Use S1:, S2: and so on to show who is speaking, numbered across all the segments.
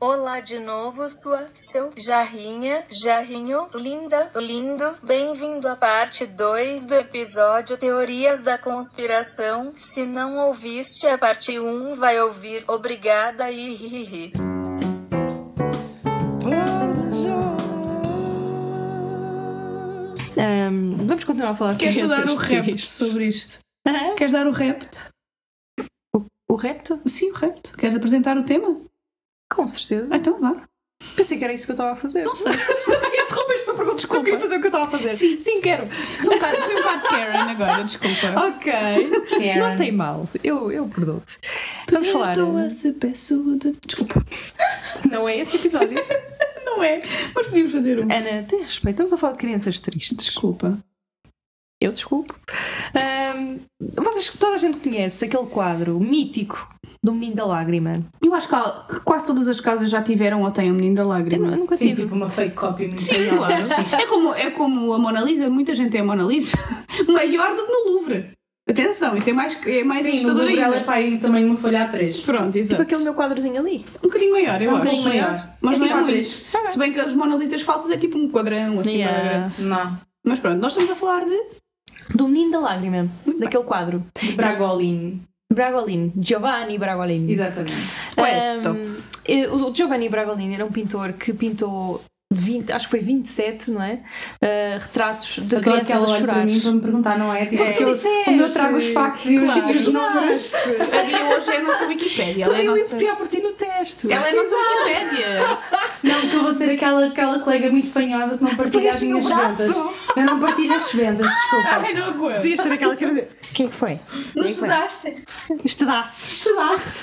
S1: Olá de novo, sua, seu, jarrinha, jarrinho, linda, lindo. Bem-vindo à parte 2 do episódio Teorias da Conspiração. Se não ouviste a parte 1, um, vai ouvir. Obrigada e ri.
S2: Ahm, vamos continuar a falar
S3: Queres
S2: sobre
S3: dar o
S2: essas
S3: repto
S2: três.
S3: sobre isto?
S2: Hã?
S3: Queres dar o repto?
S2: O repto?
S3: Sim, o repto. Queres apresentar o tema?
S2: Com certeza.
S3: Ah, então vá.
S2: Pensei que era isso que eu estava a fazer.
S3: Não sei.
S2: Interrompas para perguntas que eu
S3: Desculpa.
S2: queria fazer o que eu estava a fazer.
S3: Sim.
S2: quero.
S3: Sou um bocado- Fui um bocado Karen agora, desculpa.
S2: Ok.
S4: Karen.
S2: Não tem mal. Eu, eu perdoo-te. Vamos falar.
S3: Perdoa se peço de... Desculpa.
S2: Não é esse episódio.
S3: Não é, mas podíamos fazer um.
S2: Ana, tem respeito. Estamos a falar de crianças tristes.
S3: Desculpa.
S2: Eu desculpo. Ahm, vocês, toda a gente conhece aquele quadro mítico do Menino da Lágrima.
S3: Eu acho que há- que quase todas as casas já tiveram ou têm o menino da
S2: Eu, nu-
S3: lágrima.
S2: eu nunca
S4: Sim,
S2: tive.
S4: tipo uma fake copy muito
S3: Sim,
S4: grande.
S3: claro. É como, é como a Mona Lisa, muita gente tem a Mona Lisa maior do que no Louvre. Atenção, isso é mais, é mais
S4: Sim, no
S3: assustador
S4: Google ela é
S3: ainda.
S4: para aí também uma folha A3.
S3: Pronto,
S2: Tipo
S3: exato.
S2: aquele meu quadrozinho ali.
S3: Um bocadinho maior, eu
S4: Um
S3: acho.
S4: bocadinho maior.
S3: Mas
S4: É
S3: não
S4: tipo
S3: é
S4: A3.
S3: muito. Se bem que as Mona Lisas falsas é tipo um quadrão, assim,
S2: Yeah.
S3: nada grande.
S4: Não.
S3: Mas pronto, nós estamos a falar de.
S2: Do Menino da Lágrima. Daquele quadro.
S4: De Bragolin.
S2: Bragolin. Giovanni Bragolin.
S4: Exatamente.
S3: Questo.
S2: Um, eh, o Giovanni Bragolini era um pintor que pintou 20, acho que foi 27, não é? Eh, retratos de
S4: Adoro que
S2: crianças
S4: ela
S2: a
S4: olhe para
S2: chorar.
S4: mim para me perguntar, não é? Tipo,
S3: É.
S4: é.
S3: Tu
S4: Eu,
S2: disseste.
S4: como eu trago os factos e os,
S3: Claro.
S4: e os números.
S3: A Bia hoje é a nossa Wikipédia. Ela é a
S2: Eu ia
S3: nossa.
S2: copiar por ti no teste.
S3: Ela é a nossa Wikipédia.
S4: Não, que eu vou ser aquela, aquela colega muito fanhosa que não partilha as
S2: assim o
S4: minhas
S2: braço.
S4: vendas. Eu não partilho as vendas, desculpa.
S3: Ai, não aguento.
S2: Devias ser aquela que dizer. Quem é que foi?
S3: Não estudaste.
S2: Estudaços.
S3: Estudaste.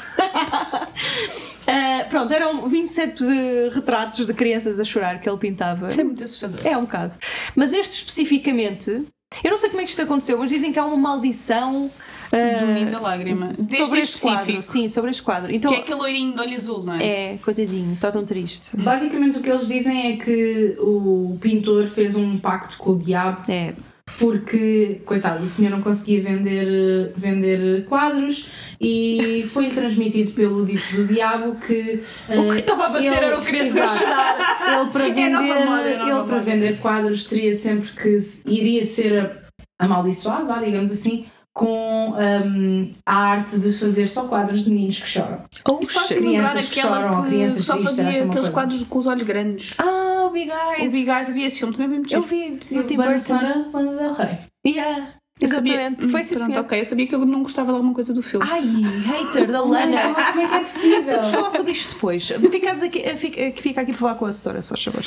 S2: Eh, pronto, eram 27 de retratos de crianças a chorar que ele pintava.
S3: Isso é muito assustador.
S2: É um bocado. Mas este especificamente, eu não sei como é que isto aconteceu, mas dizem que há uma maldição. eh,
S3: Do Menino da um Lágrima. Deste
S2: sobre este quadro,
S3: específico.
S2: sim, sobre este quadro. Então,
S3: Que é aquele loirinho de olho azul, não é?
S2: É, coitadinho, está tão triste.
S4: Basicamente o que eles dizem é que o pintor fez um pacto com o diabo
S2: É,
S4: porque, coitado, o senhor não conseguia vender, vender quadros e foi-lhe transmitido pelo dito do diabo que.
S2: O que
S4: eh,
S2: estava a bater
S4: ele-
S2: era o criança a
S4: Exato. Ele para
S3: É nova moda,
S4: vender,
S3: é nova
S4: ele
S3: moda.
S4: para vender quadros teria sempre que. se- iria ser a- amaldiçoado, vá, digamos assim, com hum, a arte de fazer só quadros de meninos que choram.
S2: Oh,
S3: Isso faz-me
S2: shit.
S3: lembrar
S4: Crianças que
S3: aquela
S4: choram,
S3: que
S4: crianças
S3: só
S4: tristes,
S3: fazia
S4: essa é uma
S3: aqueles
S4: coisa.
S3: quadros com os olhos grandes.
S2: Ah, o Big
S3: O
S2: Eyes.
S3: Big Eyes, eu vi esse filme, também vi muito
S2: Eu
S3: giro.
S2: vi, no Tim
S4: Banda
S2: Burton.
S4: sonora, Lana Del Rey.
S2: Yeah,
S3: Eu sabia-
S2: exatamente. Foi sim,
S3: Pronto,
S2: senhor.
S3: ok, eu sabia que eu não gostava de alguma coisa do filme.
S2: Ai, hater da
S4: Não,
S2: Lana.
S4: como é que é possível?
S2: Vamos falar sobre isto depois. Ficas aqui, eh, fica, eh, fica aqui para falar com a setora, se faz favor.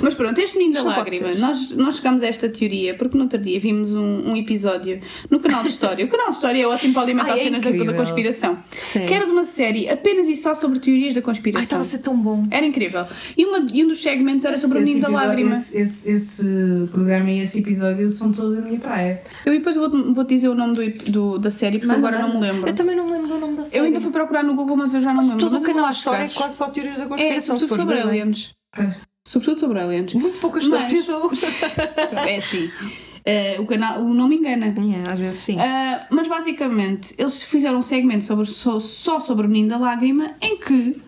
S3: Mas pronto, este menino da
S2: Isto não pode
S3: lágrima,
S2: ser.
S3: nós, nós chegamos a esta teoria porque no outro dia vimos um, um episódio no canal de História. O canal de História é ótimo para alimentar
S2: Ai, é
S3: cenas da- da,
S2: incrível.
S3: conspiração.
S2: Sim.
S3: Que era de uma série apenas e só sobre teorias da
S2: Ai,
S3: conspiração.
S2: estava a ser tão bom.
S3: Era incrível. E, uma- e um dos segmentos era sobre o
S4: Esse
S3: menino da
S4: episódio-
S3: lágrima.
S4: Esse, esse- esse programa e esse episódio são toda a minha praia.
S3: Eu depois vou, vou dizer o nome do ep- do- da série porque
S4: Manda,
S3: agora não me
S4: manda.
S3: lembro.
S2: Eu também não me lembro o nome da série.
S3: Eu ainda fui procurar no Google, mas eu já não lembro.
S2: Todo
S3: mas eu vou
S2: o canal
S3: lá
S2: de história é
S3: chegar.
S2: quase só teorias da
S3: É,
S2: conspiração.
S3: sobretudo
S2: se É. fores
S3: sobre
S2: ver bem.
S3: aliens.
S4: Pois.
S3: Sobretudo sobre aliens.
S2: Muito poucas
S3: Mas-
S2: histórias. não.
S3: É assim. eh, o canal o não me engana.
S2: Yeah, às vezes sim.
S3: Ah, mas basicamente, eles fizeram um segmento sobre, só, só sobre o Menino da Lágrima em que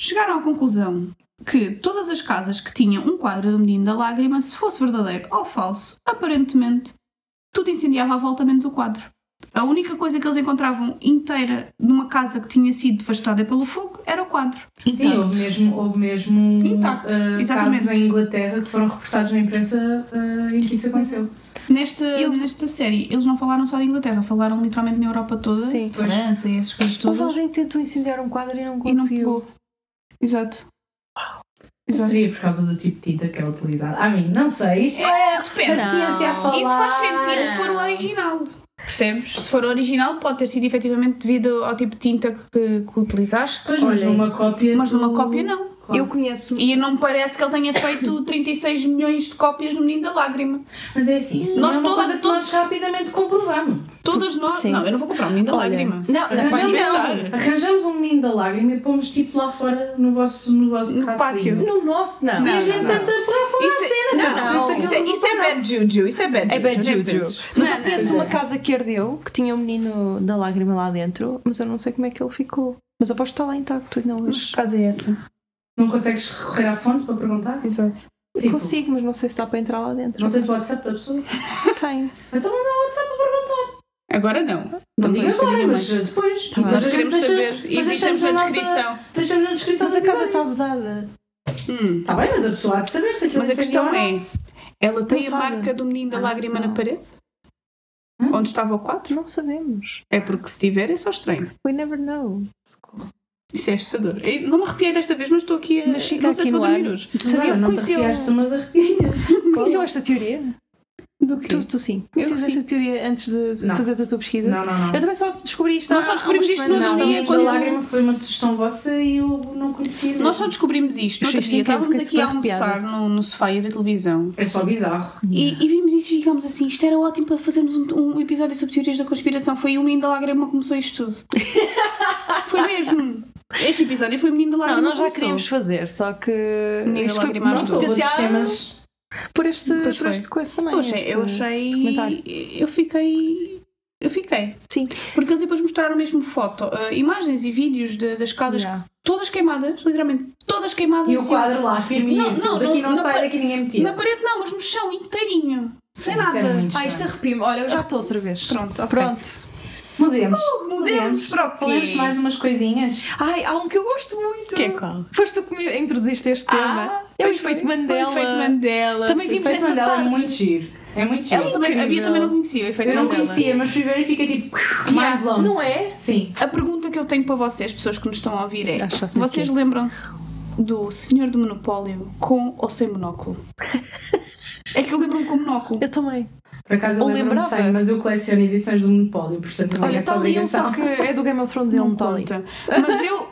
S3: chegaram à conclusão que todas as casas que tinham um quadro do Menino da Lágrima, se fosse verdadeiro ou falso, aparentemente tudo incendiava à volta menos o quadro. A única coisa que eles encontravam inteira numa casa que tinha sido devastada pelo fogo era o quadro.
S4: Sim, houve mesmo, houve mesmo
S3: Intacto,
S4: ah,
S3: exatamente.
S4: casos em Inglaterra que foram reportados na imprensa ah, em que isso aconteceu.
S3: Nesta,
S2: Eu-
S3: nesta série, eles não falaram só da Inglaterra, falaram literalmente na Europa toda,
S2: Sim.
S3: França e essas coisas
S2: Houve
S3: todas.
S2: alguém que tentou incendiar um quadro e
S3: E
S2: não
S3: não
S2: conseguiu.
S3: pegou. Exato. Exato.
S4: Seria por causa do tipo de tinta que era utilizado. A mim, não sei. Isto é a
S3: depende.
S2: Não.
S4: ciência a falar.
S3: Isso faz sentido se for o original. Percebes? Se for o original, pode ter sido efetivamente devido ao tipo de tinta que, que utilizaste.
S4: Pois, mas
S2: Olhem,
S4: numa cópia.
S3: Mas numa
S4: do-
S3: cópia, não.
S4: Claro.
S2: Eu conheço.
S3: E não me parece que ele tenha feito 36 milhões de cópias do Menino da Lágrima.
S4: Mas é assim, isso
S3: Nós
S4: não é uma
S3: todas-
S4: coisa que nós rapidamente comprovamos.
S3: Todas nós.
S2: Sim.
S3: Não, eu não vou comprar o Menino da
S2: Olha,
S3: Lágrima.
S2: Não, não,
S3: vai
S4: Arranjamos,
S3: pensar.
S4: arranjamos um menino da lágrima e pomos tipo lá fora no vosso, no vosso
S3: No
S4: terracinho.
S3: pátio.
S2: No nosso, não.
S4: E a
S3: Não,
S4: gente
S3: não, não.
S4: anda então, para fora.
S3: Isso é, não,
S2: não.
S3: Isso, é, isso é bad juju. Isso é bad juju.
S2: É bad
S3: nem
S2: juju.
S3: penses.
S2: Mas
S3: Não, não,
S2: eu conheço
S3: não.
S2: uma casa que ardeu, que tinha um menino da lágrima lá dentro, mas eu não sei como é que ele ficou. Mas aposto que está lá intacto ainda hoje.
S3: Casa é essa.
S4: Não consegues recorrer à fonte para perguntar?
S3: Exato.
S2: Eu
S4: Tipo,
S2: Consigo, mas não sei se dá para entrar lá dentro.
S4: Não tens o WhatsApp da pessoa?
S2: Tenho.
S4: Então manda o WhatsApp para perguntar.
S3: Agora não.
S4: Não diga
S3: vamos
S4: agora,
S3: saber
S4: mas
S3: mais.
S4: depois.
S2: Tá bem.
S3: Nós
S4: Mas
S3: queremos
S4: deixa-
S3: saber e
S4: mas
S3: dizemos na
S4: nossa-
S3: descrição.
S4: Deixamos na descrição.
S2: Mas a casa está vedada.
S3: Hum.
S4: Está bem, mas a pessoa há de saber se aquilo
S3: Mas a questão é: ela tem a
S2: sabe.
S3: marca do menino da
S2: Ah,
S3: lágrima na
S2: não.
S3: parede?
S4: Hum?
S3: Onde estava o quadro?
S2: Não sabemos.
S3: É porque se tiver é só estranho.
S2: We never know.
S3: Isso é assustador. Eu não me arrepiei desta vez, mas estou aqui a.
S2: Mas fica
S3: não sei
S2: aqui
S3: se vou
S2: no
S3: dormir
S2: ar.
S3: hoje.
S2: Sabia,
S4: Sabia, não te
S2: conheceu,
S4: arrepiaste, mas arrepiei-te.
S2: conheceu esta teoria?
S3: Do quê?
S2: Tu, tu sim. Conheces
S3: sim.
S2: esta teoria antes de de
S4: Não.
S2: fazeres a tua pesquisa?
S4: Não, não,
S2: Eu
S4: não.
S2: também só descobri isto.
S3: Nós
S2: há-
S3: só
S2: há
S3: descobrimos
S2: umas
S3: isto no
S2: semanas.
S4: Não,
S3: outro dia,
S4: mas
S3: quando-
S4: a lágrima foi uma sugestão vossa e eu não conhecia. mesmo.
S3: Nós só descobrimos isto. No outro
S2: Xixi,
S3: dia
S2: eu fiquei
S3: estávamos aqui a
S2: super
S3: almoçar no, no sofá e a ver televisão.
S4: É só bizarro.
S3: E, e vimos isso e ficámos assim, isto era ótimo para fazermos um, um episódio sobre teorias da conspiração. Foi o menino da lágrima que começou isto tudo. foi mesmo. Este episódio foi o menino da lágrima
S2: Não, nós
S3: que
S2: já
S3: começou.
S2: queríamos fazer, só que
S3: Ninguém
S2: isto foi
S3: lagrimar
S2: muito
S3: tudo.
S4: Todos os
S2: potencial
S4: temas.
S2: por este,
S3: Pois
S2: por
S3: foi.
S2: este coisa também.
S3: Eu achei,
S2: este-
S3: eu achei-
S2: comentário.
S3: eu fiquei... Eu fiquei.
S2: Sim.
S3: Porque eles depois mostraram mesmo foto, eh, imagens e vídeos de- das casas
S2: Já.
S3: todas queimadas, literalmente todas queimadas.
S4: E o quadro lá, firminho.
S3: Não, não,
S4: daqui
S3: não,
S4: não,
S3: não
S4: sai,
S3: pa-
S4: daqui ninguém me
S3: Na
S4: tira.
S3: parede não, mas no chão inteirinho. Sem
S4: Isso é
S3: nada.
S4: muito
S2: Ah, isto arrepio-me. Olha, eu já estou outra vez.
S3: Pronto, ok.
S2: Pronto.
S4: Mudemos.
S3: Mudemos para o quê?
S4: Falamos mais umas coisinhas.
S2: Ai, há um que eu gosto muito.
S3: Que é qual? Ah,
S2: Foste tu que me introduziste este tema. É o
S3: pois
S2: efeito
S3: foi.
S2: Mandela.
S3: O efeito Mandela.
S2: Também
S4: O
S2: vimos
S4: efeito
S2: essa
S4: Mandela é
S2: tarde.
S4: muito giro. É muito
S3: Ela
S4: giro.
S3: também, a Bia
S2: incrível.
S3: também não conhecia o efeito
S4: Eu não
S3: Mandela.
S4: conhecia, mas fui ver e fiquei tipo. Mind blown.
S2: Não é?
S4: Sim.
S3: A pergunta que eu tenho para vocês, pessoas que nos estão a ouvir, é:
S2: Acho que já sei
S3: vocês
S2: o
S3: lembram-se do Senhor do Monopólio com ou sem monóculo? é que eu lembro-me com monóculo.
S2: Eu também.
S4: Por acaso eu
S2: Ou
S4: lembro-me
S2: lembrava.
S4: sem, mas eu coleciono edições do Monopólio, portanto não é
S2: Olha,
S4: essa
S2: está
S3: então
S2: ali um
S4: obrigação.
S2: só que é do Game of Thrones e ele não está ali.
S3: conta. Mas eu,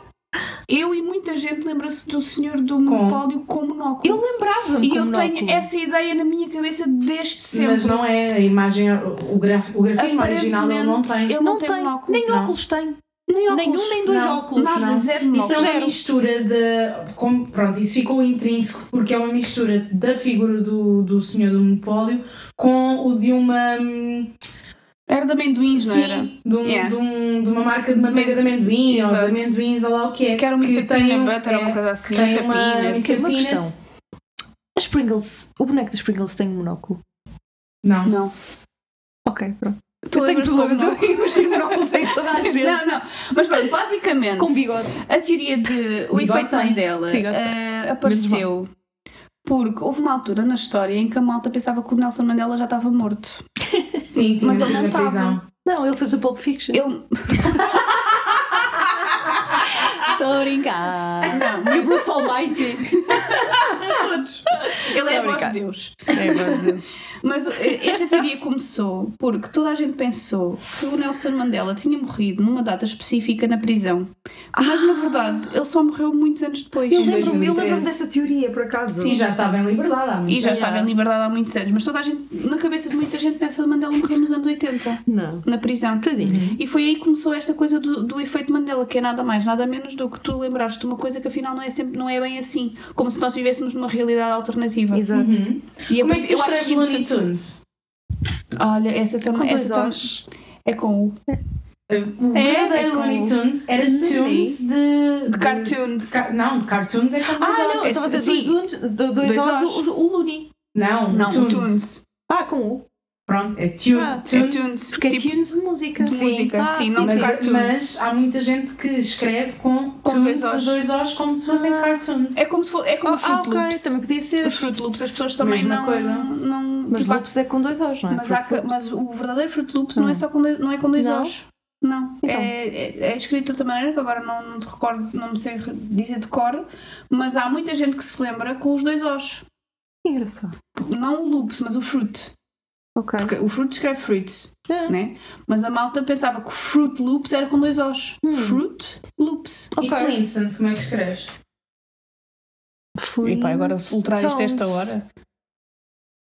S3: eu e muita gente lembra-se do Senhor do Monopólio com monóculo.
S2: Eu lembrava-me.
S3: e
S2: com
S3: eu tenho
S2: monóculo.
S3: essa ideia na minha cabeça desde sempre.
S4: Mas não é a imagem, o, graf, o grafismo original ele não tem.
S3: Ele
S2: Não
S3: tem
S2: tem,
S3: monóculo.
S2: nem
S4: Não.
S2: óculos tem.
S3: Nem óculos.
S2: Nenhum nem dois
S4: Não.
S2: óculos.
S3: Nada,
S4: não.
S3: zero
S4: Isso é
S3: monóculo.
S4: uma
S3: Zero.
S4: mistura de. como- pronto, isso ficou intrínseco porque é uma mistura da figura do, do Senhor do Monopólio com o de uma. hum,
S3: Era de amendoins, não era?
S4: sim, de, um-
S3: Yeah.
S4: de um- de uma marca de manteiga de amendoim ou de
S3: Exato.
S4: amendoins ou lá o que é.
S3: Que era o Mr.
S4: tem
S3: Peanut
S4: um-
S3: Butter
S4: é,
S3: ou uma coisa assim.
S4: tem
S3: Mr.
S4: uma-
S3: Peanut.
S2: Que é uma
S4: Peanuts.
S2: questão. As Pringles, o boneco das Pringles tem um monóculo.
S4: Não.
S3: Não.
S2: Ok, pronto.
S3: Tu
S2: Eu tenho
S3: lembras-te como
S2: problemas, eu
S3: não?
S2: imagino monóculos em toda a gente.
S3: Não, não. Mas pronto, basicamente,
S2: Com bigode.
S3: a teoria de o
S4: Bigode
S3: efeito
S4: tem.
S3: Mandela
S2: Bigode
S3: eh, apareceu porque houve uma altura na história em que a malta pensava que o Nelson Mandela já estava morto.
S4: Sim, tinha
S3: Mas ele
S4: ido
S3: não
S4: na
S3: estava.
S4: prisão.
S2: Não, ele fez o Pulp Fiction.
S3: Ele.
S2: Estou a brincar.
S3: ah, Não,
S2: E o Bruce Almighty.
S3: todos. Ele é a voz de
S2: Obrigada.
S3: Deus.
S2: É, meu Deus.
S3: Mas eh, esta teoria começou porque toda a gente pensou que o Nelson Mandela tinha morrido numa data específica na prisão. Mas na verdade ele só morreu muitos anos depois.
S2: Eu lembro-me eu
S4: 2013.
S2: lembro dessa teoria, por acaso.
S4: E já estava em liberdade há muito
S3: E já
S4: tempo.
S3: estava em liberdade há muitos anos. Mas toda a gente, na cabeça de muita gente, Nelson Mandela morreu nos anos 80,
S2: Não.
S3: na prisão.
S2: Tadinho.
S3: E foi aí que começou esta coisa do, do efeito Mandela, que é nada mais, nada menos do que tu lembrares de uma coisa que afinal não é sempre não é bem assim, como se nós vivêssemos numa realidade alternativa.
S2: Exato.
S4: Uhum.
S3: E
S4: Como é que tu
S3: eu acho
S4: escreves
S3: que
S4: Looney
S3: interessante-
S4: Tunes?
S3: Olha, essa
S2: Com
S3: também
S2: dois
S3: essa tam-
S2: Os.
S3: é com o
S4: O
S2: É,
S4: verdadeiro
S2: é com-
S4: Looney Tunes era
S2: Não sei.
S4: Tunes de.
S3: de cartoons.
S4: Ca- Não, de cartoons é com
S2: Ah,
S4: dois
S2: não,
S4: Os.
S2: eu estava a dizer
S3: Sim.
S2: dois uns, do- dois
S3: Dois
S2: os,
S3: os.
S2: o, o Looney.
S4: Não,
S3: Não,
S4: Tunes.
S3: Tunes.
S2: Ah, com o.
S4: Pronto, é tu,
S2: Ah,
S4: Tunes.
S3: É Tunes.
S2: Porque é
S3: tipo,
S2: tunes de música.
S3: de música,
S2: Ah,
S3: sim,
S2: sim,
S3: não de
S4: Mas,
S3: cartoons.
S4: mas há muita gente que escreve com,
S3: Com
S4: Tunes
S3: dois Os.
S4: a dois Os como se fossem
S2: Ah.
S4: cartoons.
S3: É como se for, é como
S2: Ah,
S3: os Fruit
S2: ok,
S3: Loops.
S2: também podia ser.
S3: Os Fruit Loops, as pessoas também
S4: Mesma
S3: não,
S4: coisa.
S3: não
S2: Mas
S3: tipo, há-
S2: loops é com dois Os, não é?
S3: mas, há
S2: Fruit
S3: que- mas
S2: Loops.
S3: o verdadeiro Fruit Loops não, é
S2: Não.
S3: só com dois, não é com dois
S2: Não?
S3: Os. Não,
S2: Então.
S3: é, é, é escrito de outra maneira que agora não, não te recordo, não me sei re- dizer de cor, mas há muita gente que se lembra com os dois Os.
S2: Que engraçado.
S3: Não o Loops, mas o Fruit.
S2: Ok.
S3: Porque o Fruit escreve Fruits,
S2: Ah,
S3: né? Mas a malta pensava que o Fruit Loops era com dois Os.
S2: Hum.
S3: Fruit Loops.
S4: E
S2: ok.
S4: Flintstones, como é que escreves?
S2: Flint.
S3: Então,
S2: Stones.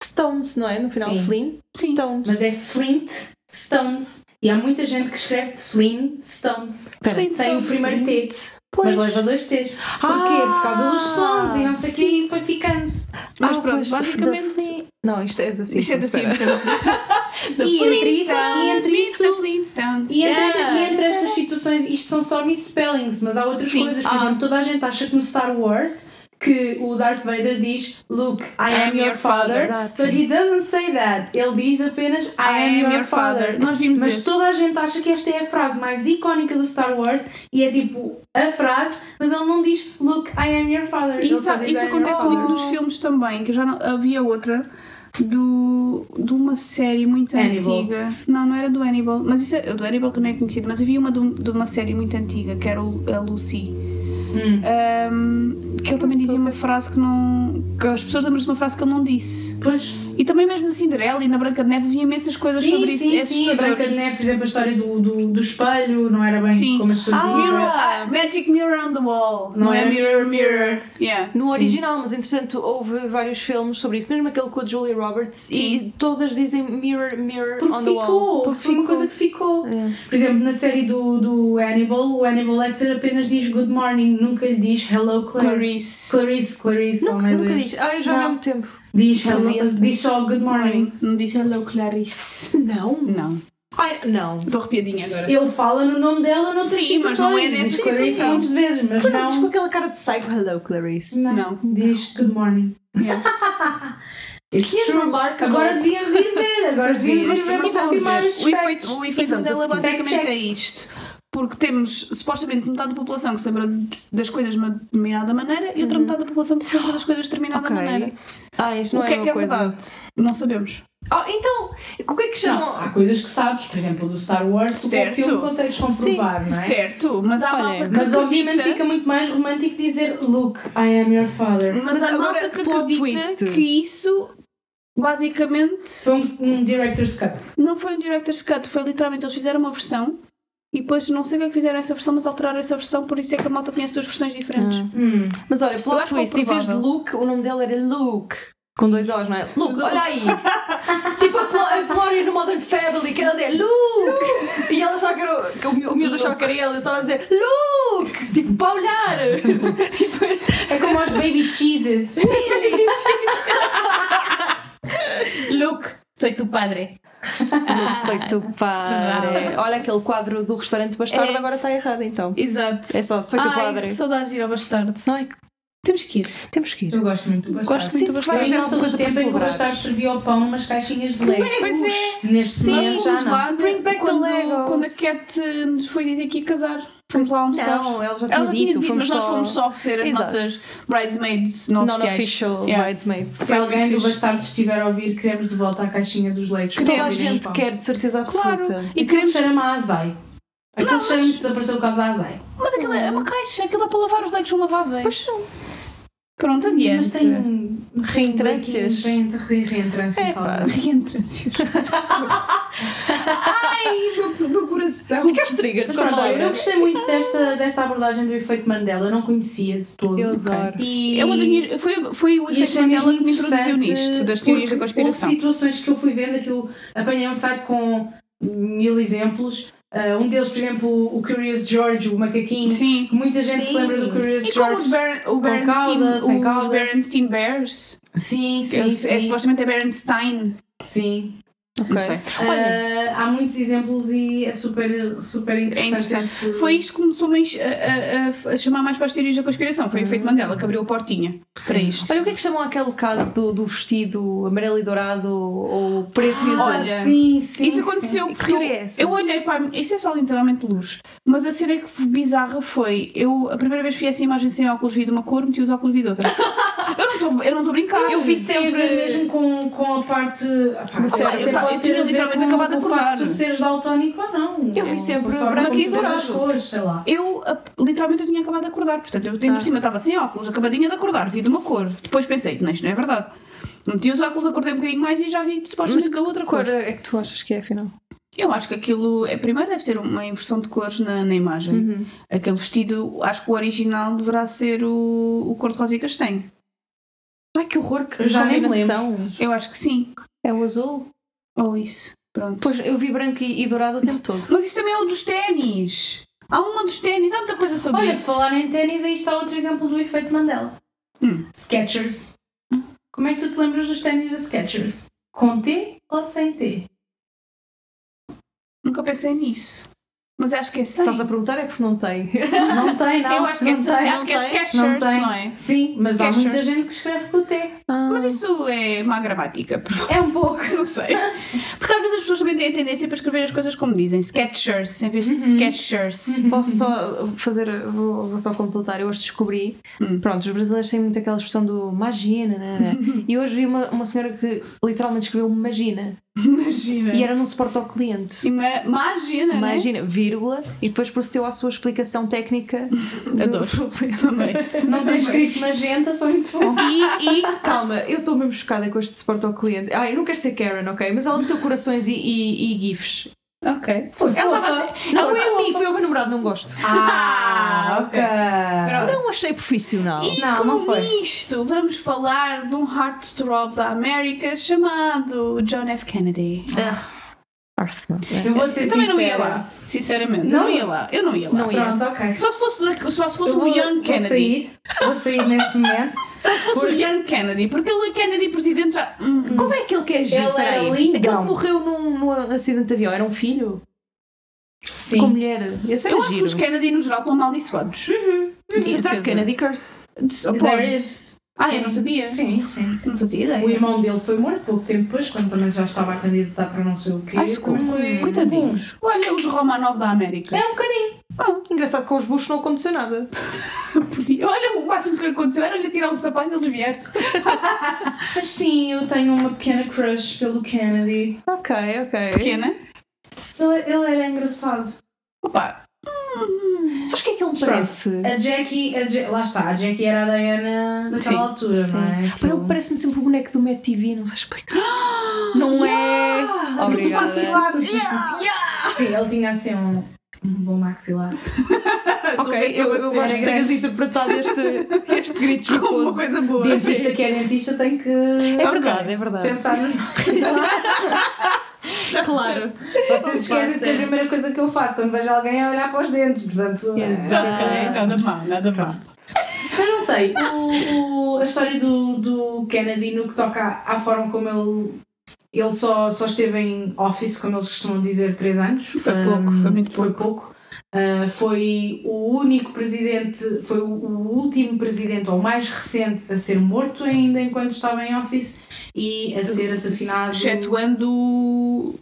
S2: Stones, não é? No final,
S4: Sim.
S2: Flint.
S3: Sim.
S2: Stones.
S4: Mas é Flintstones. E há muita gente que escreve Flintstones.
S2: Espera.
S3: Sim,
S4: Sem o
S3: Stones.
S4: primeiro T.
S2: Pois.
S4: Mas leva dois T's. Porquê? Por causa dos sons e não sei o quê, e foi ficando.
S3: Mas
S2: Ah,
S3: pronto,
S2: pois,
S3: basicamente
S2: da Flint. Não, isto é da Simpsons.
S3: Isto é da
S2: espera.
S3: Simpsons.
S4: Da
S3: E entre
S4: Flintstones,
S3: isso, e entre
S4: Mix da
S3: isso, Flintstones.
S4: E entre,
S2: Yeah.
S4: e entre estas situações, isto são só misspellings, mas há outras
S3: Sim.
S4: coisas. Por
S2: Ah.
S4: exemplo, toda a gente acha que no Star Wars que o Darth Vader diz Look, I am your father.
S2: Exato.
S4: But he doesn't say that. Ele diz apenas I, am, your father.
S3: Nós vimos
S4: Mas
S3: esse.
S4: toda a gente acha que esta é a frase mais icónica do Star Wars e é tipo a frase, mas ele não diz Look, I am your father. Ele
S3: Isso,
S4: só diz,
S3: isso
S4: "I am
S3: acontece
S4: your
S3: muito
S4: father."
S3: nos filmes também, que eu já não, havia outra do, de uma série muito
S4: Hannibal.
S3: antiga. Não, não era do Hannibal, mas isso é, do Hannibal também é conhecido, mas havia uma de, um- de uma série muito antiga, que era o- a Lucy.
S4: Hum.
S3: Ahm, que ele também dizia uma frase que não. que as pessoas lembram-se de uma frase que ele não disse.
S4: Pois.
S3: E também mesmo na Cinderela e na Branca de Neve havia imensas coisas
S4: Sim,
S3: sobre isso.
S4: sim,
S3: é
S4: sim. A Branca de
S3: assustador.
S4: Neve, por exemplo, a história do, do, do espelho, não era bem
S3: Sim.
S4: como as pessoas
S2: Ah,
S4: diziam.
S3: Mirror, ah, Magic Mirror on the Wall. é
S4: Não era
S3: Mirror, Mirror. Yeah.
S2: No original, mas entretanto houve vários filmes sobre isso, mesmo aquele com a Julia Roberts, e todas dizem Mirror, Mirror
S4: Porque
S2: on the Wall.
S4: ficou,
S3: Porque
S4: foi uma
S3: ficou.
S4: coisa que ficou.
S2: É.
S4: Por exemplo, na série do, do Hannibal, o Hannibal Lecter apenas diz good morning, nunca lhe diz hello Claire.
S3: Clarice.
S4: Clarice, Clarice, oh,
S2: Nunca,
S4: meu
S2: nunca
S4: Deus.
S2: diz. Ah, eu jogo
S4: Não.
S2: há muito tempo.
S4: Diz hello,
S2: Clarice.
S4: diz só good morning.
S3: Não disse hello, Clarice.
S2: Não.
S3: Não.
S2: Ai, não.
S3: Estou arrepiadinha agora.
S4: Ele fala no nome dela noutras
S3: Sim, mas não é
S4: situações.
S3: nessa
S4: Diz Clarice
S3: situação.
S4: muitas vezes, mas
S2: Mas não diz com
S4: não.
S2: aquela cara de psycho, hello Clarice.
S4: Não.
S3: Não.
S4: Diz good morning.
S3: Yeah. É.
S4: It's
S2: Yes,
S4: true.
S2: remarkable.
S4: Agora devíamos ir ver, agora devíamos ir
S2: Mas
S4: ver para
S2: vamos
S4: confirmar
S2: ver.
S4: os
S3: O efeito,
S4: facts.
S3: o efeito
S2: vamos
S3: Mandela
S2: a seguir.
S3: basicamente
S4: Fact check.
S3: é isto. Porque temos supostamente metade da população que se lembra de- das coisas de uma determinada maneira e outra metade da população que se lembra das coisas de determinada
S2: Uhum. Ok.
S3: maneira.
S2: Ah, isto não
S3: o que é,
S2: uma
S3: que é
S2: coisa.
S3: verdade? Não sabemos.
S2: Ah, então, o que é que
S4: Não,
S2: chamam?
S4: há coisas que sabes, por exemplo, do Star Wars, tu com o
S3: Certo.
S4: filme consegues comprovar, não é?
S3: Certo, mas há
S2: Olha,
S3: malta que
S4: Mas obviamente
S3: acredita-
S4: fica muito mais romântico dizer Look, I am your father.
S3: Mas,
S2: Mas
S3: há
S2: agora,
S3: malta que
S2: plot
S3: acredita
S2: twist.
S3: que isso basicamente
S4: Foi um, um director's cut.
S3: não foi um director's cut, foi literalmente eles fizeram uma versão e depois não sei o que é que fizeram essa versão, mas alteraram essa versão, por isso é que a malta conhece duas versões diferentes.
S2: Ah.
S4: Hum.
S2: Mas olha,
S3: Eu
S2: plot
S3: acho que é
S2: twist, em vez de
S3: provável.
S2: Luke, o nome dele era Luke. Com dois O's, não é? Luke, olha aí! tipo a, Glo- a Gloria no Modern Family, que ela dizia Luke! e ela achava que era. o- que o meu- o miúdo achava que era ele, eu estava a dizer Luke! Tipo, para olhar!
S4: É como aos baby cheeses.
S3: Luke, sou tu padre.
S2: Não sei tu
S3: padre.
S2: Olha aquele quadro do restaurante Bastardo,
S3: É.
S2: agora está errado então.
S3: Exato.
S2: É só, sou tu padre.
S3: saudades de ir ao bastardo.
S2: Ai,
S3: Temos que ir.
S2: temos que ir.
S4: Eu gosto muito do bastardo.
S3: Gosto muito do
S2: Sempre
S4: Eu
S2: vai
S3: bastardo.
S4: ainda
S2: haver
S4: sou
S2: alguma
S4: do
S2: coisa
S4: tempo
S2: para
S4: em que o
S2: celebrar.
S4: bastardo servia ao pão umas caixinhas de Legos.
S3: Pois é.
S4: Neste
S3: Nós
S4: momento já
S3: fomos
S4: não.
S3: lá
S2: Bring back the
S3: quando,
S2: Legos.
S3: quando a Cat eh, nos foi dizer que ia casar. Fomos lá almoçar.
S2: Não, ela já tinha
S3: Ela já tinha
S2: dito,
S3: dito,
S2: fomos
S3: mas nós
S2: só-
S3: fomos só oferecer as
S2: Exato.
S3: nossas bridesmaids não oficiais.
S2: Non-official
S3: Yeah.
S2: bridesmaids.
S4: Se alguém do
S3: fixe.
S4: bastardo estiver a ouvir, queremos de volta à caixinha dos Legos.
S3: Que
S2: Toda
S3: Toda
S2: a
S3: a
S2: gente quer, de certeza absoluta.
S3: Claro.
S4: E
S3: E queremos...
S4: queremos cheira-me a é azai. Aquele
S3: Não,
S4: cheiro-me
S3: mas-
S4: desapareceu por causa da azai.
S3: Mas aquilo é uma caixa, aquilo dá para lavar, os legos são laváveis.
S2: Pois são.
S3: Pronto, adiante.
S4: Mas tem
S2: Reentrâncias.
S4: Tem re- reentrâncias.
S2: É, pá.
S4: algumas.
S3: Reentrâncias. Ai, meu, meu coração.
S2: Ficaste triggered
S4: Mas
S2: com a
S4: pronto, olha, eu
S2: palavra.
S4: gostei muito desta, desta abordagem do efeito Mandela, eu não conhecia de todo.
S2: Eu adoro.
S4: E,
S3: É uma das minhas, foi, foi o
S4: e
S3: efeito
S4: achei mesmo
S3: Mandela que me introduziu
S4: interessante
S3: nisto, das teorias da
S4: porque
S3: conspiração.
S4: Houve situações que eu fui vendo, aquilo apanhei um site com mil exemplos. Ah, um deles, por exemplo, o Curious George, o macaquinho.
S3: Sim.
S4: que Muita gente se
S2: Sim.
S4: lembra do Curious
S3: E como
S4: George.
S3: os, Ber o
S4: cauda,
S3: Bernstein,
S4: sem
S3: os
S4: cauda.
S3: Bernstein Bears,
S4: Sim,
S3: que é,
S4: sim,
S3: o-
S4: sim.
S3: é supostamente é Bernstein.
S4: sim.
S2: Ok.
S3: Não sei.
S4: Ah, há muitos exemplos e é super, super
S3: É
S4: interessante.
S3: interessante.
S4: este-
S3: Foi isto que começou mais a, a- a- a chamar mais para as teorias da conspiração. Foi o efeito Mandela que abriu a portinha para isto.
S2: Olha, o que é que chamam aquele caso do, do vestido amarelo e dourado ou preto e azul?
S4: Ah,
S3: Olha,
S4: sim, sim,
S3: Isso
S4: sim.
S3: aconteceu
S2: Que
S3: porque eu,
S2: teoria é essa?
S3: eu olhei para a minha- Isso é só literalmente luz. Mas a cena que f- bizarra foi. Eu, a primeira vez que vi essa imagem sem óculos vi de uma cor, meti os óculos vi de outra. eu não estou- eu não estou a brincar.
S2: Eu vi
S4: Isso tem a ver
S2: sempre-
S4: mesmo com, com a parte. Ah, pá,
S2: cérebro.
S4: até
S3: tá, Eu ta-
S4: pode
S3: eu
S4: ter
S3: tinha
S4: a ver
S3: literalmente
S4: com
S3: acabado de
S4: O facto
S3: acordar.
S4: de seres daltónico ou não.
S2: Eu vi
S4: Ou
S2: sempre
S4: a forma
S2: branco
S4: como
S2: e
S4: tu vês as
S2: dourado.
S4: cores, sei lá.
S3: Eu a- literalmente eu tinha acabado de acordar, portanto eu
S2: Ah.
S3: ainda por cima estava sem óculos, acabadinha de acordar, vi de uma cor. Depois pensei, não, isto não é verdade. Meti os óculos, acordei um bocadinho mais e já vi supostamente da outra
S2: Que cor
S3: cor.
S2: é que tu achas que é, afinal?
S3: Eu acho que aquilo, é, primeiro deve ser uma inversão de cores na, na imagem.
S2: Hum. Uhum.
S3: Aquele vestido, acho que o original deverá ser o, o cor-de-rosa e castanho.
S2: Ai, que horror, que
S4: Eu já nem me
S2: combinação.
S3: Eu acho que sim.
S2: É o azul?
S3: Ou isso. Pronto.
S2: Pois, eu vi branco e, e dourado o tempo todo.
S3: Mas isso também é o dos ténis. Há uma dos ténis, há muita coisa sobre
S4: Olha, por
S3: isso.
S4: falar em ténis, aí está outro exemplo do efeito Mandela.
S3: Hum.
S4: Sketchers. Como é que tu te lembras dos ténis da Skechers? Com T ou sem T?
S3: Nunca pensei nisso. Mas acho que é
S2: Se
S3: sem.
S2: estás a perguntar é porque não tem.
S4: Não tem, não.
S3: Eu acho que é,
S4: não
S3: sem-
S4: tem,
S3: acho que é
S2: não tem,
S3: Skechers,
S4: não tem.
S3: não é?
S4: Sim, mas há
S3: Skechers.
S4: muita gente que escreve com T.
S2: Ah.
S3: Mas isso é má gramática,
S4: É um pouco.
S3: não sei. Porque às vezes as pessoas também têm a tendência para escrever as coisas como dizem, Skechers, em vez de Skechers.
S2: Posso só fazer, vou, vou só completar. Eu hoje descobri,
S3: Hum.
S2: pronto, os brasileiros têm muito aquela expressão do magina, né? né? E hoje vi uma, uma senhora que literalmente escreveu magina
S3: Imagina.
S2: e era num suporte ao cliente.
S3: Ima- Imagina, né?
S2: Imagina, vírgula, e depois procedeu à sua explicação técnica do
S3: Adoro.
S2: problema.
S3: Também.
S4: Não ter escrito magenta foi muito bom.
S2: E, e, calma, eu estou mesmo chocada com este suporte ao cliente. Ah, eu não quero ser Karen, ok? Mas ela meteu corações e, e- e gifs.
S3: Ok.
S4: Foi
S3: Ela
S4: fofa.
S3: estava a dizer-
S2: Não é
S3: ela- tá
S2: foi a mim, foi ao meu namorado, não gosto.
S4: Ah,
S3: Ah,
S4: ok.
S3: ok.
S2: Não achei profissional.
S3: Ah. E
S4: Não,
S3: com
S4: não foi.
S3: isto, vamos falar de um heartthrob da América chamado John F. Kennedy.
S2: Arthur.
S4: Eu vou ser
S3: Eu também
S4: sincera.
S3: não ia lá, sinceramente.
S4: Não?
S3: Não, ia lá, eu não ia lá.
S2: Não ia.
S4: Pronto, ok.
S3: Só se fosse, da- só se fosse
S4: Eu
S3: o
S4: vou-
S3: Young
S4: vou
S3: Kennedy.
S4: sair, vou sair neste momento.
S3: Só se fosse o Young Kennedy, porque ele, é Kennedy, presidente, já. Hum,
S2: Como é que ele quer agir?
S4: Ele
S2: Peraí.
S4: era lindão.
S2: Aquele que morreu num, num acidente de avião. Era um filho?
S4: Sim.
S2: Com mulher? Esse
S4: é
S2: era
S3: Eu acho que
S2: giro.
S3: os Kennedy, no geral, estão amaldiçoados.
S4: Uhum.
S2: Exato, Kennedy Curse.
S4: There
S3: Kennedy.
S4: is.
S3: Ah,
S4: Sim.
S3: eu não sabia.
S4: Sim, sim.
S3: Não fazia
S4: O
S3: ideia.
S4: irmão dele foi morto pouco tempo depois, quando também já estava a candidatar para não sei o quê.
S3: Ai, socorro.
S4: Também foi
S3: Coitadinhos. Olha os Romanov da
S4: bom.
S3: América.
S4: É um bocadinho.
S2: Ah, Engraçado que com os Bush não aconteceu nada.
S3: Podia. Olha, o máximo que aconteceu era lhe tirar o sapato e ele desviar-se.
S4: Mas sim, eu tenho uma pequena crush pelo Kennedy.
S2: Ok, ok.
S4: É.
S3: Pequena.
S4: Ele, ele era engraçado.
S3: Opa.
S2: Sabes o que é que ele me
S4: Pronto.
S2: parece?
S4: A Jackie, a Ja- lá está, a Jackie era a Diana daquela
S3: Sim,
S4: altura,
S2: Sim.
S4: não é?
S2: Pá,
S4: Aquilo-
S2: Ele parece-me sempre o boneco do Matt TV, não sei explicar. não é?
S3: Aquilo Ah, dos
S2: Obrigada.
S3: maxilares.
S4: Sim, ele tinha assim um, um bom maxilar.
S2: Ok, eu,
S3: assim,
S2: eu gosto que tenhas interpretado este, este grito
S3: Como é uma
S2: jocoso.
S3: coisa boa.
S4: Dentista que é dentista tem que
S2: É verdade, é verdade.
S4: pensar no
S2: Claro.
S4: Vocês esquecem que é a primeira coisa que eu faço quando vejo alguém é olhar para os dentes, portanto. é.
S2: Yes.
S3: Ok,
S4: Ah.
S3: nada mal, nada mal.
S4: Eu não sei, o, o- a história do, do Kennedy no que toca à, à forma como ele. Ele só, só esteve em office, como eles costumam dizer, três anos.
S3: Foi pouco,
S4: um
S3: foi muito
S4: Foi pouco. Ah, foi o único presidente, foi o, o último presidente, ou mais recente, a ser morto ainda enquanto estava em office e a ser assassinado.
S3: Excetuando o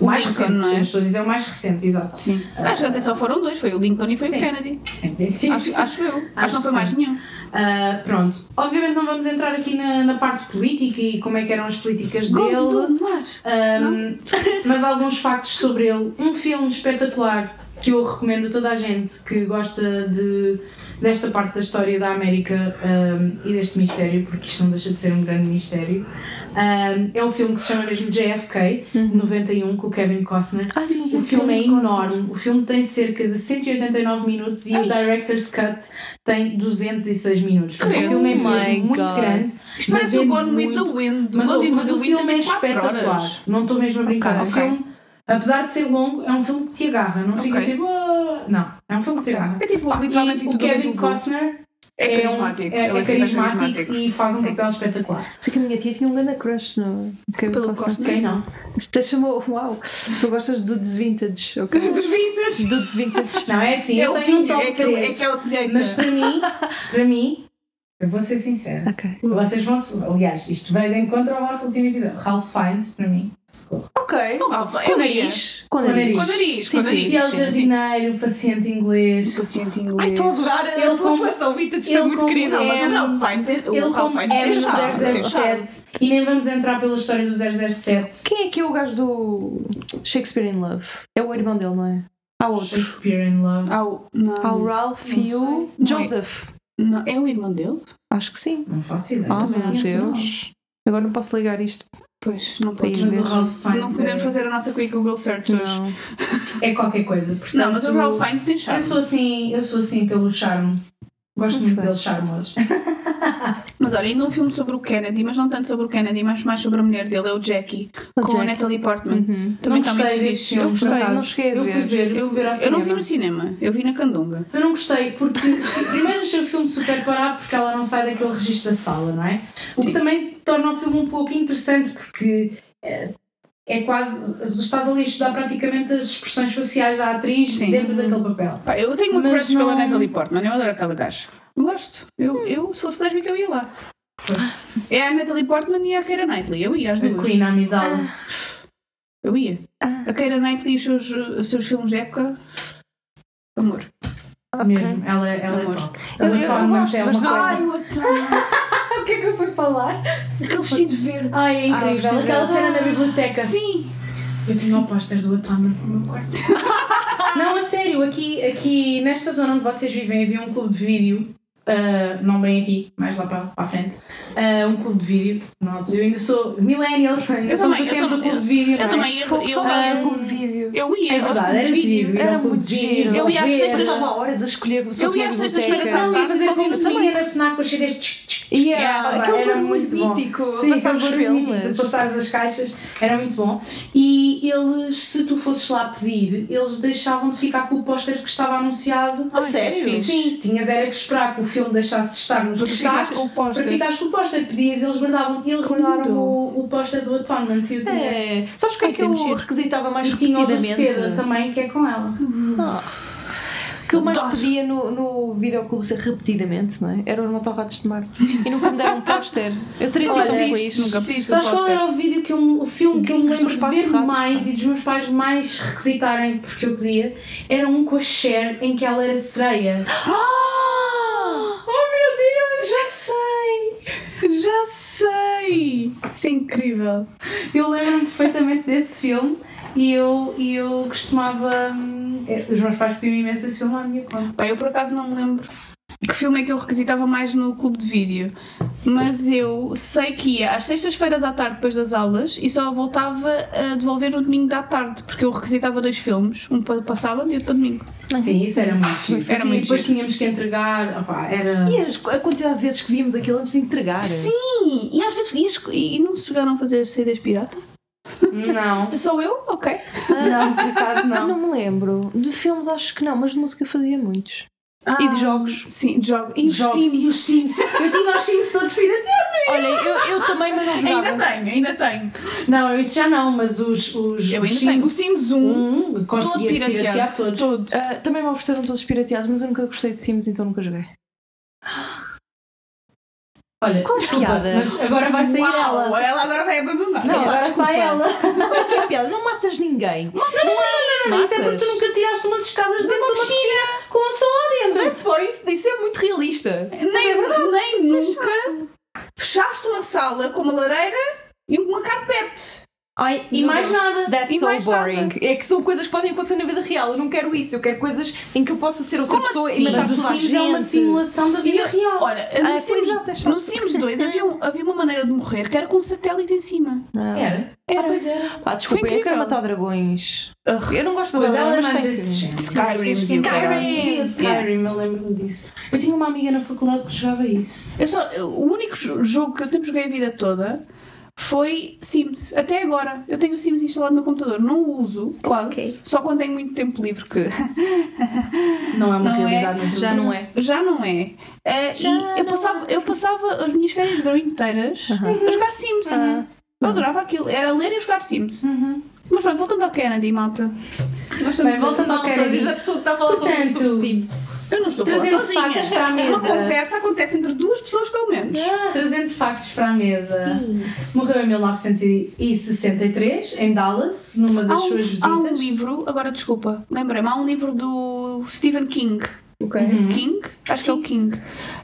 S4: O mais
S3: Lincoln,
S4: recente,
S3: não é?
S4: eu estou a dizer o mais recente, exato.
S3: Sim. Acho que Ah, até só foram dois, foi o Lincoln e foi
S4: Sim.
S3: o Kennedy.
S4: Em princípio.
S3: Acho, acho eu. Acho,
S4: Acho
S3: que não foi
S4: que
S3: mais
S4: sim.
S3: nenhum.
S4: É Ah, pronto. Obviamente não vamos entrar aqui na, na parte política e como é que eram as políticas dele.
S3: Como do mar.
S4: Ahm, mas alguns factos sobre ele. Um filme espetacular que eu recomendo a toda a gente que gosta de, desta parte da história da América ahm, e deste mistério, porque isto não deixa de ser um grande mistério. Ahm, é um filme que se chama mesmo JFK,
S3: Uhum.
S4: 91, com o Kevin Costner. O filme é enorme, o filme tem cerca de 189 minutos e o Director's Cut tem 206 minutos.
S3: Credo.
S4: O filme é
S2: Oh my
S4: mesmo muito
S2: God.
S4: grande.
S3: Isto
S4: mas
S3: parece
S4: é
S3: o Gone with
S4: muito-
S3: the Wind.
S4: mas,
S3: Gone
S4: o,
S3: with
S4: mas
S3: the
S4: o
S3: Wind
S4: filme
S3: tem
S4: é
S3: quatro
S4: espetacular.
S3: horas.
S4: Não estou mesmo a brincar.
S3: Ok.
S4: O filme, apesar de ser longo, é um filme que te agarra. Não fica
S3: Ok.
S4: tipo. "Ah", Não, é um filme que te agarra.
S3: É tipo, literalmente
S4: E o
S3: tudo
S4: Kevin
S3: tudo.
S4: Costner
S3: É
S4: um-
S3: carismático.
S4: é-
S3: ele
S4: é
S3: super
S4: carismático e faz um papel espetacular.
S2: Sei que a minha tia tinha um grande crush no Kevin
S3: Pelo
S2: Costner.
S3: Costner.
S4: Quem não?
S2: Te chamou, é uau, tu gostas do Desvintage, ok?
S3: Dos vintas.
S2: Dudes Vintage.
S4: Não, é assim,
S3: É
S4: eu
S3: o
S4: tenho um
S3: vinho,
S4: top
S3: é, aquele, é
S4: 3,
S3: aquela colheita.
S4: Mas para mim, para mim, eu vou ser sincera.
S2: Ok.
S4: Vocês vão. se- Aliás, isto veio de encontro ao vosso último episódio. Ralph Fiennes, para mim, socorro.
S2: Ok.
S3: Não, Alfa,
S2: Com
S3: eu
S2: o
S3: não ia.
S2: nariz. Com o
S4: Com o
S2: nariz.
S4: nariz.
S3: Com o nariz,
S2: Sim,
S3: com o
S2: sim.
S3: nariz.
S4: Fiel
S3: sim, sim.
S4: jardineiro, paciente inglês.
S3: Paciente inglês.
S2: Ai, estou a adorar a tua
S4: Ele como-
S2: seleção vintage,
S4: ele
S2: está muito
S4: como-
S2: querida.
S3: Não, mas
S4: É,
S3: o Ralph Fiennes tem- o
S4: Ele
S3: Ralph
S4: como
S3: Fiennes tem charme, tem charme.
S4: M007. E nem vamos entrar pela história do 007.
S2: Quem é que é o gajo do Shakespeare in Love? É o irmão dele, não é? Há outro.
S4: Shakespeare in Love.
S3: Ah, o- não.
S2: Há o Ralph
S4: Não é.
S2: e o
S3: sei.
S2: Joseph.
S3: Não, é o irmão dele?
S2: Acho que sim.
S4: Não faço ideia.
S2: Oh
S3: também
S2: meu
S3: acho que não.
S2: Deus. Agora não posso ligar isto.
S3: Pois, não
S2: Pois.
S3: podes.
S4: mas o Ralph Fiennes
S3: Não podemos fazer a nossa quick Google search hoje.
S2: Não.
S4: é, é qualquer coisa. Portanto,
S3: Não, mas o Ralph Fiennes é tem
S4: Eu
S3: charme.
S4: sou assim, eu sou assim pelo charme. Gosto
S2: Muito
S4: muito,
S2: bem.
S4: deles charmosos.
S3: Mas olha, ainda um filme sobre o Kennedy, mas não tanto sobre o Kennedy, mas mais sobre a mulher dele, é o Jackie,
S2: O
S3: com a
S2: Jackie.
S3: Natalie Portman.
S4: Não
S3: Também está muito
S4: gostei desse
S3: fixe. Eu
S4: filme, por
S3: gostei.
S4: acaso.
S2: não cheguei a
S4: Eu fui
S2: ver.
S4: ver, eu fui ver ao
S3: Eu
S4: cinema.
S3: não vi no cinema, eu vi na Candonga.
S4: Eu não gostei, porque primeiro achei o filme super parado porque ela não sai daquele registro da sala, não é? O que
S3: Sim.
S4: também torna o filme um pouco interessante porque eh, é, quase. estás ali a estudar praticamente as expressões faciais da atriz
S3: Sim.
S4: dentro daquele papel.
S3: Pá, eu tenho muito
S4: Mas
S3: crush pela
S4: não- Hum.
S3: Natalie Portman, eu adoro aquela gaja. Gosto. Eu, eu, se fosse lésbica, eu ia lá. É a Natalie Portman e a Keira Knightley. Eu
S2: Uhum.
S3: ia às
S4: A
S3: duas.
S4: Queen, Ah. a Amidala.
S3: Eu ia. A Keira Knightley e os seus, os seus filmes de época. Amor.
S4: Mesmo, ela, ela é
S3: Amor.
S4: top.
S2: Ah, Eu-
S4: Ela
S2: eu
S4: torna
S2: gosto,
S4: até uma
S2: mas não-
S4: coisa-
S3: Ai, eu adoro.
S4: O que é que eu fui falar?
S3: Aquele vestido verde.
S4: Ai, é incrível.
S2: Ah,
S4: Aquela cena na biblioteca.
S3: Sim.
S4: Eu tinha um póster do Atomic no meu quarto. não, a sério, aqui, aqui nesta zona onde vocês vivem havia um clube de vídeo. ah, não bem aqui, mais lá para, para a frente. ah, um clube de vídeo. Na altura, eu ainda sou millennial, ainda
S3: Eu também,
S4: somos do
S3: eu
S4: tempo do
S3: também,
S4: clube de vídeo. não
S3: Eu
S4: é?
S3: também ia. Eu,
S2: Fogo, só
S3: ia-
S2: um vídeo.
S3: eu ia.
S4: É
S3: aos
S4: verdade,
S3: clubes
S4: era
S3: de vídeo.
S4: giro. ir ao
S2: Era
S4: clube
S2: muito
S4: de vídeo,
S2: giro.
S3: Eu ia às
S4: ver.
S3: sextas-
S2: Passava horas a escolher como se
S3: Eu
S2: fosse
S3: ia
S2: uma
S3: às sextas-feiras
S2: biblioteca.
S3: à
S4: Não, ia fazer
S3: Faltava
S4: comida na FNAC com cheio deste...
S2: Yeah,
S4: Era
S2: aquele barulho
S4: muito bom.
S2: mítico.
S4: Sim,
S2: passava
S4: aquele barulho
S2: filmes.
S4: mítico de passares as caixas, era muito bom. E eles, se tu fosses lá pedir, eles deixavam de ficar com o póster que estava anunciado.
S2: A sério?
S3: Ah, fixe.
S4: Sim, tinhas era que esperar que o filme deixasse de estar nos
S3: Porque
S4: destaques
S3: ficaste com o
S4: para
S3: póster.
S4: ficares com o póster. Pedias, eles guardavam e eles guardaram
S3: Tudo.
S4: o, o póster do Atonement e o tinha.
S2: É. Sabes o que é que
S3: Isso é
S2: eu
S3: mexer.
S2: requisitava mais
S4: E tinha o do Seda
S2: repetidamente?
S4: também, que é com ela.
S2: Ah. O que eu mais
S3: Adoro.
S2: pedia no, no videoclube ser repetidamente, não é? Era os motorratos de Marte. E nunca me deram um póster. Eu teria sido
S4: Olha, é
S2: tão
S4: isto
S2: feliz.
S3: assim, Nunca pediste o
S4: Sabes qual
S3: póster.
S4: era o vídeo que eu, o filme que eu me
S2: Dos
S4: lembro de
S2: Passos
S4: ver
S2: Ratos,
S4: mais
S2: pá.
S4: e dos meus pais mais requisitarem porque eu podia? Era um com a Cher em que ela era sereia.
S3: Ah!
S2: Oh meu Deus, já sei!
S3: Já sei! Isso é incrível.
S4: Eu lembro-me perfeitamente desse filme e eu, e eu costumava. hum, é, Os meus pais pediam imenso esse filme à minha conta.
S3: Pá, eu por acaso não me lembro que filme é que eu requisitava mais no clube de vídeo. Mas eu sei que ia às sextas-feiras à tarde depois das aulas e só voltava a devolver no domingo da tarde, porque eu requisitava dois filmes, um para, para sábado e outro para domingo.
S4: Sim, isso era muito chique.
S3: Era muito
S4: e depois
S3: giro.
S4: tínhamos que entregar. opá, era.
S2: E as- a quantidade de vezes que víamos aquilo antes de entregar?
S3: Sim! E às vezes ias- e, não se chegaram a fazer saídas pirata?
S4: Não,
S3: Só eu? Ok.
S4: não, por acaso
S2: Ah,
S4: não.
S2: Não me lembro. De filmes acho que não, mas de música fazia muitos. E de jogos?
S3: Ah, Sim, de jogos. E os
S4: Jogos. E os
S3: Sims.
S4: Sims. Eu tinha os Sims todos pirateados.
S2: Olha, eu, eu também,
S4: É
S2: mas não jogava.
S3: tenho, ainda tenho.
S4: Não, isso já não, mas os, os,
S3: Eu ainda
S4: os Sims.
S3: tenho. O Sims 1,
S4: Um,
S3: todo
S4: conseguia
S3: pirateado.
S4: piratear todos.
S3: Todo.
S2: Ah, também me ofereceram todos pirateados, mas eu nunca gostei de Sims, então nunca joguei.
S4: Olha,
S2: Qual a
S4: desculpa,
S2: piada?
S4: Mas agora vai sair
S3: Uau, é
S4: ela.
S3: ela agora vai abandonar.
S4: Não, agora
S2: desculpa.
S4: sai ela.
S2: Qual é que é a piada? Não matas ninguém. Matas.
S4: Isso é porque tu nunca tiraste umas escadas dentro de uma piscina com um sol lá dentro.
S2: That's for isso, isso é muito realista.
S3: Nem, nem nunca fechaste uma sala com uma lareira e uma carpete.
S2: Ai,
S4: E
S2: meu
S4: mais
S2: Deus.
S4: nada.
S2: That's
S3: E
S2: so
S3: mais nada.
S2: boring. É que são coisas que podem acontecer na vida real. Eu não quero isso. Eu quero coisas em que eu possa ser outra
S3: Como
S2: pessoa
S3: assim?
S2: e matar
S4: Mas o
S2: toda a
S4: Sims
S2: gente.
S4: é uma simulação da vida real.
S3: Olha, no,
S2: Ah,
S3: Sims,
S2: pois, exato, é chato.
S3: no Sims 2 havia, um- havia uma maneira de morrer que era com um satélite em cima.
S4: Era? Ah,
S3: Era.
S4: pois era.
S2: Pá, desculpa,
S3: Foi
S2: eu quero
S3: incrível.
S2: matar dragões.
S3: Ugh.
S2: Eu não gosto de
S4: Pois
S2: matar
S4: ela é
S2: dragões,
S4: mais
S2: mas
S4: desse
S2: tenho que.
S4: género.
S3: Skyrim,
S4: Sim,
S3: e o caralho.
S2: Skyrim.
S4: Sim, o Skyrim, eu lembro-me disso. Eu tinha uma amiga na faculdade que jogava isso.
S3: Eu só, o único jo- jogo que eu sempre joguei a vida toda foi Sims. Até agora. Eu tenho o Sims instalado no meu computador. Não o uso, quase.
S1: Ok.
S3: Só quando tenho muito tempo livre que
S4: Não é uma
S3: Não
S4: realidade na
S2: Já não é.
S3: já não é. Ah,
S1: Já
S3: e
S1: não
S3: eu, passava,
S4: é.
S3: eu passava as minhas férias de verão inteiras
S2: Aham.
S3: a jogar Sims.
S4: Uhum.
S3: Eu adorava aquilo. Era ler e jogar Sims.
S4: Uhum.
S3: Mas pronto, voltando ao Kennedy, malta. Nós estamos-
S4: Bem, voltando ao
S2: Malta, diz
S4: Kennedy.
S2: a pessoa que está a falar sobre
S4: Portanto,
S2: sobre Sims.
S3: Eu não estou a falar
S4: Trazendo
S3: sozinha.
S4: factos para a
S3: Uma
S4: mesa. Ah,
S3: conversa acontece entre duas pessoas, pelo menos.
S4: Trazendo factos para a mesa. Morreu em 1963, em Dallas, numa das
S3: Há um,
S4: suas
S3: há um
S4: visitas.
S3: livro, agora desculpa, lembrei-me, há um livro do Stephen King.
S1: Ok.
S4: Uhum.
S3: King? Acho que é o King.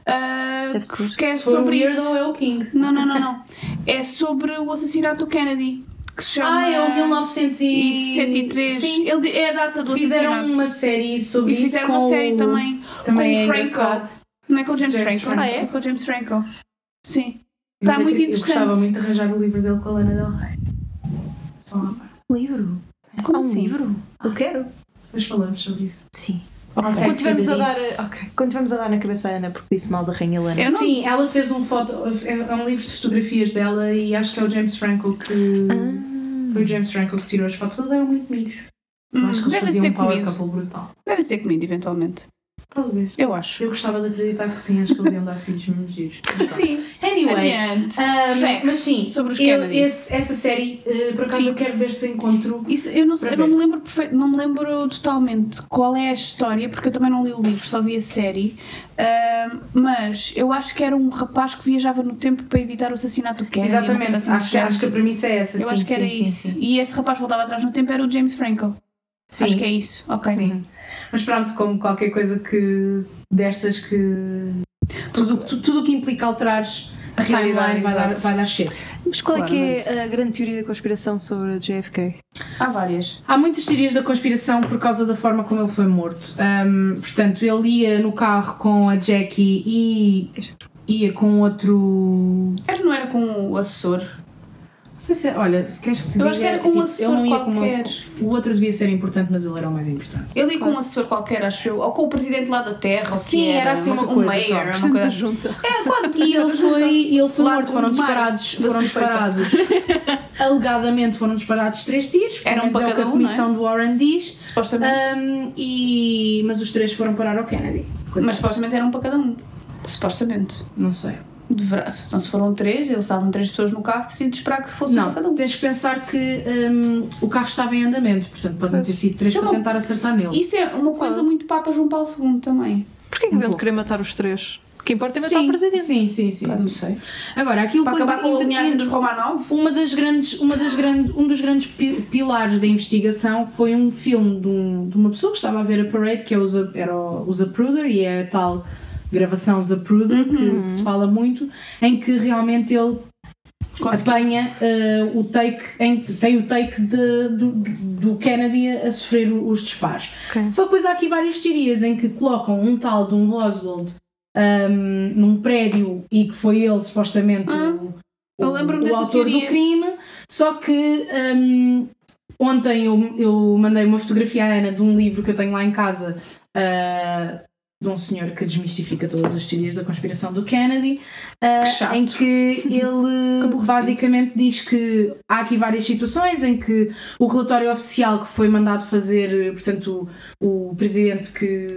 S3: Ah,
S2: Deve ser.
S3: que é
S4: Se for
S3: sobre
S4: weirdo,
S3: isso.
S4: é o King.
S3: Não, não, não, não. É sobre o assassinato do Kennedy. Que se chama.
S4: Ah, é o 1973.
S3: 73.
S4: Sim,
S3: Ele é a data do
S4: fizeram
S3: assassinato.
S4: uma série sobre
S3: e
S4: isso.
S3: fizeram
S4: com
S3: uma série
S4: o-
S3: também.
S4: Também
S3: com
S4: é
S3: o Franco.
S4: engraçado.
S3: Não é com o James,
S4: James
S3: Franco.
S2: Franco. Ah, é?
S3: com o James Franco. Sim. Tá
S4: Eu-
S3: muito
S4: Eu gostava
S3: interessante.
S4: muito de arranjar o livro dele com a Lana Del Rey. Só uma parte.
S2: Livro?
S3: Como
S2: Há um
S3: assim?
S2: livro? Eu quero.
S4: Depois falamos sobre isso.
S2: Sim.
S4: Ok.
S2: Quando tivemos, a dar,
S4: Exudits.
S2: ok, quando tivemos a dar na cabeça à Ana porque disse mal da Rainha Helena.
S3: Eu não-
S4: Sim, ela fez um foto, é é um livro de fotografias dela e acho que é o James Franco que. Foi o James Franco que tirou as fotos, eles eram muito amigos. Eu acho que
S3: Hum,
S4: eles
S3: devem
S4: faziam
S3: ser
S4: um power
S3: comidos.
S4: couple brutal.
S3: Devem ser comido, eventualmente.
S4: Talvez.
S3: Eu acho.
S4: Eu gostava de acreditar que sim, acho que eles iam dar filhos mesmo giros.
S3: Sim. Ah,
S4: Anyway.
S3: Adiante.
S4: ahm,
S3: Facts
S4: mas sim,
S3: sobre os
S4: eu,
S3: Kennedy.
S4: esse- essa série, eh, por acaso
S3: Sim.
S4: eu quero ver se encontro.
S3: Isso, eu não, sei-
S4: Para
S3: eu não
S4: ver.
S3: me lembro perfeito, não me lembro totalmente qual é a história, porque eu também não li o livro, só vi a série. Ahm, mas eu acho que era um rapaz que viajava no tempo para evitar o assassinato do Kennedy.
S4: Exatamente,
S3: Assim,
S4: acho, que- acho que a premissa é essa.
S3: eu
S4: sim,
S3: acho que era
S4: sim, sim,
S3: isso.
S4: Sim,
S3: E esse rapaz voltava atrás no tempo era o James Franco.
S4: Sim,
S3: Acho que é isso. Ok.
S4: sim. Uhum. Mas pronto, como qualquer coisa que destas que.
S3: Tudo-
S4: Tudo tu- tudo o que implica alterares a
S3: Realidade,
S4: timeline vai dar,
S3: exato.
S4: vai dar shit.
S2: Mas qual é que é a grande teoria da conspiração sobre a JFK?
S3: Há várias.
S4: Há muitas teorias da conspiração por causa da forma como ele foi morto. Ahm, portanto, ele ia no carro com a Jackie e ia com outro.
S3: Era, não era com o assessor?
S4: Não sei se. é, Olha, se queres que te
S3: Eu
S4: diga,
S3: acho que era com um
S4: tipo,
S3: assessor
S4: ele não ia com uma-
S3: qualquer.
S4: o outro devia ser importante, mas ele era o mais importante.
S3: Ele ia com um assessor qualquer, acho eu. Ou com o presidente lá da Terra. ou
S4: Sim,
S3: que
S4: era assim uma
S3: um
S4: coisa,
S3: mayor,
S4: claro.
S3: uma coisa.
S2: junta.
S3: É, quase
S4: E ele foi, ele foi
S3: Lá
S4: morto,
S3: do
S4: foram
S3: mar,
S4: disparados,
S3: da
S4: foram
S3: suspeita.
S4: disparados. Alegadamente foram disparados três tiros, pelo
S3: Era um
S4: menos
S3: para
S4: é o que
S3: cada um,
S4: a
S3: não é?
S4: comissão do Warren diz.
S3: Supostamente.
S4: Ahm, e, mas os três foram parar ao Kennedy.
S3: Mas supostamente era um para cada um. Supostamente.
S4: não sei.
S3: Deverá. Então, se foram três, eles estavam três pessoas no carro, seria de esperar que fosse um
S4: Não,
S3: para cada um.
S4: tens que pensar que hum, o carro estava em andamento, portanto podem ter sido três
S3: Isso é
S4: para
S3: uma-
S4: tentar acertar nele.
S3: Isso é uma coisa muito Papa João Paulo II também.
S2: Porquê que ele querer matar os três? O que importa é matar o presidente.
S4: sim, sim, sim.
S3: Pá, não sei.
S4: Agora, aquilo
S3: Para
S4: depois
S3: acabar com a
S4: inter-
S3: linhagem dos Romanov?
S4: uma das grandes, uma das grandes, um dos grandes pi- pilares da investigação foi um filme de, um- de uma pessoa que estava a ver a parade, que é o Za- era o o Zapruder, e é a tal gravação Zapruder, que se fala muito, em que realmente ele
S3: Consegui-
S4: apanha eh, o take em- tem o take de- do, do Kennedy a sofrer o- os disparos.
S2: Ok.
S4: Só que depois há aqui várias teorias em que colocam um tal de um Oswald ahm, num prédio e que foi ele supostamente
S3: Ah,
S4: o,
S3: eu
S4: o-
S3: lembro-me
S4: o
S3: dessa
S4: autor
S3: teoria.
S4: do crime, só que ahm, ontem eu, eu mandei uma fotografia à Ana de um livro que eu tenho lá em casa ah, de um senhor que desmistifica todas as teorias da conspiração do Kennedy, ah,
S3: Que chato.
S4: em que
S3: Que
S4: ele
S3: aborrecido.
S4: basicamente diz que há aqui várias situações em que o relatório oficial que foi mandado fazer, portanto, o, o presidente que.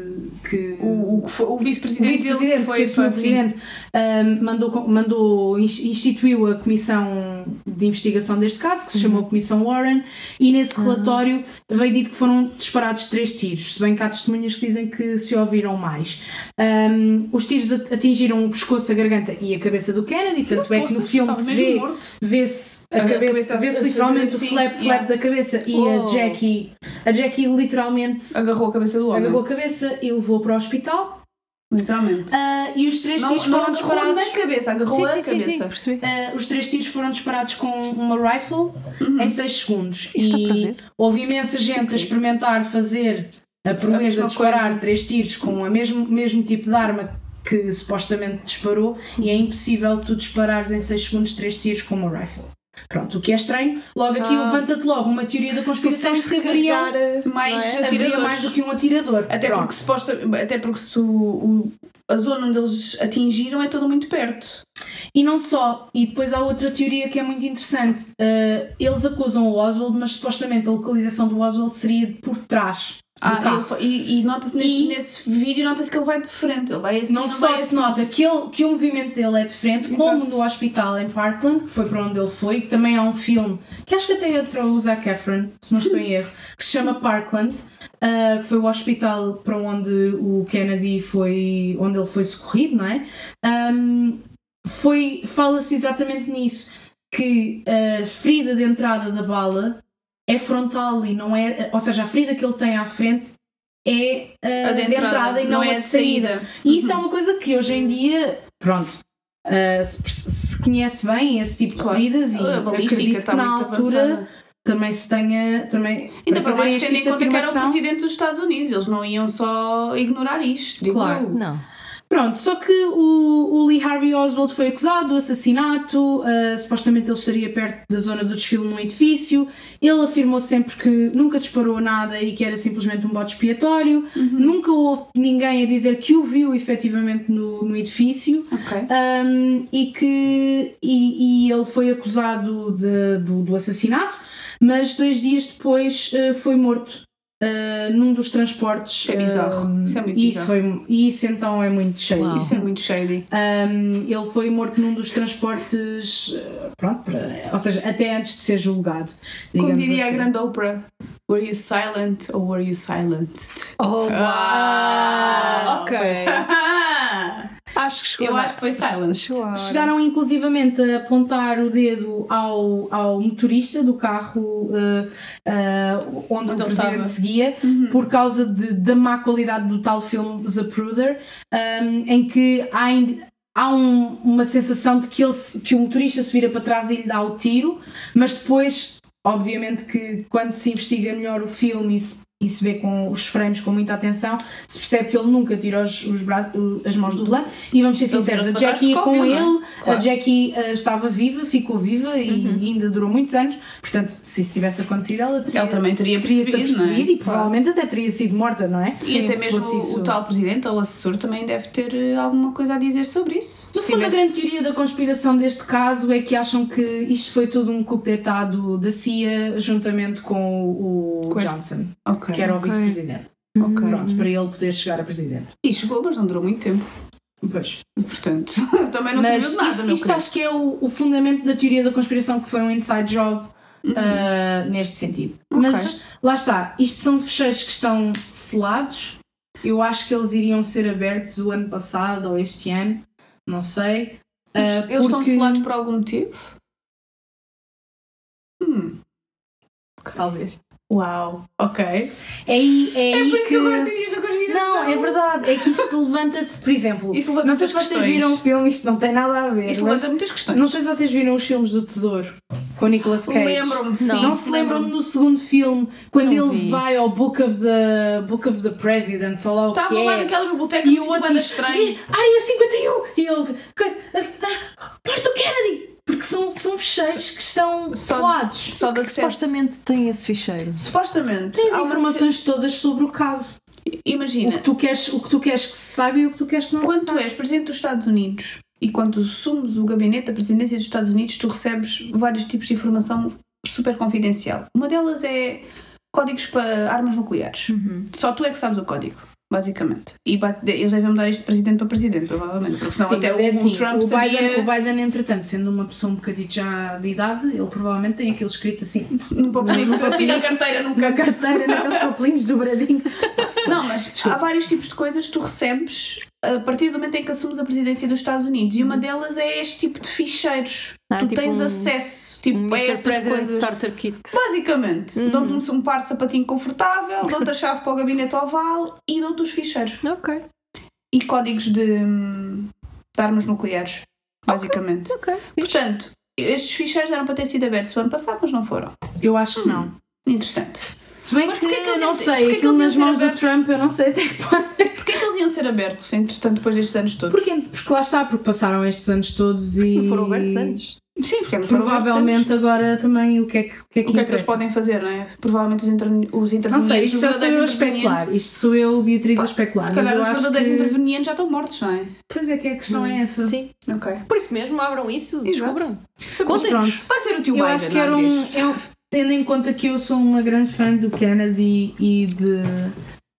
S4: que
S3: O, o que foi- o
S4: o
S3: vice-presidente dele que
S4: vice-presidente,
S3: foi
S4: que foi
S3: só
S4: o
S3: assim.
S4: presidente, ahm, mandou, co- mandou, ins- instituiu a comissão de investigação deste caso,
S3: Uhum.
S4: que se chamou Comissão Warren, e nesse
S3: Ah.
S4: relatório veio dito que foram disparados três tiros, se bem que há testemunhas que dizem que se ouviram mais. Ahm, os tiros at- atingiram o pescoço, a garganta e a cabeça do Kennedy, tanto é que no
S3: Poças,
S4: filme
S3: estava
S4: se
S3: mesmo
S4: vê
S3: morto.
S4: vê-se a
S3: A
S4: cabeça,
S3: cabeça
S4: vê-se
S3: a fazer
S4: literalmente
S3: assim,
S4: o flap flap
S3: yeah.
S4: da cabeça e
S2: Oh.
S4: a Jackie a Jackie literalmente
S3: Agarrou a cabeça do homem.
S4: agarrou a cabeça e levou para o hospital
S3: Literalmente.
S4: Ah, e os três
S3: Não,
S4: tiros
S3: não
S4: foram
S3: agarrou
S4: disparados
S3: na cabeça, agarrou
S2: Sim,
S3: a
S2: sim, sim,
S3: cabeça.
S2: sim, percebi.
S4: ah, os três tiros foram disparados com uma rifle
S3: Uhum.
S4: em 6 segundos
S2: Isso dá para
S4: e
S2: ver?
S4: houve imensa gente a experimentar fazer a proeza
S3: mesma
S4: de disparar
S3: coisa.
S4: três tiros com o mesmo, mesmo tipo de arma que supostamente disparou e é impossível tu disparares em 6 segundos três tiros com uma rifle. Pronto, o que é estranho, logo aqui
S2: Ah.
S4: levanta-te logo uma teoria da conspiração de que haveria,
S2: eh, é?
S3: Mais
S4: haveria
S3: atiradores.
S4: é? mais do que um atirador.
S3: Até
S4: Pronto.
S3: porque, suposta, até porque se tu- o- a zona onde eles atingiram é toda muito perto.
S4: E não só, e depois há outra teoria que é muito interessante. Uh, eles acusam o Oswald, mas supostamente a localização do Oswald seria por trás. do
S3: Ah,
S4: carro.
S3: ele foi- e, e nota-se nesse,
S4: E-
S3: nesse vídeo, nota-se que ele vai de frente. Ele vai assim,
S4: não só
S3: vai
S4: se
S3: assim.
S4: nota que, ele, que o movimento dele é diferente, como
S3: Exato.
S4: no hospital em Parkland, que foi para onde ele foi, que também há um filme que acho que até entrou o Zac Efron, se não estou em erro, que se chama Parkland, ah, que foi o hospital para onde o Kennedy foi, onde ele foi socorrido, não é? Ahm, foi, fala-se exatamente nisso, que a ferida de entrada da bala é frontal e não é, ou seja, a ferida que ele tem à frente é ah,
S3: A de entrada,
S4: e não, é de saída. E isso é uma coisa que hoje em dia, pronto, ah, se, perce- se conhece bem esse tipo de
S3: Claro.
S4: feridas e
S3: Ah, A balística
S4: acredito
S3: está
S4: que na
S3: muito
S4: altura
S3: avançada.
S4: também se tenha. Também,
S3: Ainda
S4: para
S3: por mais
S4: este
S3: tendo em
S4: tipo de
S3: conta que era um o
S4: afirmação,
S3: presidente dos Estados Unidos. Eles não iam só ignorar isto. Digo
S4: Claro.
S3: eu.
S2: Não.
S4: Pronto, só que o, o Lee Harvey Oswald foi acusado do assassinato, ah, supostamente ele estaria perto da zona do desfile num edifício. Ele afirmou sempre que nunca disparou nada e que era simplesmente um bote expiatório.
S3: Uhum.
S4: Nunca houve ninguém a dizer que o viu efetivamente no, no edifício.
S5: Ok.
S4: Um, e que e, e ele foi acusado de- do, do assassinato, mas dois dias depois eh, foi morto eh, num dos transportes.
S5: Isso é bizarro.
S3: Ah,
S4: um,
S5: Isso é muito
S4: e isso
S5: bizarro.
S4: foi- e isso então é muito cheio.
S2: Uau.
S5: Isso é muito shady.
S3: Ah,
S4: Um, ele foi morto num dos transportes, eh, pronto, para- ou seja, até antes de ser julgado.
S5: Como
S4: digamos
S5: diria
S4: assim.
S5: a grande Oprah, were you silent or were you silenced?
S2: Oh,
S5: Ah,
S2: ok.
S5: pois.
S2: Acho que chegou.
S5: Eu
S2: a-
S5: acho que foi silenced.
S2: Chegou a hora.
S4: Chegaram inclusivamente a apontar o dedo ao, ao motorista do carro eh, eh, onde,
S5: Onde
S4: o
S5: ele
S4: presidente
S5: estava. Uhum.
S4: seguia por causa de- da má qualidade do tal filme Zapruder, ehm, em que há, in- há um- uma sensação de que, ele se- que o motorista se vira para trás e lhe dá o tiro, mas depois, obviamente, que quando se investiga melhor o filme e se, e se vê com os frames com muita atenção, se percebe que ele nunca tira os, os bra- o- as mãos do volante. E vamos ser sinceros, a
S5: vira-se para trás
S4: Jackie ia
S5: porque
S4: com
S5: ouviu, não é?
S4: ele, a
S5: Claro. Uhum.
S4: Jackie eh, estava viva, ficou viva e ainda durou muitos anos. Portanto, se isso tivesse acontecido, ela teria,
S5: Ela também teria
S4: se
S5: percebido, não é?
S4: apercebido e
S5: Claro.
S4: provavelmente até teria sido morta, não é?
S5: E até
S4: se
S5: mesmo
S4: fosse
S5: o,
S4: isso.
S5: o tal presidente ou o assessor também deve ter eh, alguma coisa a dizer sobre isso.
S4: No
S5: Se
S4: fundo,
S5: tivesse-
S4: a grande teoria da conspiração deste caso é que acham que isto foi tudo um coup d'etat da CIA juntamente com o
S5: Com a-
S4: Johnson,
S5: Ok.
S4: que era o
S2: Ok.
S4: vice-presidente.
S5: ok.
S4: Pronto, para ele poder chegar a presidente.
S5: E chegou, mas não durou muito tempo.
S4: Pois.
S5: Portanto, também não
S4: Mas
S5: serviu de nada,
S4: isto,
S5: meu
S4: isto
S5: querido.
S4: acho que é o, o fundamento da teoria da conspiração que foi um inside job
S5: Uhum.
S4: ah, neste sentido. Mas lá está, isto são fecheiros que estão selados. Eu acho que eles iriam ser abertos o ano passado ou este ano, não sei. Ah,
S5: Eles, eles estão
S4: porque-
S5: selados por algum motivo? Hum.
S4: Talvez.
S5: Uau. Ok. É
S4: É, aí- é, aí
S5: por isso que eu gosto de teorias da conspiração.
S4: Não, é verdade. É que isto levanta-te, por exemplo,
S5: Isto levanta
S4: não sei
S5: muitas
S4: se vocês
S5: questões.
S4: viram o filme, isto não tem nada a ver.
S5: Isto
S4: mas
S5: levanta muitas questões.
S4: não sei se vocês viram os filmes do Tesouro com Nicolas Cage.
S5: Lembro-me, sim.
S4: Não se lembram no segundo filme, quando
S2: Não
S4: ele
S2: vi.
S4: vai ao Book of the, Book of the President, sei lá o que
S5: Estavam
S4: é.
S5: lá naquela biblioteca
S4: e
S5: e
S4: o
S5: o
S4: outro
S5: banda
S4: diz,
S5: estranho.
S4: "Vi, ah, Área 51! E ele, coisa, ah, Porto Kennedy! Porque são, são fecheiros que estão
S5: só-
S4: selados.
S5: Só
S2: Mas que
S5: de acesso.
S2: supostamente tem esse ficheiro.
S5: Supostamente.
S4: Tens
S5: há uma
S4: informações todas sobre o caso.
S5: ce-
S4: O que,
S5: Imagina,
S4: tu queres, o que tu queres que se saiba e o que tu queres que não se
S5: quando
S4: saiba.
S5: tu és presidente dos Estados Unidos e quando tu assumes o gabinete da presidência dos Estados Unidos, tu recebes vários tipos de informação super confidencial. Uma delas é códigos para armas nucleares.
S4: Uhum.
S5: Só tu é que sabes o código. Basicamente. E ba- de- eles devem mudar isto de presidente para presidente, provavelmente, porque senão
S4: Sim,
S5: até
S4: mas
S5: o,
S4: é assim,
S5: Trump
S4: o
S5: sabia...
S4: Biden, o Biden, entretanto, sendo uma pessoa um bocadinho já de idade, ele provavelmente tem aquilo escrito assim
S5: Não pode pedir que se assine a carteira num
S4: na
S5: canto.
S4: carteira, naqueles papelinhos dobradinhos.
S5: Não, mas há vários tipos de coisas que tu recebes a partir do momento em que assumes a presidência dos Estados Unidos e uma delas é este tipo de ficheiros.
S2: Uhum. Ah,
S5: tu
S2: tipo
S5: tens
S2: um-
S5: acesso tipo,
S2: um
S5: a
S2: Mr.
S5: essas
S2: President
S5: coisas.
S2: Starter Kit. Uhum.
S5: Basicamente, dão-te um, um par de sapatinho confortável, dão-te a chave para o gabinete oval e dão-te os ficheiros.
S2: Ok,
S5: E códigos de, hum, de armas nucleares, basicamente.
S2: ok.
S5: Portanto, estes ficheiros eram para ter sido abertos o ano passado, mas não foram.
S4: Eu acho que não.
S5: Interessante.
S4: Se bem que,
S5: porquê é que eles
S4: não
S5: iam-
S4: sei,
S5: porquê é que
S4: aquilo
S5: eles iam
S4: nas
S5: ser
S4: mãos do
S5: abertos?
S4: Trump eu não sei até que ponto.
S5: Porquê é que eles iam ser abertos, entretanto, depois destes anos todos?
S4: Porque, porque lá está, porque passaram estes anos todos e.
S2: Não foram abertos é? antes.
S5: Sim, porque não foram abertos antes.
S4: Provavelmente agora também o que é que, o que, é que
S5: O que é que eles
S4: interessa?
S5: podem fazer, não é? Provavelmente os, interne... os intervenientes.
S4: Não sei, isto
S5: os
S4: já sou eu a
S5: verdadeiros intervenientes-
S4: especular. Isto sou eu, Beatriz, a especular.
S5: Se calhar
S4: mas
S5: os
S4: eu acho
S5: verdadeiros Hum.
S4: que...
S5: intervenientes já estão mortos, não é?
S4: Pois é, que a questão é essa.
S2: Sim.
S5: Ok.
S2: Por isso mesmo, abram isso, descubram.
S4: Pronto.
S2: Contem-nos.
S5: Vai ser o tio
S4: Eu
S5: Biden.
S4: acho que era
S5: não é,
S4: um.
S5: Inês?
S4: eu- tendo em conta que eu sou uma grande fã do Kennedy e de.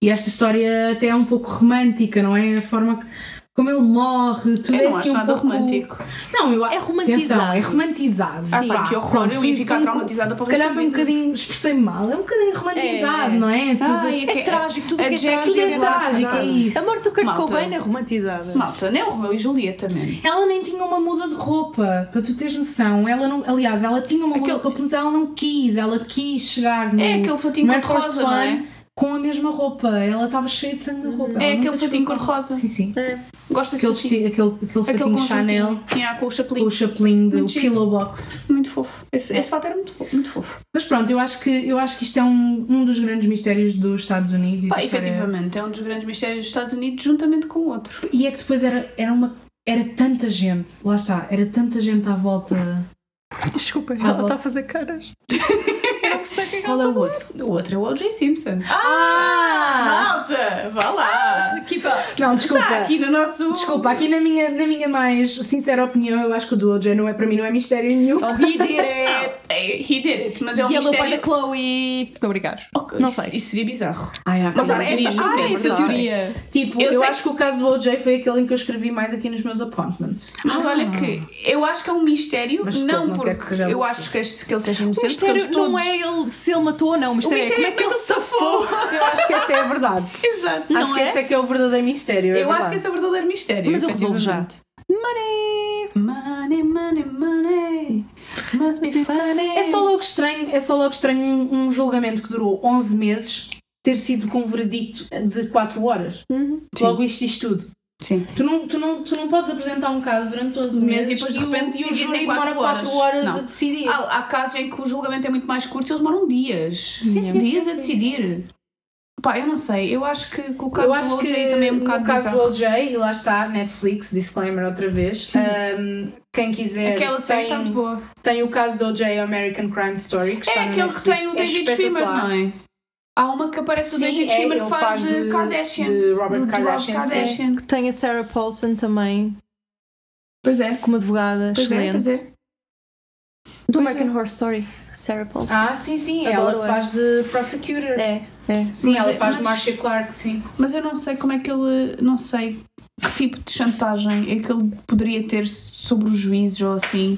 S4: E esta história até é um pouco romântica, não é? A forma que- como ele morre, tudo é
S5: Eu não
S4: assim
S5: acho
S4: um
S5: nada
S4: pouco-
S5: romântico.
S4: Não, eu
S2: É romantizado.
S4: Atenção, é romantizado.
S5: Ah, pá, que horror, eu ia ficar
S4: foi um-
S5: traumatizada para o
S4: Se
S5: resto
S4: calhar
S5: da
S4: foi um
S5: vida.
S4: bocadinho, expressei mal, é um bocadinho romantizado,
S2: É.
S4: não é? Depois
S5: Ai,
S4: é-
S5: é que-
S2: É trágico, tudo
S5: a
S2: o que é
S5: Jackie
S2: trágico
S5: deve
S2: é
S4: é trágico, é
S2: trágico.
S4: isso.
S2: A morte do Kurt
S5: Malta.
S2: Cobain é romantizada.
S5: Malta, nem o Romeu e Julieta também.
S4: Ela nem tinha uma muda de roupa, para tu teres noção. Ela não, aliás, ela tinha uma muda
S5: Aquele-
S4: de roupa, mas ela não quis. Ela quis chegar no.
S5: É aquele fatinho
S4: no Air
S5: cor-de-rosa,
S4: Hum, Force
S5: não é?
S4: One Com a mesma roupa. Ela estava cheia de sangue na roupa.
S5: É
S4: Ela não
S5: aquele
S4: quis
S5: fatinho
S4: colocar.
S5: cor-de-rosa.
S4: Sim, sim.
S2: É.
S5: Gosto desse
S4: Aquele,
S5: vestido.
S4: vesti- aquele, aquele fatinho Chanel
S5: Yeah, com o
S4: com
S5: chapelinho.
S4: o chapelinho do
S5: Muito giro.
S4: Pillow Box.
S5: Muito fofo. Esse, esse fato era muito fofo. Muito fofo.
S4: Mas pronto, eu acho que, eu acho que isto é um, um dos grandes mistérios dos Estados Unidos. e
S5: Pá,
S4: da história-
S5: efetivamente, é um dos grandes mistérios dos Estados Unidos, juntamente com o outro.
S4: E é que depois era, era uma. Era tanta gente, lá está, era tanta gente à volta.
S2: Desculpa,
S4: ela volta. tá
S2: a fazer caras.
S4: Qual é o outro?
S5: O outro é o O.J. Simpson.
S4: Ah!
S5: Malta, vá lá!
S2: Keep up.
S4: Não, desculpa.
S5: Está aqui no nosso.
S4: Desculpa, aqui na minha, na minha mais sincera opinião, eu acho que o do OJ não é para mim, não é mistério nenhum.
S2: Oh, he did it.
S5: É, He did it, mas é um
S2: e ele é o
S5: mistério.
S2: pai da Chloe. Muito obrigada.
S5: Ok,
S2: Não
S5: isso-
S2: sei.
S5: Isso seria bizarro.
S4: Ai, há
S5: Mas há
S4: quem-
S5: teorias
S2: ah,
S5: sobre
S2: essa
S5: isso, não sei.
S2: teoria.
S4: Tipo,
S5: Eu
S4: eu,
S5: sei-
S4: acho que o caso do OJ foi aquele em que eu escrevi mais aqui nos meus appointments.
S5: Mas olha que eu acho que é um mistério,
S4: Mas todo
S5: não
S4: não
S5: porque
S4: quer que seja
S5: eu
S4: um
S5: acho que, este- que ele seja
S2: O
S5: inocente, porque
S2: mistério
S5: eles
S2: não
S5: todos-
S2: é ele se ele matou ou não. O
S5: O
S2: mistério,
S5: mistério
S2: é como é que ele se
S5: safou.
S4: Eu acho que essa é a verdade.
S5: Exato.
S2: Não
S4: acho que
S2: é?
S4: esse Oh. é que é o verdadeiro mistério. é
S5: Eu acho
S4: verdade.
S5: que esse é o verdadeiro mistério.
S2: Mas eu resolvo já.
S5: efetivamente.
S2: Money.
S5: Money, money, money. Must be funny.
S4: É só logo estranho, é só logo estranho um, um julgamento que durou 11 meses ter sido com um veredicto de 4 horas.
S5: Sim.
S4: Logo isto diz tudo.
S5: Sim.
S4: Tu não, tu, não, tu não podes apresentar um caso durante 11 meses
S5: Meses e depois de
S4: o-
S5: repente
S4: e o,
S5: decidir em
S4: júri
S5: quatro
S4: demora 4
S5: horas.
S4: horas Ah,
S5: Não.
S4: a decidir.
S5: Há, há casos em que o julgamento é muito mais curto e eles demoram dias.
S4: Sim, sim,
S5: dias
S4: sim,
S5: a
S4: sim,
S5: decidir. Pá, eu não sei. Eu acho que, que o caso
S4: eu acho
S5: do OJ
S4: que
S5: também é um bocado
S4: no caso
S5: bizarro.
S4: do OJ, e lá está, Netflix, disclaimer outra vez. um, quem quiser
S5: Aquela série
S4: tem,
S5: está muito boa.
S4: tem o caso do OJ American Crime Story, que está
S5: É
S4: no
S5: aquele que
S4: Netflix,
S5: tem o
S4: é
S5: David Schwimmer,
S4: espetacular.
S5: não é? Há uma que aparece o
S4: Sim,
S5: David
S4: é,
S5: Schwimmer
S4: ele
S5: que faz, de, Kardashian.
S4: de
S5: Do
S4: Robert
S5: Rob
S4: Kardashian. sim.
S5: Kardashian.
S2: Tem a Sarah Paulson também,
S5: Pois é.
S2: como advogada
S5: Pois é,
S2: excelente.
S5: pois é.
S2: Do
S5: Pois
S2: American Horror Story. Sarah Paulson.
S4: Ah, sim, sim,
S2: Adoro
S4: ela que
S2: ela.
S4: faz de prosecutor.
S2: É, é.
S4: Sim,
S5: é. Mas
S4: ela
S5: é-
S4: faz de
S5: mas-
S4: Marcia Clark, sim.
S5: Mas eu não sei como é que ele. Não sei que tipo de chantagem é que ele poderia ter sobre os juízes ou assim.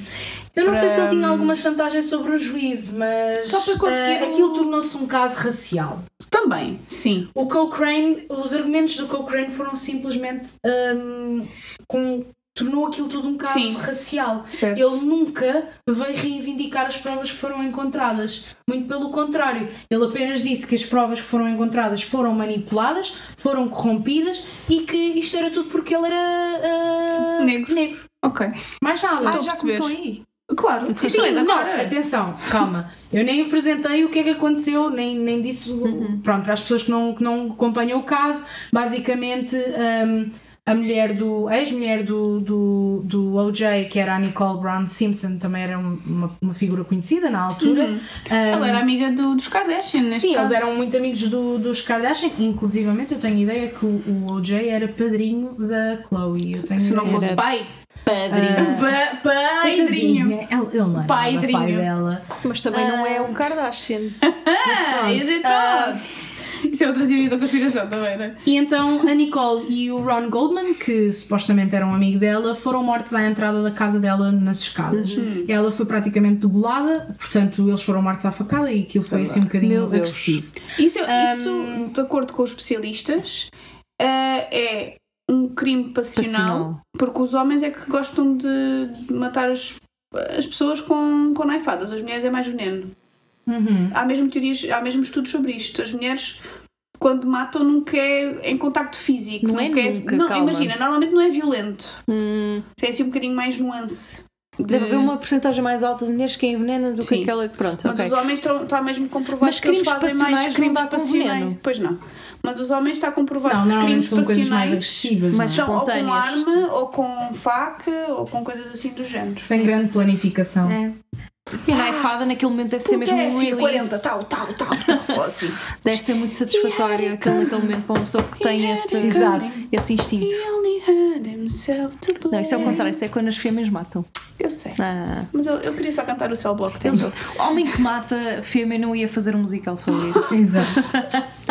S4: Eu não sei se ele
S5: Para-
S4: tinha alguma chantagem sobre o juízo, mas
S5: Só para conseguir
S4: eh,
S5: o-
S4: aquilo tornou-se um caso racial.
S5: Também, sim.
S4: O Cochrane, os argumentos do Cochrane foram simplesmente hum, com- tornou aquilo tudo um caso
S5: Sim.
S4: racial.
S5: Certo.
S4: Ele nunca veio reivindicar as provas que foram encontradas. Muito pelo contrário, ele apenas disse que as provas que foram encontradas foram manipuladas, foram corrompidas e que isto era tudo porque ele era ah,
S5: Negro. Ok.
S4: Mais nada.
S2: Ah,
S5: Estou a
S2: já
S5: perceber.
S2: começou aí.
S5: Claro, isso não é de
S4: não,
S5: agora.
S4: atenção, calma. Eu nem apresentei o que é que aconteceu, nem, nem disse. o-
S5: Uhum.
S4: Pronto, para as pessoas que não, que não acompanham o caso, basicamente hum, a mulher do. A ex-mulher do, do, do OJ, que era a Nicole Brown Simpson, também era um, uma, uma figura conhecida na altura. Hum,
S5: Uhum. Ela era amiga do, dos Kardashian, neste
S4: Sim,
S5: caso.
S4: eles eram muito amigos do, dos Kardashian, inclusivamente eu tenho ideia que o, o OJ era padrinho da Chloe. Eu tenho
S5: Se não
S4: ideia.
S5: fosse pai.
S2: Padrinho.
S5: Pa- Padrinho.
S4: Ele, ele não era pai
S5: Padrinho.
S4: dela.
S2: Mas também não é o Kardashian.
S5: Ah, is it not? Isso é outra teoria da conspiração também, não é?
S4: E então a Nicole e o Ron Goldman, que supostamente era um amigo dela, foram mortos à entrada da casa dela nas escadas.
S2: Uhum.
S4: Ela foi praticamente degolada, portanto eles foram mortos à facada e aquilo foi assim um bocadinho
S2: Meu Deus.
S4: agressivo.
S5: Isso, isso, de acordo com os especialistas, eh, é um crime passional,
S2: Passional.
S5: porque os homens é que gostam de de matar as, as pessoas com, com naifadas, as mulheres é mais veneno.
S4: Uhum.
S5: Há mesmo teorias, há mesmo estudos sobre isto. As mulheres, quando matam, nunca é em contacto físico.
S2: Não é
S5: nunca
S2: nunca,
S5: não,
S2: calma.
S5: imagina, normalmente não é violento.
S2: Hum,
S5: Tem assim um bocadinho mais nuance. de-
S2: deve haver uma porcentagem mais alta de mulheres que envenenam do
S5: Sim.
S2: que aquela que. Pronto,
S5: Mas
S2: ok.
S5: os homens estão, está mesmo comprovado
S2: Mas
S5: que eles
S2: crimes
S5: fazem mais
S2: passionais não
S5: crimes
S2: dá com
S5: passionais.
S2: veneno.
S5: Pois não. Mas os homens está comprovado
S4: Não,
S5: que
S4: normalmente
S5: crimes
S4: são coisas mais
S5: passionais
S4: agressivas.
S2: Mas-
S4: não é?
S5: são ou com
S2: Espontâneas.
S5: arma, ou com faca, ou com coisas assim do género.
S4: é? Sem grande planificação.
S2: É. E a naifada naquele momento deve ser
S5: Puta,
S2: mesmo
S5: é,
S2: um
S5: filho,
S2: release.
S5: 40, tal, tal, tal, tal, ou assim.
S2: Deve ser muito satisfatório aquele, naquele momento para uma pessoa que tem esse,
S4: Exato.
S2: esse instinto.
S5: He only had himself to blame.
S2: Não, isso é o contrário, isso é quando as fêmeas matam.
S5: Eu sei.
S2: Ah.
S5: Mas eu, eu queria só cantar o Cell Block
S2: Eles,
S5: Tango.
S2: homem que mata fêmea não ia fazer um musical sobre isso.
S4: Exato.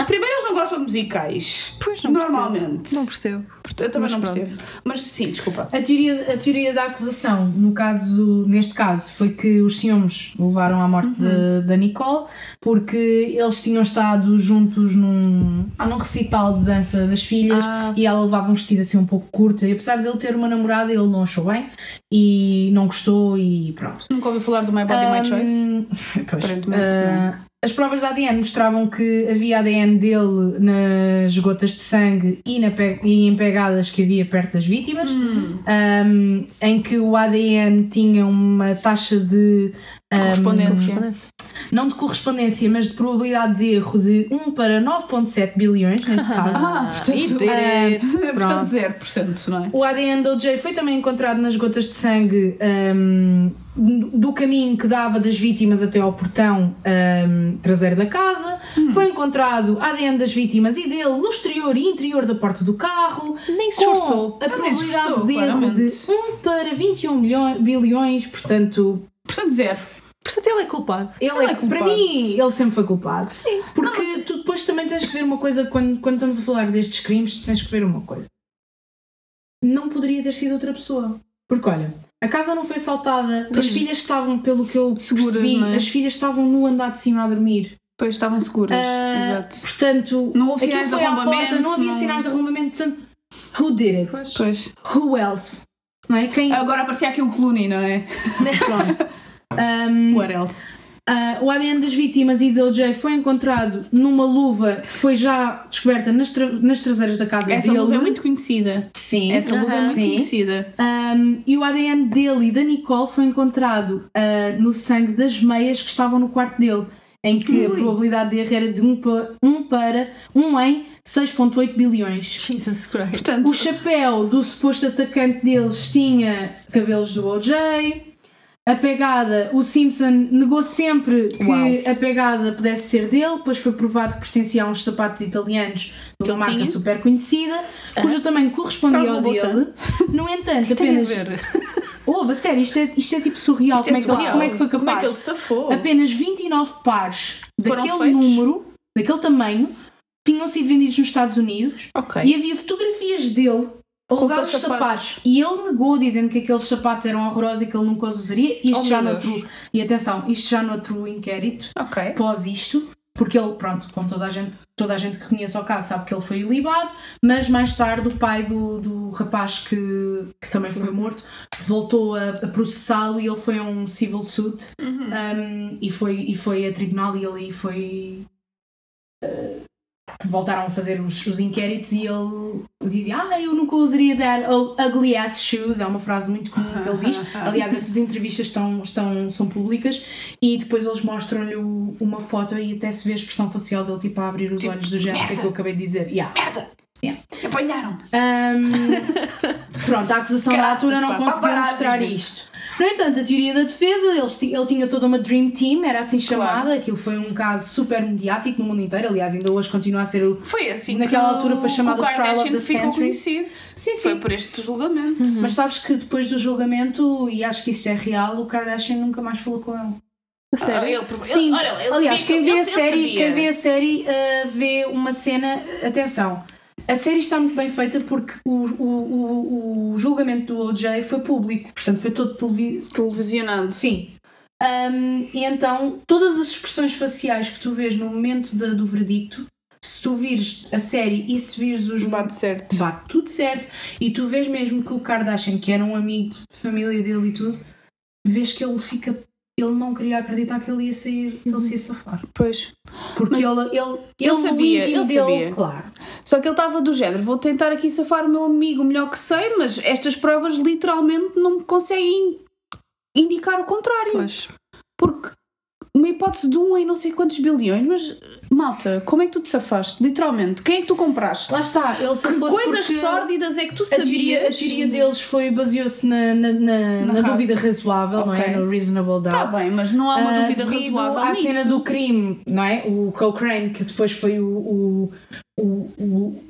S5: Primeiro, eles não gostam de musicais.
S2: Pois não percebo.
S5: Normalmente.
S2: Não percebo.
S5: Portanto, eu também
S2: Mas
S5: não
S2: pronto.
S5: percebo. Mas sim, desculpa.
S4: A teoria, a teoria da acusação, no caso, neste caso, foi que os ciúmes levaram à morte da-
S5: Uhum.
S4: da Nicole, porque eles tinham estado juntos num, ah, num recital de dança das filhas
S2: Ah.
S4: e ela levava um vestido assim um pouco curto, e apesar dele ter uma namorada, ele não achou bem e não gostou e pronto.
S5: Nunca ouvi falar do My Body, My Choice.
S4: Hum, pois.
S5: Aparentemente, é?
S4: Ah, As provas de ADN mostravam que havia ADN dele nas gotas de sangue e, na pe- e em pegadas que havia perto das vítimas,
S3: Hum.
S4: ahm, em que o ADN tinha uma taxa de. ahm,
S5: Correspondência.
S4: não de correspondência, mas de probabilidade de erro de 1 para 9,7 bilhões, neste caso. um,
S3: Ah, portanto, é
S2: Did it.
S5: É,
S3: portanto 0%, não é?
S4: O ADN do OJ foi também encontrado nas gotas de sangue ahm, do caminho que dava das vítimas até ao portão ahm, traseiro da casa.
S3: Hum.
S4: Foi encontrado ADN das vítimas e dele no exterior e interior da porta do carro.
S5: Nem se
S4: com
S5: esforçou.
S4: A
S3: nem se esforçou,
S4: probabilidade de erro de
S3: claramente.
S4: 1 para 21 milhões, bilhões, portanto,
S3: Portanto, zero.
S2: Portanto, ele é culpado.
S4: ele
S3: Ele
S4: é,
S3: é
S4: para
S3: culpado.
S4: mim, ele sempre foi culpado. Sim. Porque
S3: é-
S4: tu depois também tens que ver uma coisa, quando, quando estamos a falar destes crimes, tens que ver uma coisa. Não poderia ter sido outra pessoa. Porque olha, a casa não foi saltada, as
S3: Pois.
S4: filhas estavam, pelo que eu
S3: Seguras,
S4: percebi,
S3: não é?
S4: as filhas estavam no andar de cima a dormir.
S3: Pois estavam seguras,
S4: Ah,
S3: exato.
S4: Portanto,
S3: Não houve
S4: aquilo
S3: sinais de
S4: foi à
S3: arrombamento,
S4: porta, não havia
S3: não-
S4: sinais de arrombamento, portanto, who did it?
S3: Pois.
S4: Who else? Não é? Quem?
S3: Agora aparecia aqui o Clooney, não é?
S4: Pronto.
S2: Hum.
S4: Um,
S3: What else?
S4: Ah, o ADN das vítimas e do OJ foi encontrado numa luva que foi já descoberta nas, tra- nas traseiras da casa
S3: Essa
S4: dele.
S3: luva é muito conhecida.
S4: Sim,
S3: Essa luva é muito
S4: sim.
S3: conhecida.
S4: Ahm, e o ADN dele e da Nicole foi encontrado ah, no sangue das meias que estavam no quarto dele, em que a probabilidade de erro era de 1 um pa- um para 1 um em 6,8 bilhões.
S2: Jesus Christ.
S3: Portanto,
S4: O chapéu do suposto atacante deles tinha cabelos do OJ. A pegada, o Simpson negou sempre que
S3: Uau.
S4: a pegada pudesse ser dele, pois foi provado que pertencia a uns sapatos italianos de
S3: Que
S4: uma
S3: ele
S4: marca
S3: tinha. Ah.
S4: super conhecida, cujo tamanho correspondia
S3: Charles
S4: ao dele.
S3: Louboutin.
S4: No entanto,
S2: Tem a
S4: apenas.
S2: ver.
S4: Houve, a sério, isto é, isto é tipo surreal.
S3: isto é
S4: como, é que,
S3: surreal.
S4: como é que foi capaz?
S3: Como é que ele safou?
S4: Apenas 29 pares
S3: Foram
S4: daquele
S3: feitos?
S4: número, daquele tamanho, tinham sido vendidos nos Estados Unidos
S3: Ok.
S4: e havia fotografias dele a usar os
S3: aqueles
S4: sapatos. E ele negou, dizendo que aqueles sapatos eram horrorosos e que ele nunca os usaria. Isto
S2: Oh,
S4: já
S2: meu
S4: no outro. E atenção, isto já no outro inquérito,
S3: Ok.
S4: após isto, porque ele, pronto, como toda a gente, toda a gente que conhece o caso sabe que ele foi ilibado, mas mais tarde o pai do, do rapaz que, que também foi morto voltou a, a processá-lo e ele foi a um civil suit um, e, foi, e foi a tribunal e ele aí foi. eh, voltaram a fazer os, os inquéritos e ele dizia: Ah, eu nunca usaria dar ugly ass shoes. É uma frase muito comum que ele diz. Aliás, essas entrevistas estão, estão, são públicas e depois eles mostram-lhe o- uma foto e até se vê a expressão facial dele tipo a abrir os olhos do género, que é que eu acabei de dizer. Yeah.
S3: Apanharam-me.
S4: Um, pronto, a acusação da
S3: Graças,
S4: altura não
S3: pá,
S4: conseguiu
S3: paparazzis,
S4: mostrar
S3: meu.
S4: isto. No entanto, a teoria da defesa, eles ti- ele tinha toda uma Dream Team, era assim chamada, aquilo foi um caso super mediático no mundo inteiro, aliás, ainda hoje continua a ser o.
S5: Foi assim
S4: Naquela
S5: que
S4: altura foi
S5: o-
S4: chamado
S5: que o
S4: Trial of
S5: Kardashian
S4: the
S5: ficou
S4: Century.
S5: conhecido.
S4: Sim,
S5: Foi
S4: sim.
S5: por este julgamento.
S4: Mas sabes que depois do julgamento, e acho que isto é real, o Kardashian nunca mais falou com ele.
S5: Ah, ele prov- ele-
S4: Sim,
S5: olha, ele
S4: aliás,
S5: sabia
S4: quem
S5: que-
S4: vê,
S5: ele-
S4: a
S5: ele
S4: série,
S5: sabia.
S4: quem vê a série ah, vê uma cena. Atenção, a série está muito bem feita porque o, o- o- o julgamento do OJ foi público, portanto foi todo televi-
S3: Televisionado.
S4: Sim. Ahm, e então, todas as expressões faciais que tu vês no momento da- do verdicto, se tu vires a série e se vires os
S3: Bate certo.
S4: bate tudo certo, e tu vês mesmo que o Kardashian, que era um amigo de família dele e tudo, vês que ele fica. Ele não queria acreditar que ele ia sair, que ele se ia safar.
S3: Pois.
S4: Porque
S3: Mas
S4: ele, ele,
S5: ele
S4: no
S5: sabia,
S4: íntimo
S5: ele
S4: dele,
S5: sabia.
S4: Claro.
S3: Só que ele estava do género, vou tentar aqui safar o meu amigo o melhor que sei, mas estas provas literalmente não me conseguem indicar o contrário.
S2: Pois.
S3: Porque uma hipótese de um em não sei quantos bilhões, mas malta, como é que tu te safaste? Literalmente, quem é que tu compraste?
S4: Lá está, ele se
S3: que
S4: fosse
S3: coisas
S4: porque
S3: sórdidas é que tu
S4: a teoria, a
S3: sabias?
S4: teoria deles foi baseou-se na, na, na-
S3: Na
S4: na
S3: raça.
S4: dúvida razoável, não é?
S3: Ok.
S4: No reasonable doubt.
S3: Está Tá bem, mas não há uma
S4: Ah,
S3: dúvida
S4: devido
S3: razoável
S4: à
S3: nisso.
S4: cena do crime, não é? O Cochrane, que depois foi o. o, o- o-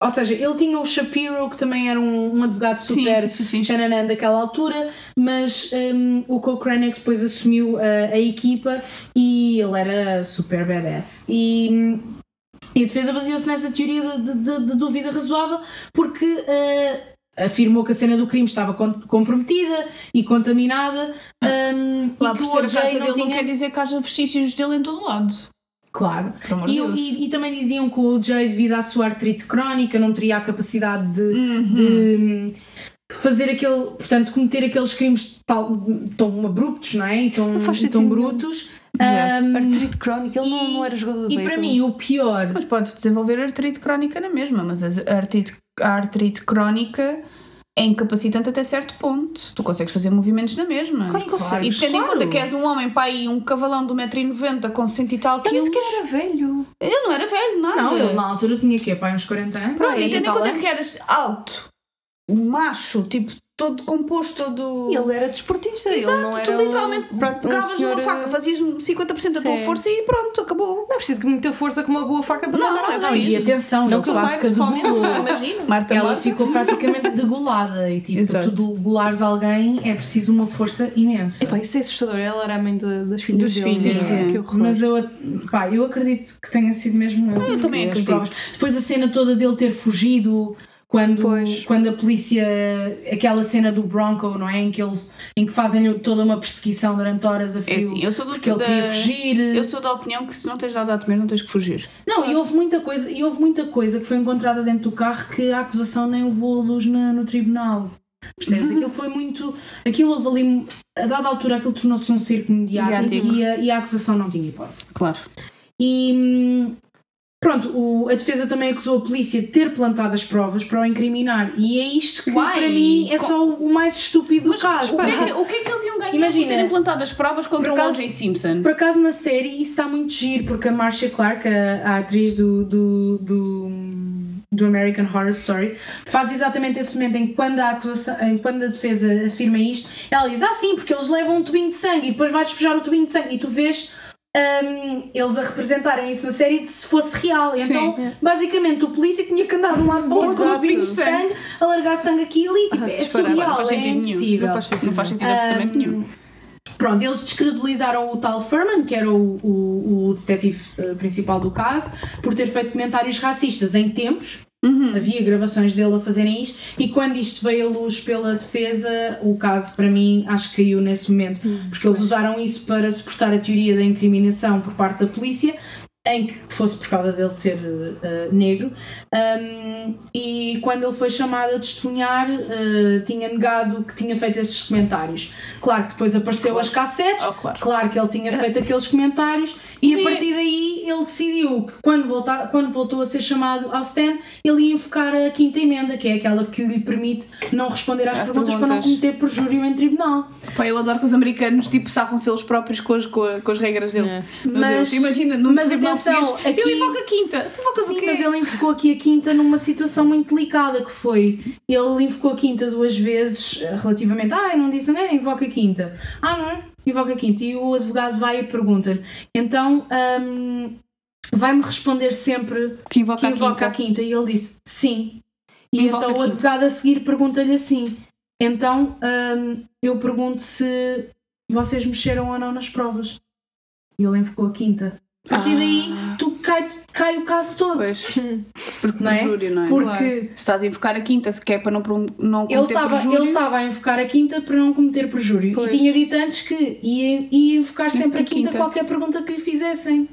S4: Ou seja, ele tinha o Shapiro, que também era um, um advogado
S3: Sim,
S4: super
S3: sim, sim, sim.
S4: xananã daquela altura, mas hum, o Cochrane é que depois assumiu ah, a, a equipa e ele era super badass. E, hum, e a defesa baseou-se nessa teoria de, de- de dúvida razoável, porque ah, afirmou que a cena do crime estava con- comprometida e contaminada hum,
S3: Lá
S4: e que
S3: por
S4: o
S3: ser a casa
S4: OJ
S3: dele
S4: não
S3: não
S4: tinha...
S3: quer dizer que haja vestígios dele em todo lado.
S4: Claro.
S3: Por amor de
S4: E,
S3: Deus.
S4: e- e também diziam que o OJ, devido à sua artrite crónica, não teria a capacidade de,
S3: Uhum.
S4: de- de fazer aquele. Portanto, cometer aqueles crimes tal- tão abruptos, não é? E tão,
S2: não faz
S4: e tão
S2: sentido nenhum.
S4: brutos. Exato.
S3: hum,
S2: Artrite crónica, ele não,
S4: E-
S2: não era jogador de
S4: E para
S2: beisebol.
S4: mim, o pior.
S3: Mas podes desenvolver artrite crónica na mesma, mas a artrite, a artrite crónica é incapacitante até certo ponto. Tu consegues fazer movimentos na mesma.
S2: Sim, consegues,
S3: E tendo em
S2: claro.
S3: conta que és um homem para aí, um cavalão de 1,90m com cento e tal
S2: Ele nem
S3: quilos,
S2: sequer era velho.
S3: ele não é. era velho, nada.
S4: Não, ele na altura tinha que pá, uns 40 anos.
S3: Pronto,
S5: Aí,
S3: e tendo em
S5: tá
S3: conta
S2: é.
S5: bem.
S3: que eras alto, macho, tipo, todo composto, todo...
S2: Ele era desportista. ele não
S3: Exato,
S2: era
S3: tu
S2: um-
S3: literalmente
S2: pronto, um
S3: pegavas
S2: senhor,
S3: numa faca,
S2: eh,
S3: fazias um 50% da tua
S5: Sim.
S3: força e pronto, acabou.
S2: Não é preciso que muita força com uma boa faca para
S3: Não,
S2: matar
S3: não é
S2: alguém.
S4: Não, e atenção,
S2: Não
S4: ele
S2: que eu
S4: quase
S2: saiba,
S4: casou.
S2: pessoalmente, mas imagino.
S3: Marta,
S4: Ela
S3: Marta.
S4: ficou praticamente degolada e tipo,
S3: Exato.
S4: tu degolares alguém é preciso uma força imensa.
S2: Epá, isso é assustador. Ela era a mãe de- das filhas
S3: Dos
S2: dele,
S3: filhos,
S2: né?
S3: é.
S2: Que horror.
S4: Mas eu, ac- pá, eu acredito que tenha sido mesmo ele.
S3: Eu também
S4: As provas.
S3: acredito.
S4: Depois a cena toda dele ter fugido, quando,
S2: Pois.
S4: quando a polícia, aquela cena do Bronco, não é? Em que, ele, em que fazem toda uma perseguição durante horas a fio.
S3: É assim, eu sou do
S4: porque ele
S3: da-
S4: queria fugir.
S3: Eu sou da opinião que se não tens nada a temer, não tens que fugir.
S4: Não, e houve muita coisa, e houve muita coisa que foi encontrada dentro do carro que a acusação nem levou a luz na- no tribunal. Percebes? Aquilo foi muito. Aquilo houve ali. A dada altura aquilo tornou-se um circo mediático
S3: Mediático.
S4: e a, e a acusação não tinha hipótese.
S3: Claro.
S4: E hum, pronto, o- a defesa também acusou a polícia de ter plantado as provas para o incriminar. E é isto que
S3: Uai,
S4: para mim é
S3: co-
S4: só o mais estúpido do caso.
S3: O que, é
S4: Porque-
S3: que, o que é que eles iam ganhar
S4: Imagina.
S3: por terem plantado as provas contra
S4: Por
S3: o
S4: acaso-
S3: O.J. Simpson?
S4: Por acaso na série isso está muito giro, porque a Marcia Clark, a, a atriz do, do, do, do American Horror Story, faz exatamente esse momento em que quando a, acusação, em que quando a defesa afirma isto, ela diz, ah sim, porque eles levam um tubinho de sangue e depois vai despejar o tubinho de sangue e tu vês hum, eles a representarem isso na série de se fosse real. E Então,
S3: é.
S4: basicamente, o polícia tinha que andar de um lado para o outro com um
S2: Exato.
S4: tubinho de sangue, a largar sangue aqui e ali, tipo,
S2: Ah,
S4: é
S2: disparado.
S4: surreal,
S3: Não faz
S4: é
S3: sentido nenhum.
S4: impossível.
S2: Não faz sentido.
S3: Não faz sentido absolutamente nenhum.
S4: Pronto, eles descredibilizaram o tal Furman, que era o, o, o detetive eh, principal do caso, por ter feito comentários racistas em tempos. Uhum. Havia gravações dele a fazerem isto, e quando isto veio à luz pela defesa, o caso para mim acho que caiu nesse momento,
S3: Uhum.
S4: porque eles usaram isso para suportar a teoria da incriminação por parte da polícia, em que fosse por causa dele ser eh, eh, negro. Um, e quando ele foi chamado a testemunhar, eh, tinha negado que tinha feito esses comentários. Claro que depois apareceu as cassetes,
S3: Oh, claro.
S4: que ele tinha feito aqueles comentários, e a
S3: E-
S4: partir daí ele decidiu que quando, voltar, quando voltou a ser chamado ao stand, ele ia invocar a quinta emenda, que é aquela que lhe permite não responder às
S3: Às
S4: perguntas, para não
S3: perguntas.
S4: cometer perjúrio em tribunal.
S3: Pá, eu adoro que os americanos tipo, safam-se eles próprios com as, com a- com as regras dele. Meu
S4: Mas-
S3: Deus, imagina, no
S4: mas
S3: tribunal
S4: atenção,
S3: português,
S4: aqui-
S3: eu invoco a quinta, tu invocas o
S4: Sim,
S3: quê?
S4: mas ele invocou aqui a quinta numa situação muito delicada que foi. Ele invocou a quinta duas vezes eh, relativamente. Ah, eu não disse nada, invoca a quinta. Ah, não, invoca a quinta. E o advogado vai e pergunta. Então ahm, vai-me responder sempre
S3: Que invoca
S4: que
S3: a
S4: invoca
S3: quinta.
S4: a quinta. E ele disse sim. E
S3: Invoca
S4: então
S3: a
S4: o
S3: quinta.
S4: advogado a seguir pergunta-lhe assim. Então ahm, eu pergunto se vocês mexeram ou não nas provas. E ele invocou a quinta. A partir daí, tu cai, cai o caso todo.
S3: Pois. Porque
S4: Não é?
S3: perjúrio, não é?
S4: Porque
S3: Se estás a invocar a quinta, se quer para não, prom- não
S4: ele
S3: cometer
S4: estava
S3: perjúrio...
S4: ele estava a invocar a quinta para não cometer perjúrio.
S2: Pois.
S4: E tinha dito antes que ia, ia invocar sempre a
S3: Sempre
S4: quinta,
S3: quinta.
S4: qualquer pergunta que lhe fizessem.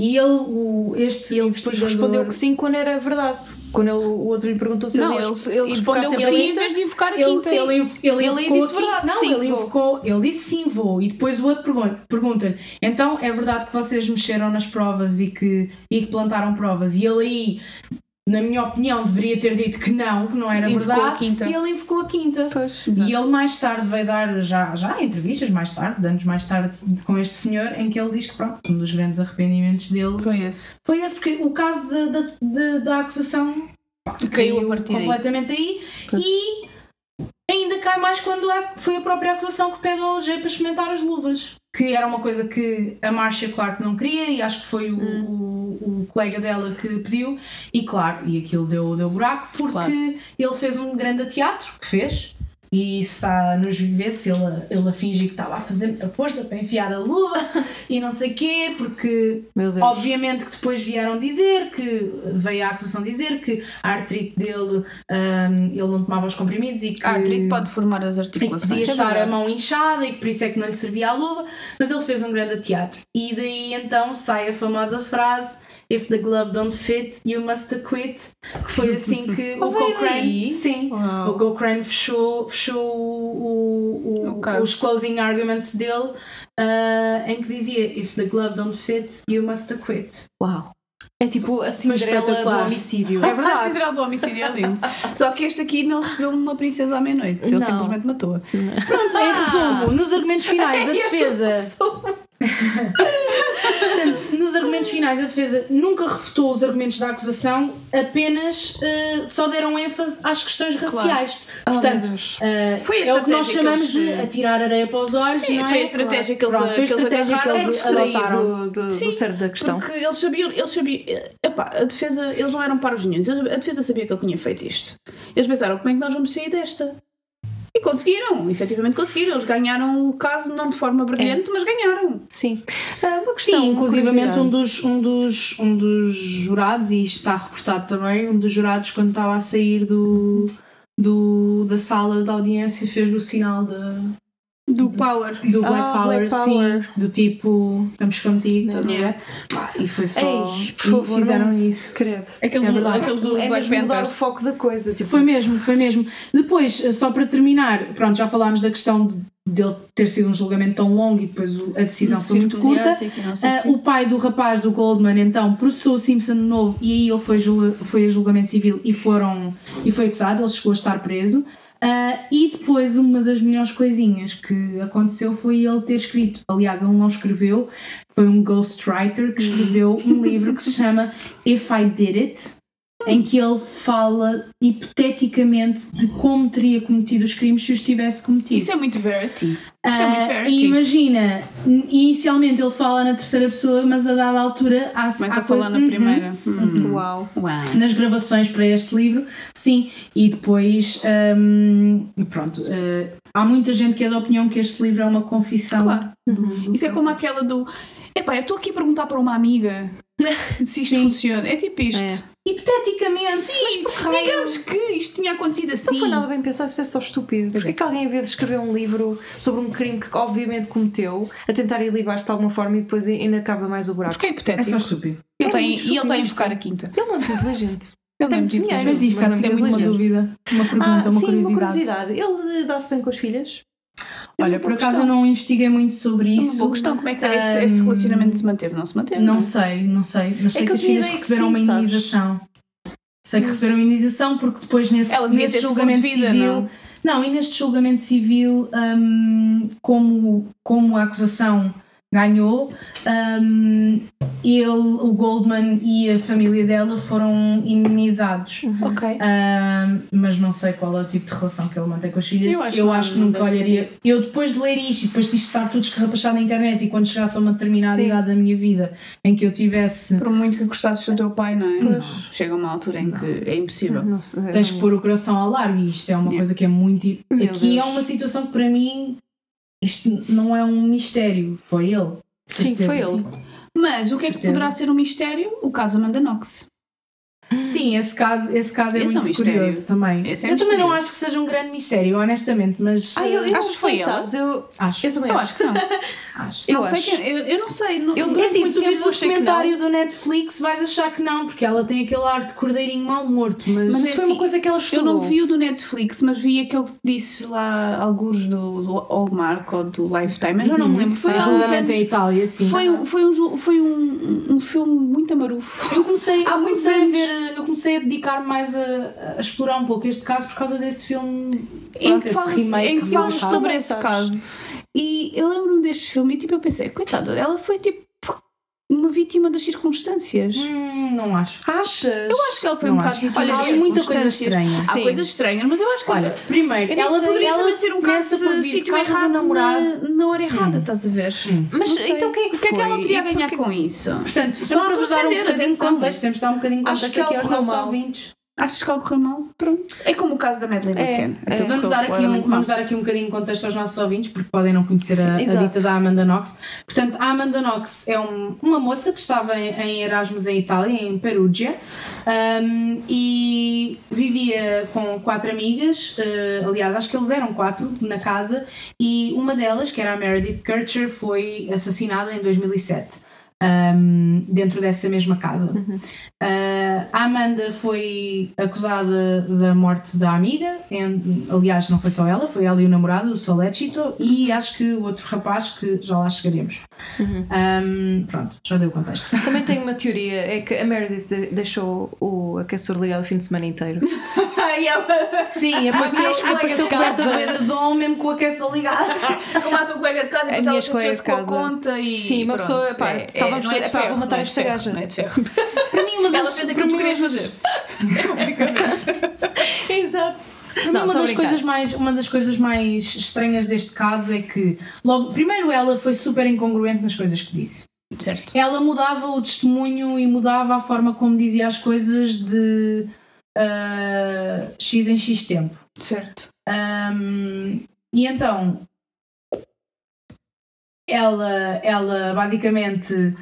S4: E ele, o, este
S2: E ele depois
S4: investigador...
S2: respondeu que sim quando era verdade. Quando ele- o outro lhe perguntou se
S3: Não,
S2: ele,
S3: ele, ele
S2: ia
S3: respondeu que
S2: buscar sempre
S3: sim
S2: a
S3: em
S2: quinta.
S3: vez de invocar a
S4: Ele,
S3: quinta.
S4: ele, inv- ele,
S2: Ele
S4: invocou
S2: disse
S4: a quinta.
S2: verdade,
S4: Não,
S2: sim,
S4: ele
S2: vou.
S4: invocou, ele disse sim, vou. E depois o outro pergun- pergunta-lhe: então é verdade que vocês mexeram nas provas e que, e que plantaram provas? E ele aí, na minha opinião, deveria ter dito que não, que não era
S3: Invocou a
S4: verdade.
S3: quinta.
S4: E ele invocou a quinta.
S2: Pois.
S4: E ele mais tarde vai dar, já, já há entrevistas mais tarde, anos mais tarde, com este senhor, em que ele diz que pronto, um dos grandes arrependimentos dele
S3: Foi esse.
S4: foi esse, porque o caso da, da, da, da acusação pá,
S3: Caiu a partir daí.
S4: completamente aí. E ainda cai mais quando é, foi a própria acusação que pede ao OJ para experimentar as luvas. Que era uma coisa que a Marcia Clark não queria e acho que foi o,
S3: Hum.
S4: o, o colega dela que pediu. E claro, e aquilo deu, deu buraco porque
S3: Claro.
S4: ele fez um grande teatro, que fez. E se está nos viver se ele, ele a fingir que estava a fazer muita força para enfiar a luva e não sei quê, porque
S2: Meu Deus.
S4: Obviamente que depois vieram dizer que veio a acusação dizer que a artrite dele hum, ele não tomava os comprimidos e que
S5: Ah,
S3: A artrite Ah, pode formar as
S4: e que podia
S3: articulações.
S4: estar a mão inchada e que por isso é que não lhe servia a luva, mas ele fez um grande teatro. E daí então sai a famosa frase If the glove don't fit, you must acquit, que foi assim que o
S2: Oh, veio
S4: Cochrane,
S2: daí?
S4: sim,
S2: Uau.
S4: o Cochrane fechou, fechou o- o- o-
S3: O caso.
S4: os closing arguments dele ah, em que dizia If the glove don't fit, you must acquit.
S2: Uau. É tipo a Cinderela do
S4: espetacular.
S2: homicídio.
S3: É verdade. A Cinderela do homicídio é lindo. Só que este aqui não recebeu uma princesa à meia-noite. Ele
S5: Não.
S3: simplesmente matou-a.
S4: Pronto, em
S5: Ah!
S4: resumo, nos argumentos finais, a defesa. Portanto, nos argumentos finais, a defesa nunca refutou os argumentos da acusação, apenas eh, só deram ênfase às questões raciais. Portanto, eh,
S5: Oh, Foi a
S4: é o que nós
S5: estratégia que
S4: chamamos de
S5: eles- eh,
S4: atirar areia para os olhos,
S5: Sim,
S4: não é?
S5: foi a estratégia que eles- eh,
S4: Pronto, foi a
S5: que eles É
S4: estratégia que
S5: agarraram.
S4: eles
S2: Distraí
S4: adotaram.
S2: do, do, do cerne da questão.
S5: Porque eles sabiam, eles sabiam, eh, epá, a defesa, eles não eram paros nenhum, Eles- a defesa sabia que ele tinha feito isto. Eles pensaram, como é que nós vamos sair desta? E conseguiram, efetivamente conseguiram. Eles ganharam o caso, não de forma brilhante, mas ganharam.
S2: Sim. Ah, uma questão,
S4: Sim,
S2: uma
S4: inclusivamente um
S2: curiosidade.
S4: dos, um, dos, um dos jurados, e isto está reportado também, um dos jurados quando estava a sair do, do, da sala da audiência fez o sinal de,
S3: Do Power.
S4: do Black,
S2: Ah,
S4: Power,
S2: Black Power.
S4: sim, do tipo, estamos contigo, estás a ver? Pá, E foi só,
S2: Ei, por
S4: e
S2: favor,
S4: fizeram isso.
S2: Credo.
S3: Aquele
S4: É
S3: do-
S4: verdade.
S3: aqueles do
S2: É
S3: Black
S2: mesmo mudar o
S3: Panthers.
S2: foco da coisa. Tipo,
S4: Foi mesmo, foi mesmo. Depois, eh, só para terminar, pronto, já falámos da questão de- dele ter sido um julgamento tão longo e depois o- a decisão foi muito
S3: Circo
S4: curta.
S3: asiático e não sei o
S4: Ah,
S3: quê.
S4: o pai do rapaz do Goldman então processou o Simpson de novo e aí ele foi, julga- foi a julgamento civil e, foram, e foi acusado, ele chegou a estar preso. Ah, e depois uma das melhores coisinhas que aconteceu foi ele ter escrito, aliás, ele não escreveu, foi um ghostwriter que escreveu
S3: Uhum.
S4: um livro que se chama If I Did It, em que ele fala hipoteticamente de como teria cometido os crimes se os tivesse cometido.
S3: Isso é muito Verity. Isso é
S4: Ah,
S3: muito
S4: e
S3: Verity.
S4: imagina, n- inicialmente ele fala na terceira pessoa, mas a dada altura há
S3: Mas
S4: há
S3: a falar na
S4: Uhum.
S3: primeira. Hum.
S2: Uau.
S3: Uau.
S4: Nas gravações para este livro, sim, e depois, hum, pronto, eh, há muita gente que é da opinião que este livro é uma confissão.
S3: Claro. Isso é como aquela do. Epá, eu estou aqui a perguntar para uma amiga se isto funciona. É tipo isto.
S4: Hipoteticamente,
S3: Sim,
S2: raio.
S3: digamos que isto tinha acontecido assim.
S2: Não Então foi nada bem pensado, isso é só estúpido. Porquê que alguém, em vez de escrever um livro sobre um crime que obviamente cometeu, a tentar ilibar-se de alguma forma e depois ainda acaba mais o buraco?
S3: Porque é hipotético.
S4: é só estúpido.
S3: Ele
S2: É
S3: tem,
S2: muito
S3: e ele está a
S2: estúpido
S3: invocar a quinta.
S2: Ele não é muito inteligente.
S3: Ele
S2: Tem
S3: é muito
S2: dinheiro,
S3: inteligente.
S4: Mas diz,
S3: não
S4: Carla,
S3: tem
S4: tens
S3: muito
S4: uma
S3: dinheiro.
S4: dúvida, uma pergunta,
S3: Então,
S2: ah,
S4: uma,
S2: sim, uma
S4: curiosidade.
S2: curiosidade. Ele eh, dá-se bem com os filhos?
S4: Olha, por acaso eu não investiguei muito sobre
S3: É uma
S4: isso.
S3: boa questão. Como é que
S4: Ehm,
S3: esse, esse relacionamento se manteve? Não se manteve.
S4: Não
S3: é?
S4: sei, não sei. Mas sei
S2: que
S4: que,
S2: eu
S4: as
S2: tinha
S4: filhas
S2: ideia que
S4: receberam uma
S2: sim, sabes?
S4: indenização. Sei que receberam uma indenização porque depois nesse,
S3: Ela devia
S4: nesse
S3: ter
S4: julgamento
S3: seguro de vida,
S4: civil. Não? e neste julgamento civil, hum, como, como a acusação ganhou, hum, ele, o Goldman e a família dela foram indenizados.
S3: Ok.
S4: Ehm, Ahm, mas não sei qual é o tipo de relação que ele mantém com as filhas.
S3: Eu acho
S4: eu
S3: que
S4: acho que
S3: não
S4: nunca
S3: deve ser.
S4: olharia. Eu depois de ler isto e depois de isto estar tudo escarrapachado na internet e quando chegasse a uma determinada
S2: Sim.
S4: idade da minha vida em que eu tivesse.
S3: Por muito que gostasses do teu pai, não é? Chega uma altura em que é impossível.
S2: Não sei.
S4: Tens que pôr o coração ao largo e isto é uma coisa que é muito. Aqui
S2: Meu
S4: é
S2: Deus.
S4: uma situação que para mim isto não é um mistério. Foi ele.
S2: Sim, foi ele.
S3: Mas o que é que poderá ser um mistério? O caso Amanda Knox.
S4: Sim, esse caso, esse caso é
S3: Esse é um
S4: muito
S3: mistério.
S4: curioso também.
S3: Esse é
S4: eu também não
S3: misterioso.
S4: acho que seja um grande mistério, honestamente, mas eh,
S2: Ah, eu, eu
S3: Achas
S2: não
S3: que foi
S2: sei,
S3: ela?
S2: sabes? Eu,
S4: acho.
S2: eu também
S3: Eu
S2: acho.
S3: acho que não.
S4: acho.
S2: Eu
S3: não sei
S2: acho.
S5: é,
S3: quem- é. eu, eu não sei. Não,
S2: Eu-
S4: É assim, se tu
S2: muito tempo
S4: vires o
S2: achei que
S4: documentário do Netflix, vais achar que não, porque ela tem aquele ar de cordeirinho mal morto, mas.
S2: Mas
S3: Mas
S2: isso
S3: é
S2: foi uma
S3: assim,
S2: coisa que ela
S3: eu
S2: estudou.
S3: não vi o do Netflix, mas vi aquele que disse lá alguns do, do Hallmark ou do Lifetime, mas eu não me lembro. Foi há uns
S4: Geralmente em
S3: anos.
S4: Itália, assim. sim.
S3: Foi, um- foi, um, ju- foi um, um filme muito amarufo.
S4: Eu comecei,
S3: Há
S4: eu
S3: muitos
S4: comecei a
S3: anos.
S4: ver, eu comecei a dedicar mais a, a explorar um pouco este caso por causa desse filme.
S3: em
S4: pronto,
S3: que
S4: esse
S3: falas,
S4: remake
S3: em que
S4: do
S3: falas
S4: caso.
S3: sobre esse
S2: Sabes?
S3: caso. E eu lembro-me deste filme e tipo, eu pensei, coitada, ela foi tipo uma vítima das circunstâncias.
S4: Hum, não acho.
S2: Achas?
S3: Eu acho que ela foi
S4: Não
S3: um bocado
S4: acho.
S3: vítima
S2: Olha,
S3: das
S4: há muita coisa
S3: circunstâncias.
S4: estranha.
S3: Há
S2: Sim.
S3: coisas estranhas, mas eu acho que
S4: Olha, primeiro,
S2: Eu nem
S4: ela
S2: sei,
S3: poderia
S4: ela
S3: também ser um
S4: começa
S3: caso
S4: por
S3: de
S4: vir
S3: sítio
S4: com a
S3: errado
S4: namorada.
S3: na, na hora errada, estás a ver?
S4: hum.
S2: Mas
S3: Não sei.
S2: então quem é que
S3: O que é que
S2: foi?
S3: ela teria a ganhar com isso?
S4: Portanto,
S3: não
S4: só para
S3: estou
S4: vos
S3: a
S4: dar um
S3: defender,
S4: bocadinho de
S3: atenção.
S4: contexto, temos de dar um bocadinho de
S2: Acho
S4: contexto
S2: que
S4: aqui
S2: ela
S4: aos
S2: correu
S4: nossos
S2: mal.
S4: ouvintes.
S3: Achas que ela correu mal? Pronto. É como o caso da Madeleine
S2: É,
S3: McCann.
S2: é.
S3: Aquilo
S4: Vamos
S3: correu
S4: dar, aqui um,
S3: claramente mal.
S4: vamos dar aqui um bocadinho de contexto aos nossos ouvintes, porque podem não conhecer a, a
S2: exato.
S4: dita da Amanda Knox. Portanto, a Amanda Knox é um- uma moça que estava em, em Erasmus em Itália, em Perugia, ahm, e vivia com quatro amigas, eh, aliás, acho que eles eram quatro na casa, e uma delas, que era a Meredith Kircher, foi assassinada em 2007. ahm, dentro dessa mesma casa. Ah, a Amanda foi acusada da morte da amiga, em- aliás, não foi só ela, foi ela e o namorado, o Solecito, e acho que o outro rapaz que já lá chegaremos. Ahm, pronto, já deu o contexto.
S2: Também tenho uma teoria, é que a Meredith de- deixou o aquecedor ligado o fim de semana inteiro.
S5: Ai, ela...
S4: Sim, apareceu,
S2: minha
S4: apareceu
S2: colega de
S4: coberta
S2: casa.
S4: de edredom, mesmo com o aquecedor ligado.
S5: Como mata o colega de casa e depois
S2: minha
S5: ela
S2: escolha
S5: chateou-se
S2: de
S5: com a
S2: casa.
S5: conta e.
S2: Sim, uma
S5: pronto,
S2: pessoa, pá,
S5: é-
S2: estava a
S5: é, não é
S2: perceber,
S5: de
S2: pá,
S5: ferro,
S2: vou matar
S5: não é de
S2: esta
S5: ferro,
S2: gaja.
S5: Não é de ferro.
S4: Para mim, uma das
S5: Ela fez aquilo que tu querias fazer. Basicamente.
S2: Exato.
S4: Para mim, é
S2: Não,
S4: uma
S2: tô a
S4: das,
S2: brincar.
S4: coisas mais, uma das coisas mais estranhas deste caso é que, logo, primeiro, ela foi super incongruente nas coisas que disse.
S5: Certo.
S4: Ela mudava o testemunho e mudava a forma como dizia as coisas de ah, X em X tempo.
S5: Certo.
S4: Ahm, e então ela, ela basicamente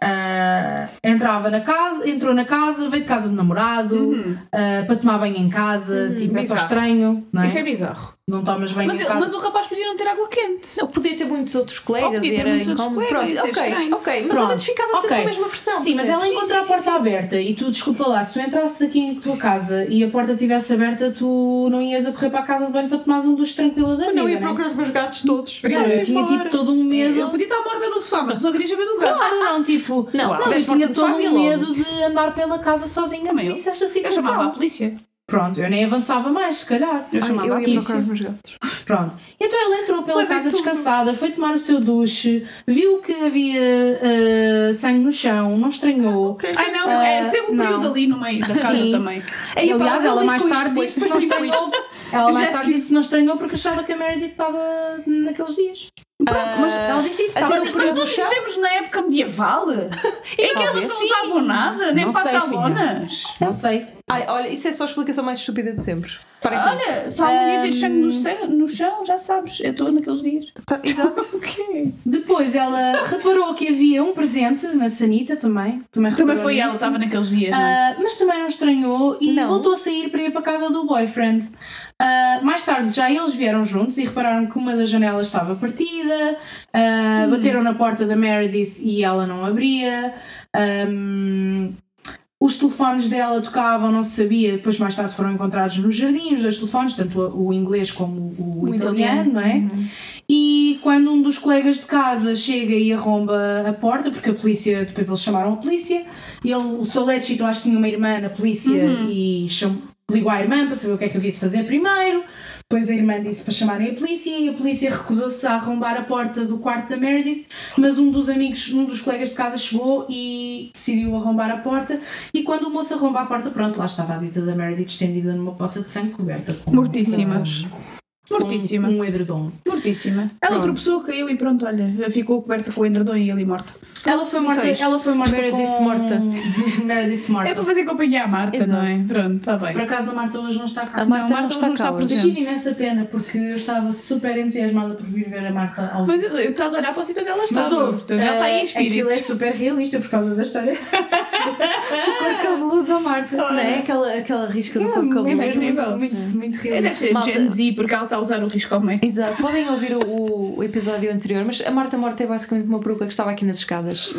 S4: ah, entrava na casa, entrou na casa, veio de casa do namorado ah, para tomar banho em casa, tipo, é só
S5: Uhum. bizarro.
S4: estranho, não é?
S5: Isso é bizarro.
S4: Não tomas banho
S5: Mas,
S4: em
S5: eu-
S4: casa.
S5: mas o rapaz podia não ter água quente.
S2: é, Não, podia ter muitos outros
S5: Oh,
S2: colegas
S5: podia
S2: e
S5: ter
S2: era
S5: muitos outros
S2: incómodo.
S5: colegas,
S2: Pronto,
S5: isso é
S2: ok,
S5: estranho.
S2: ok. Mas
S4: Pronto,
S2: ao menos ficava sempre
S4: ok.
S2: com a mesma versão.
S4: Sim, mas
S2: percebes?
S5: é
S4: ela encontra a porta aberta e tu, desculpa lá, se tu entrasses aqui em tua casa e a porta estivesse aberta, tu não ias a correr para a casa de banho para tomares um duche tranquilo da vida.
S2: Não ia
S4: né?
S2: procurar os meus gatos todos.
S4: Não, eu
S5: Sim,
S4: tinha
S5: claro.
S4: tipo todo um medo.
S5: Eu podia estar morta no sofá, mas não só queria saber do gato.
S4: Claro, não, tipo,
S2: Não,
S4: não,
S2: se
S4: eu
S2: tivesse
S4: tinha
S2: morto de
S4: todo
S2: fome,
S4: um
S2: logo.
S4: medo de andar pela casa sozinha
S5: Também
S4: se
S5: eu.
S4: visse esta
S5: Eu
S4: situação.
S5: chamava a polícia.
S4: Pronto, eu nem avançava mais, se calhar.
S5: Eu
S2: Ai,
S5: chamava a
S2: eu ia
S5: polícia.
S2: procurar os meus gatos.
S4: Pronto. Então ela entrou pela
S2: Levei
S4: casa
S2: tudo.
S4: descansada, foi tomar o seu duche, viu que havia ah, sangue no chão, não estranhou.
S5: Ai não, é,
S4: Ah,
S5: teve um período
S4: não.
S5: ali no meio da casa
S4: Sim.
S5: também.
S2: Aí, pá,
S4: Aliás, ela
S2: ali
S4: mais
S2: com isto,
S4: tarde
S2: com
S4: disse
S2: isto,
S4: que não
S2: com isto.
S4: estranhou. Ela mais
S5: Já
S4: tarde
S5: que-
S4: disse que não estranhou porque achava que a Meredith estava naqueles dias.
S5: Pronto, mas,
S4: Ela disse isso,
S2: até
S4: estava
S2: se faz
S4: no
S5: mas
S4: período
S5: nós
S4: do chão.
S5: vivemos na época medieval em que eles
S2: Talvez
S5: não
S2: sim.
S5: usavam nada, nem
S4: Não sei,
S5: pantalonas.
S4: Não sei.
S2: Ai, olha, isso é só a explicação mais estúpida de sempre. Parem com isso.
S5: Olha, se algum dia ver sangue no, ce- no chão, já sabes, eu estou naqueles dias.
S2: Tá, exato.
S5: Ok.
S4: Depois ela reparou que havia um presente na Sanita também. Também,
S5: Também
S4: reparou
S5: foi ela,
S4: nisso.
S5: estava naqueles dias, não é?
S4: Ah, mas também não estranhou e
S2: Não.
S4: voltou a sair para ir para a casa do boyfriend. Ah, mais tarde já eles vieram juntos e repararam que uma das janelas estava partida, ah, bateram na porta da Meredith e ela não abria. Ahm, os telefones dela tocavam, não se sabia, depois mais tarde foram encontrados no jardim, os dois telefones, tanto o inglês como o,
S5: O
S4: italiano,
S5: italiano.
S4: não é? E quando um dos colegas de casa chega e arromba a porta, porque a polícia, depois eles chamaram a polícia, ele, o Solecito acho que tinha uma irmã na polícia e cham- ligou à irmã para saber o que é que havia de fazer primeiro, depois a irmã disse para chamarem a polícia e a polícia recusou-se a arrombar a porta do quarto da Meredith, mas um dos amigos, um dos colegas de casa chegou e decidiu arrombar a porta e quando o moço arromba a porta, pronto, lá estava a dita da Meredith estendida numa poça de sangue coberta com,
S5: Mortíssima.
S4: com- com
S5: Mortíssima.
S4: um edredom.
S5: Mortíssima. Ela tropeçou, caiu e pronto, olha, ficou coberta com o endredom e ali morta.
S4: Ela foi
S5: Só
S4: morta,
S5: isto.
S4: ela foi morta
S2: Meredith
S4: com...
S2: morta.
S4: Meredith
S5: É para
S4: morta.
S5: fazer companhia à Marta,
S2: Exato.
S5: não é? Pronto, está bem.
S4: Por acaso a Marta hoje não está cá. Então,
S2: A Marta
S5: Marta
S2: não
S5: hoje
S2: está,
S5: não está
S2: cá hoje.
S5: presente.
S4: Eu tive imensa pena porque eu estava super entusiasmada por vir ver a Marta ao vivo.
S5: Mas eu- eu- estás a olhar para o sítio onde ela está.
S4: Mas houve,
S5: portanto, ela está aí em
S4: eh, Aquilo
S5: espírito.
S4: é super realista por causa da história. o cor cabeludo da Marta.
S2: Não é aquela, aquela risca do
S4: É,
S2: corpo
S4: é
S2: cabeludo.
S4: mesmo
S5: Incrível.
S4: muito, muito, muito
S5: Deve
S4: realista.
S5: ser
S2: Malta.
S5: Gen Z, porque ela está a usar o risco ao meio.
S2: Exato, podem ouvir o, o episódio anterior, mas a Marta Morta é basicamente uma peruca que estava aqui nas escadas.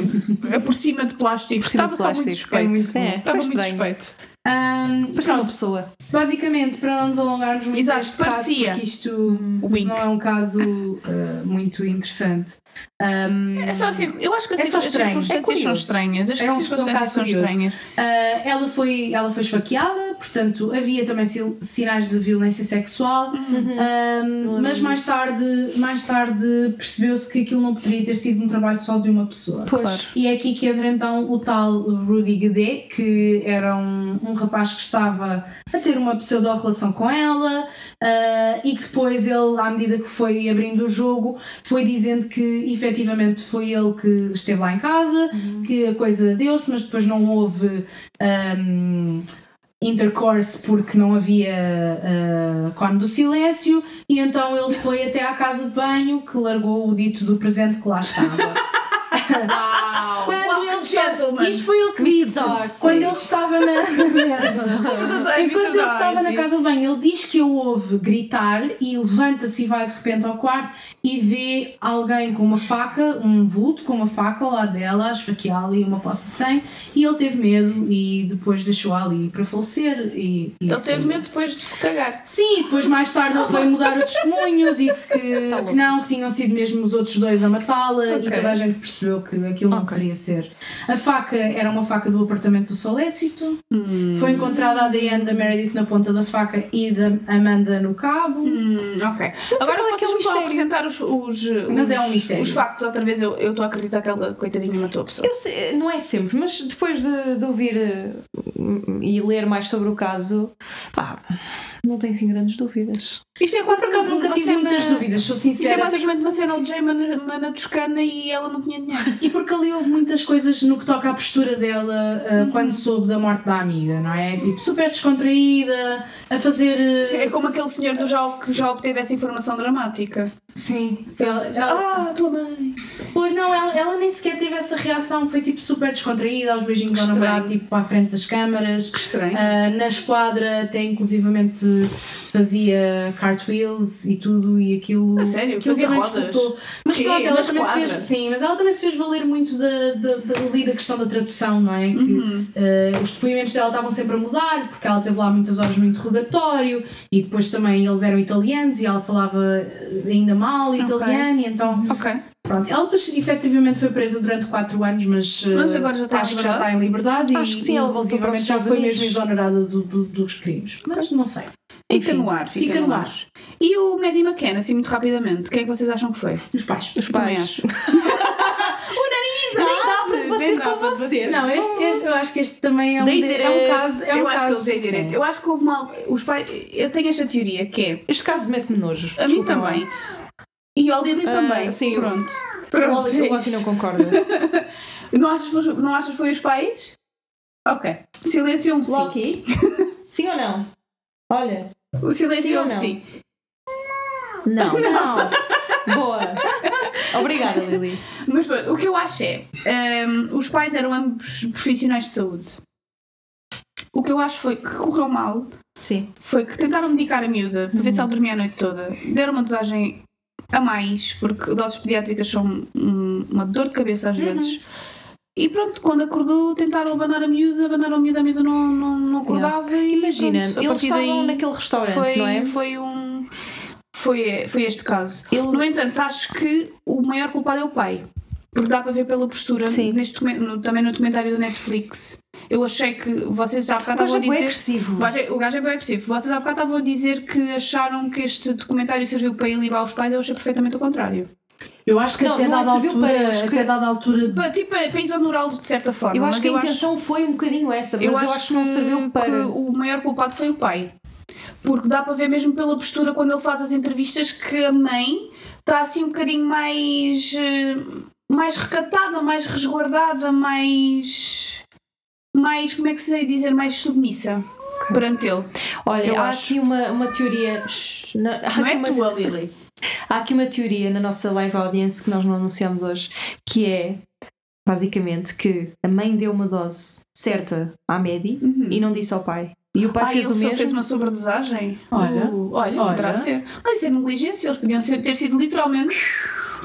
S5: É por cima de plástico.
S2: Por cima
S5: Estava
S2: de
S5: só muito
S2: plástico, é
S5: suspeito.
S2: muito- é,
S5: Estava
S2: foi
S5: muito
S2: estranho.
S5: suspeito.
S4: Ahm,
S2: Parecia uma
S4: pronto,
S2: pessoa.
S4: basicamente, para não nos alongarmos muito
S5: Exato,
S4: neste caso,
S5: parecia.
S4: porque isto
S5: Wink.
S4: não é um caso eh, muito interessante. Ahm,
S5: É só assim, eu acho que as,
S4: É só
S5: as
S4: estranho.
S5: circunstâncias
S4: É curioso.
S5: são estranhas. Acho que
S4: É
S5: as
S4: um- é um
S5: circunstâncias
S4: caso
S5: são
S4: curioso.
S5: estranhas.
S4: Ah, ela, foi, ela foi esfaqueada, portanto, havia também sil- sinais de violência sexual, Ah, mas mais tarde, mais tarde percebeu-se que aquilo não poderia ter sido um trabalho só de uma pessoa.
S5: Claro.
S4: E é aqui que entra então o tal Rudy Gede, que era um, um rapaz que estava a ter uma pseudo-relação com ela ah, e que depois ele, à medida que foi abrindo o jogo, foi dizendo que efetivamente foi ele que esteve lá em casa, que a coisa deu-se, mas depois não houve. ahm, intercourse porque não havia ah, cone do silêncio e então ele foi até à casa de banho que largou o dito do presente que lá estava. Quando eles
S5: gentleman.
S4: Isto foi ele que
S2: Mr.
S4: disse.
S2: Darcy.
S4: Quando ele estava na. Merda.
S5: É verdadeiro Mr.
S4: Enquanto ele estava na
S5: Darcy.
S4: casa de banho, ele diz que eu ouve gritar e levanta-se e vai de repente ao quarto e vê alguém com uma faca, um vulto com uma faca ao lado dela, a esfaqueá-la e uma poça de sangue. E ele teve medo e depois deixou-a ali para falecer. E, e
S5: Ele
S4: assim.
S5: teve medo depois de cagar.
S4: Sim, e depois mais tarde ele veio mudar o testemunho, disse
S5: Tá
S4: que,
S2: louco.
S4: que não, que tinham sido mesmo os outros dois a matá-la
S5: Ok.
S4: e toda a gente percebeu que aquilo não
S2: Ok.
S4: queria ser. A faca era uma faca do apartamento do Solécito,
S5: Hum.
S4: foi encontrada a ADN da Meredith na ponta da faca e da Amanda no cabo.
S5: Hum, ok. Agora
S2: qual é que é
S5: vocês
S2: o
S5: me estão a
S2: mistério?
S5: apresentar os, os,
S4: Mas
S5: os-
S4: é um mistério.
S5: os factos. Outra vez eu eu estou a acreditar que ela, coitadinha, matou a pessoa.
S2: Eu sei, não é sempre, mas depois de, de ouvir eh, e ler mais sobre o caso, pá, não tenho assim grandes dúvidas.
S5: Isto é quase
S4: Por acaso nunca
S5: uma
S4: tive
S5: cena-
S4: muitas dúvidas, sou
S5: Isto é
S4: sincera.
S5: basicamente uma cena o Jay Mana, Mana Toscana e ela não tinha dinheiro.
S4: E porque ali houve muitas coisas no que toca à postura dela
S5: Uhum.
S4: ah, quando soube da morte da amiga, não é? Tipo, super descontraída, a fazer. ah,
S5: É como aquele senhor do Jal que já obteve essa informação dramática.
S4: Sim, ela, ela-
S5: É- Ah, tua mãe.
S4: Pois não, ela, ela nem sequer teve essa reação, foi tipo super descontraída, aos beijinhos ao
S5: Estranho.
S4: namorado, tipo para a frente das câmaras.
S5: Que estranho.
S4: Ah, na esquadra até inclusivamente fazia cartwheels e tudo e aquilo.
S5: A sério?
S4: aquilo
S5: Fazia
S4: também
S5: rodas?
S4: despertou. Mas
S5: Quê?
S4: pronto, ela
S5: Na
S4: também se
S5: esquadra?
S4: fez. Sim, mas ela também se fez valer muito da, da, da, ali da questão da tradução, não é? Que,
S5: Uhum.
S4: ah, os depoimentos dela estavam sempre a mudar, porque ela teve lá muitas horas no interrogatório e depois também eles eram italianos e ela falava ainda mal italiano e então.
S5: Ok.
S4: Pronto, ela depois, efetivamente foi presa durante 4 anos, mas, eh,
S5: Mas agora já está
S4: acho
S5: em
S4: que já
S5: liberdade?
S4: está em liberdade
S2: tá Acho
S4: e,
S2: que sim, ela voltou para os
S4: inclusivamente, já
S2: Estados
S4: foi
S2: Unidos.
S4: mesmo exonerada do- do- dos crimes. Mas não sei.
S5: Fica no ar. Fica,
S4: Fica no ar.
S5: E o Maddie McKenna, assim, muito rapidamente. Quem é que vocês acham que foi?
S4: Os pais.
S2: Os
S5: Também
S2: pais.
S5: acho. Ah, Unanimidade!
S2: Nem dá para bater.
S4: Não, este, este- eu acho que este também é um,
S2: Dei
S4: de- é um
S2: direito.
S4: caso. É um
S5: eu acho
S4: caso,
S5: que eles têm
S4: sim.
S5: direito. Eu acho que houve mal. Os pais. Eu tenho esta teoria que é.
S2: Este caso mete-me nojo.
S5: A mim
S2: desculpa lá.
S5: também. E ao Lili
S2: Ah,
S5: também.
S2: sim.
S5: Pronto.
S2: O
S5: Pronto.
S2: Oli-
S5: é
S2: o Oli
S5: isso.
S2: não concorda.
S5: Não achas, não achas que foi os pais? Ok. Silêncio é um sim.
S2: Loki? Sim ou não? Olha.
S5: O silêncio
S2: Sim
S5: é
S2: ou
S5: um
S2: não?
S5: sim.
S2: Não.
S4: Não,
S2: Boa. Obrigada, Lili.
S5: Mas pronto, o que eu acho é. hum, os pais eram ambos profissionais de saúde. O que eu acho foi que correu mal
S2: Sim.
S5: foi que tentaram medicar a miúda para ver se ela dormia a noite toda. Deram uma dosagem a mais, porque doses pediátricas são hum, uma dor de cabeça às vezes. E pronto, quando acordou, tentaram abanar a miúda, abanaram a miúda, a miúda não, não, não acordava. E
S2: Imagina,
S5: pronto, a
S2: eles
S5: partir daí
S2: estavam naquele restaurante,
S5: foi,
S2: não é?
S5: foi um. Foi, foi este caso.
S2: Ele-
S5: No entanto, acho que o maior culpado é o pai. Porque dá para ver pela postura,
S2: Sim.
S5: neste, documen- no- também no documentário da Netflix. Eu achei que vocês já há bocado
S2: O gajo é
S5: estavam a
S2: bué
S5: dizer.
S2: agressivo.
S5: O gajo é- O gajo é bem agressivo. Vocês há bocado estavam a dizer que acharam que este documentário serviu para ilibar os pais, eu achei perfeitamente o contrário.
S4: eu acho que
S2: Não,
S4: até,
S2: não é
S4: dada
S2: civil
S4: altura,
S2: para eles, que-
S4: até dada altura.
S5: Pa- Tipo, é para exonerá-los de certa forma.
S2: Eu acho
S5: mas
S2: que a
S5: eu
S2: intenção foi um bocadinho essa, mas eu acho, que não serviu
S5: que
S2: para.
S5: o maior culpado foi o pai. Porque dá para ver mesmo pela postura quando ele faz as entrevistas que a mãe está assim um bocadinho mais. eh, mais recatada, mais resguardada, mais. mais. como é que se deve dizer? mais submissa perante ele.
S2: Olha,
S5: eu
S2: há
S5: acho.
S2: aqui uma, uma teoria. Shhh, na- há
S5: Não
S2: aqui
S5: é
S2: uma-
S5: tua, Lily.
S2: Há aqui uma teoria na nossa live audience que nós não anunciamos hoje, que é basicamente que a mãe deu uma dose certa à Medi e não disse ao pai. E o pai
S5: Ah,
S2: fez
S5: Uhum. ele
S2: o
S5: só
S2: mesmo.
S5: fez uma sobredosagem?
S4: Olha.
S5: Uh, olha,
S4: Olha.
S5: poderá ser. Mas isso é negligência, eles podiam ser- ter sido literalmente.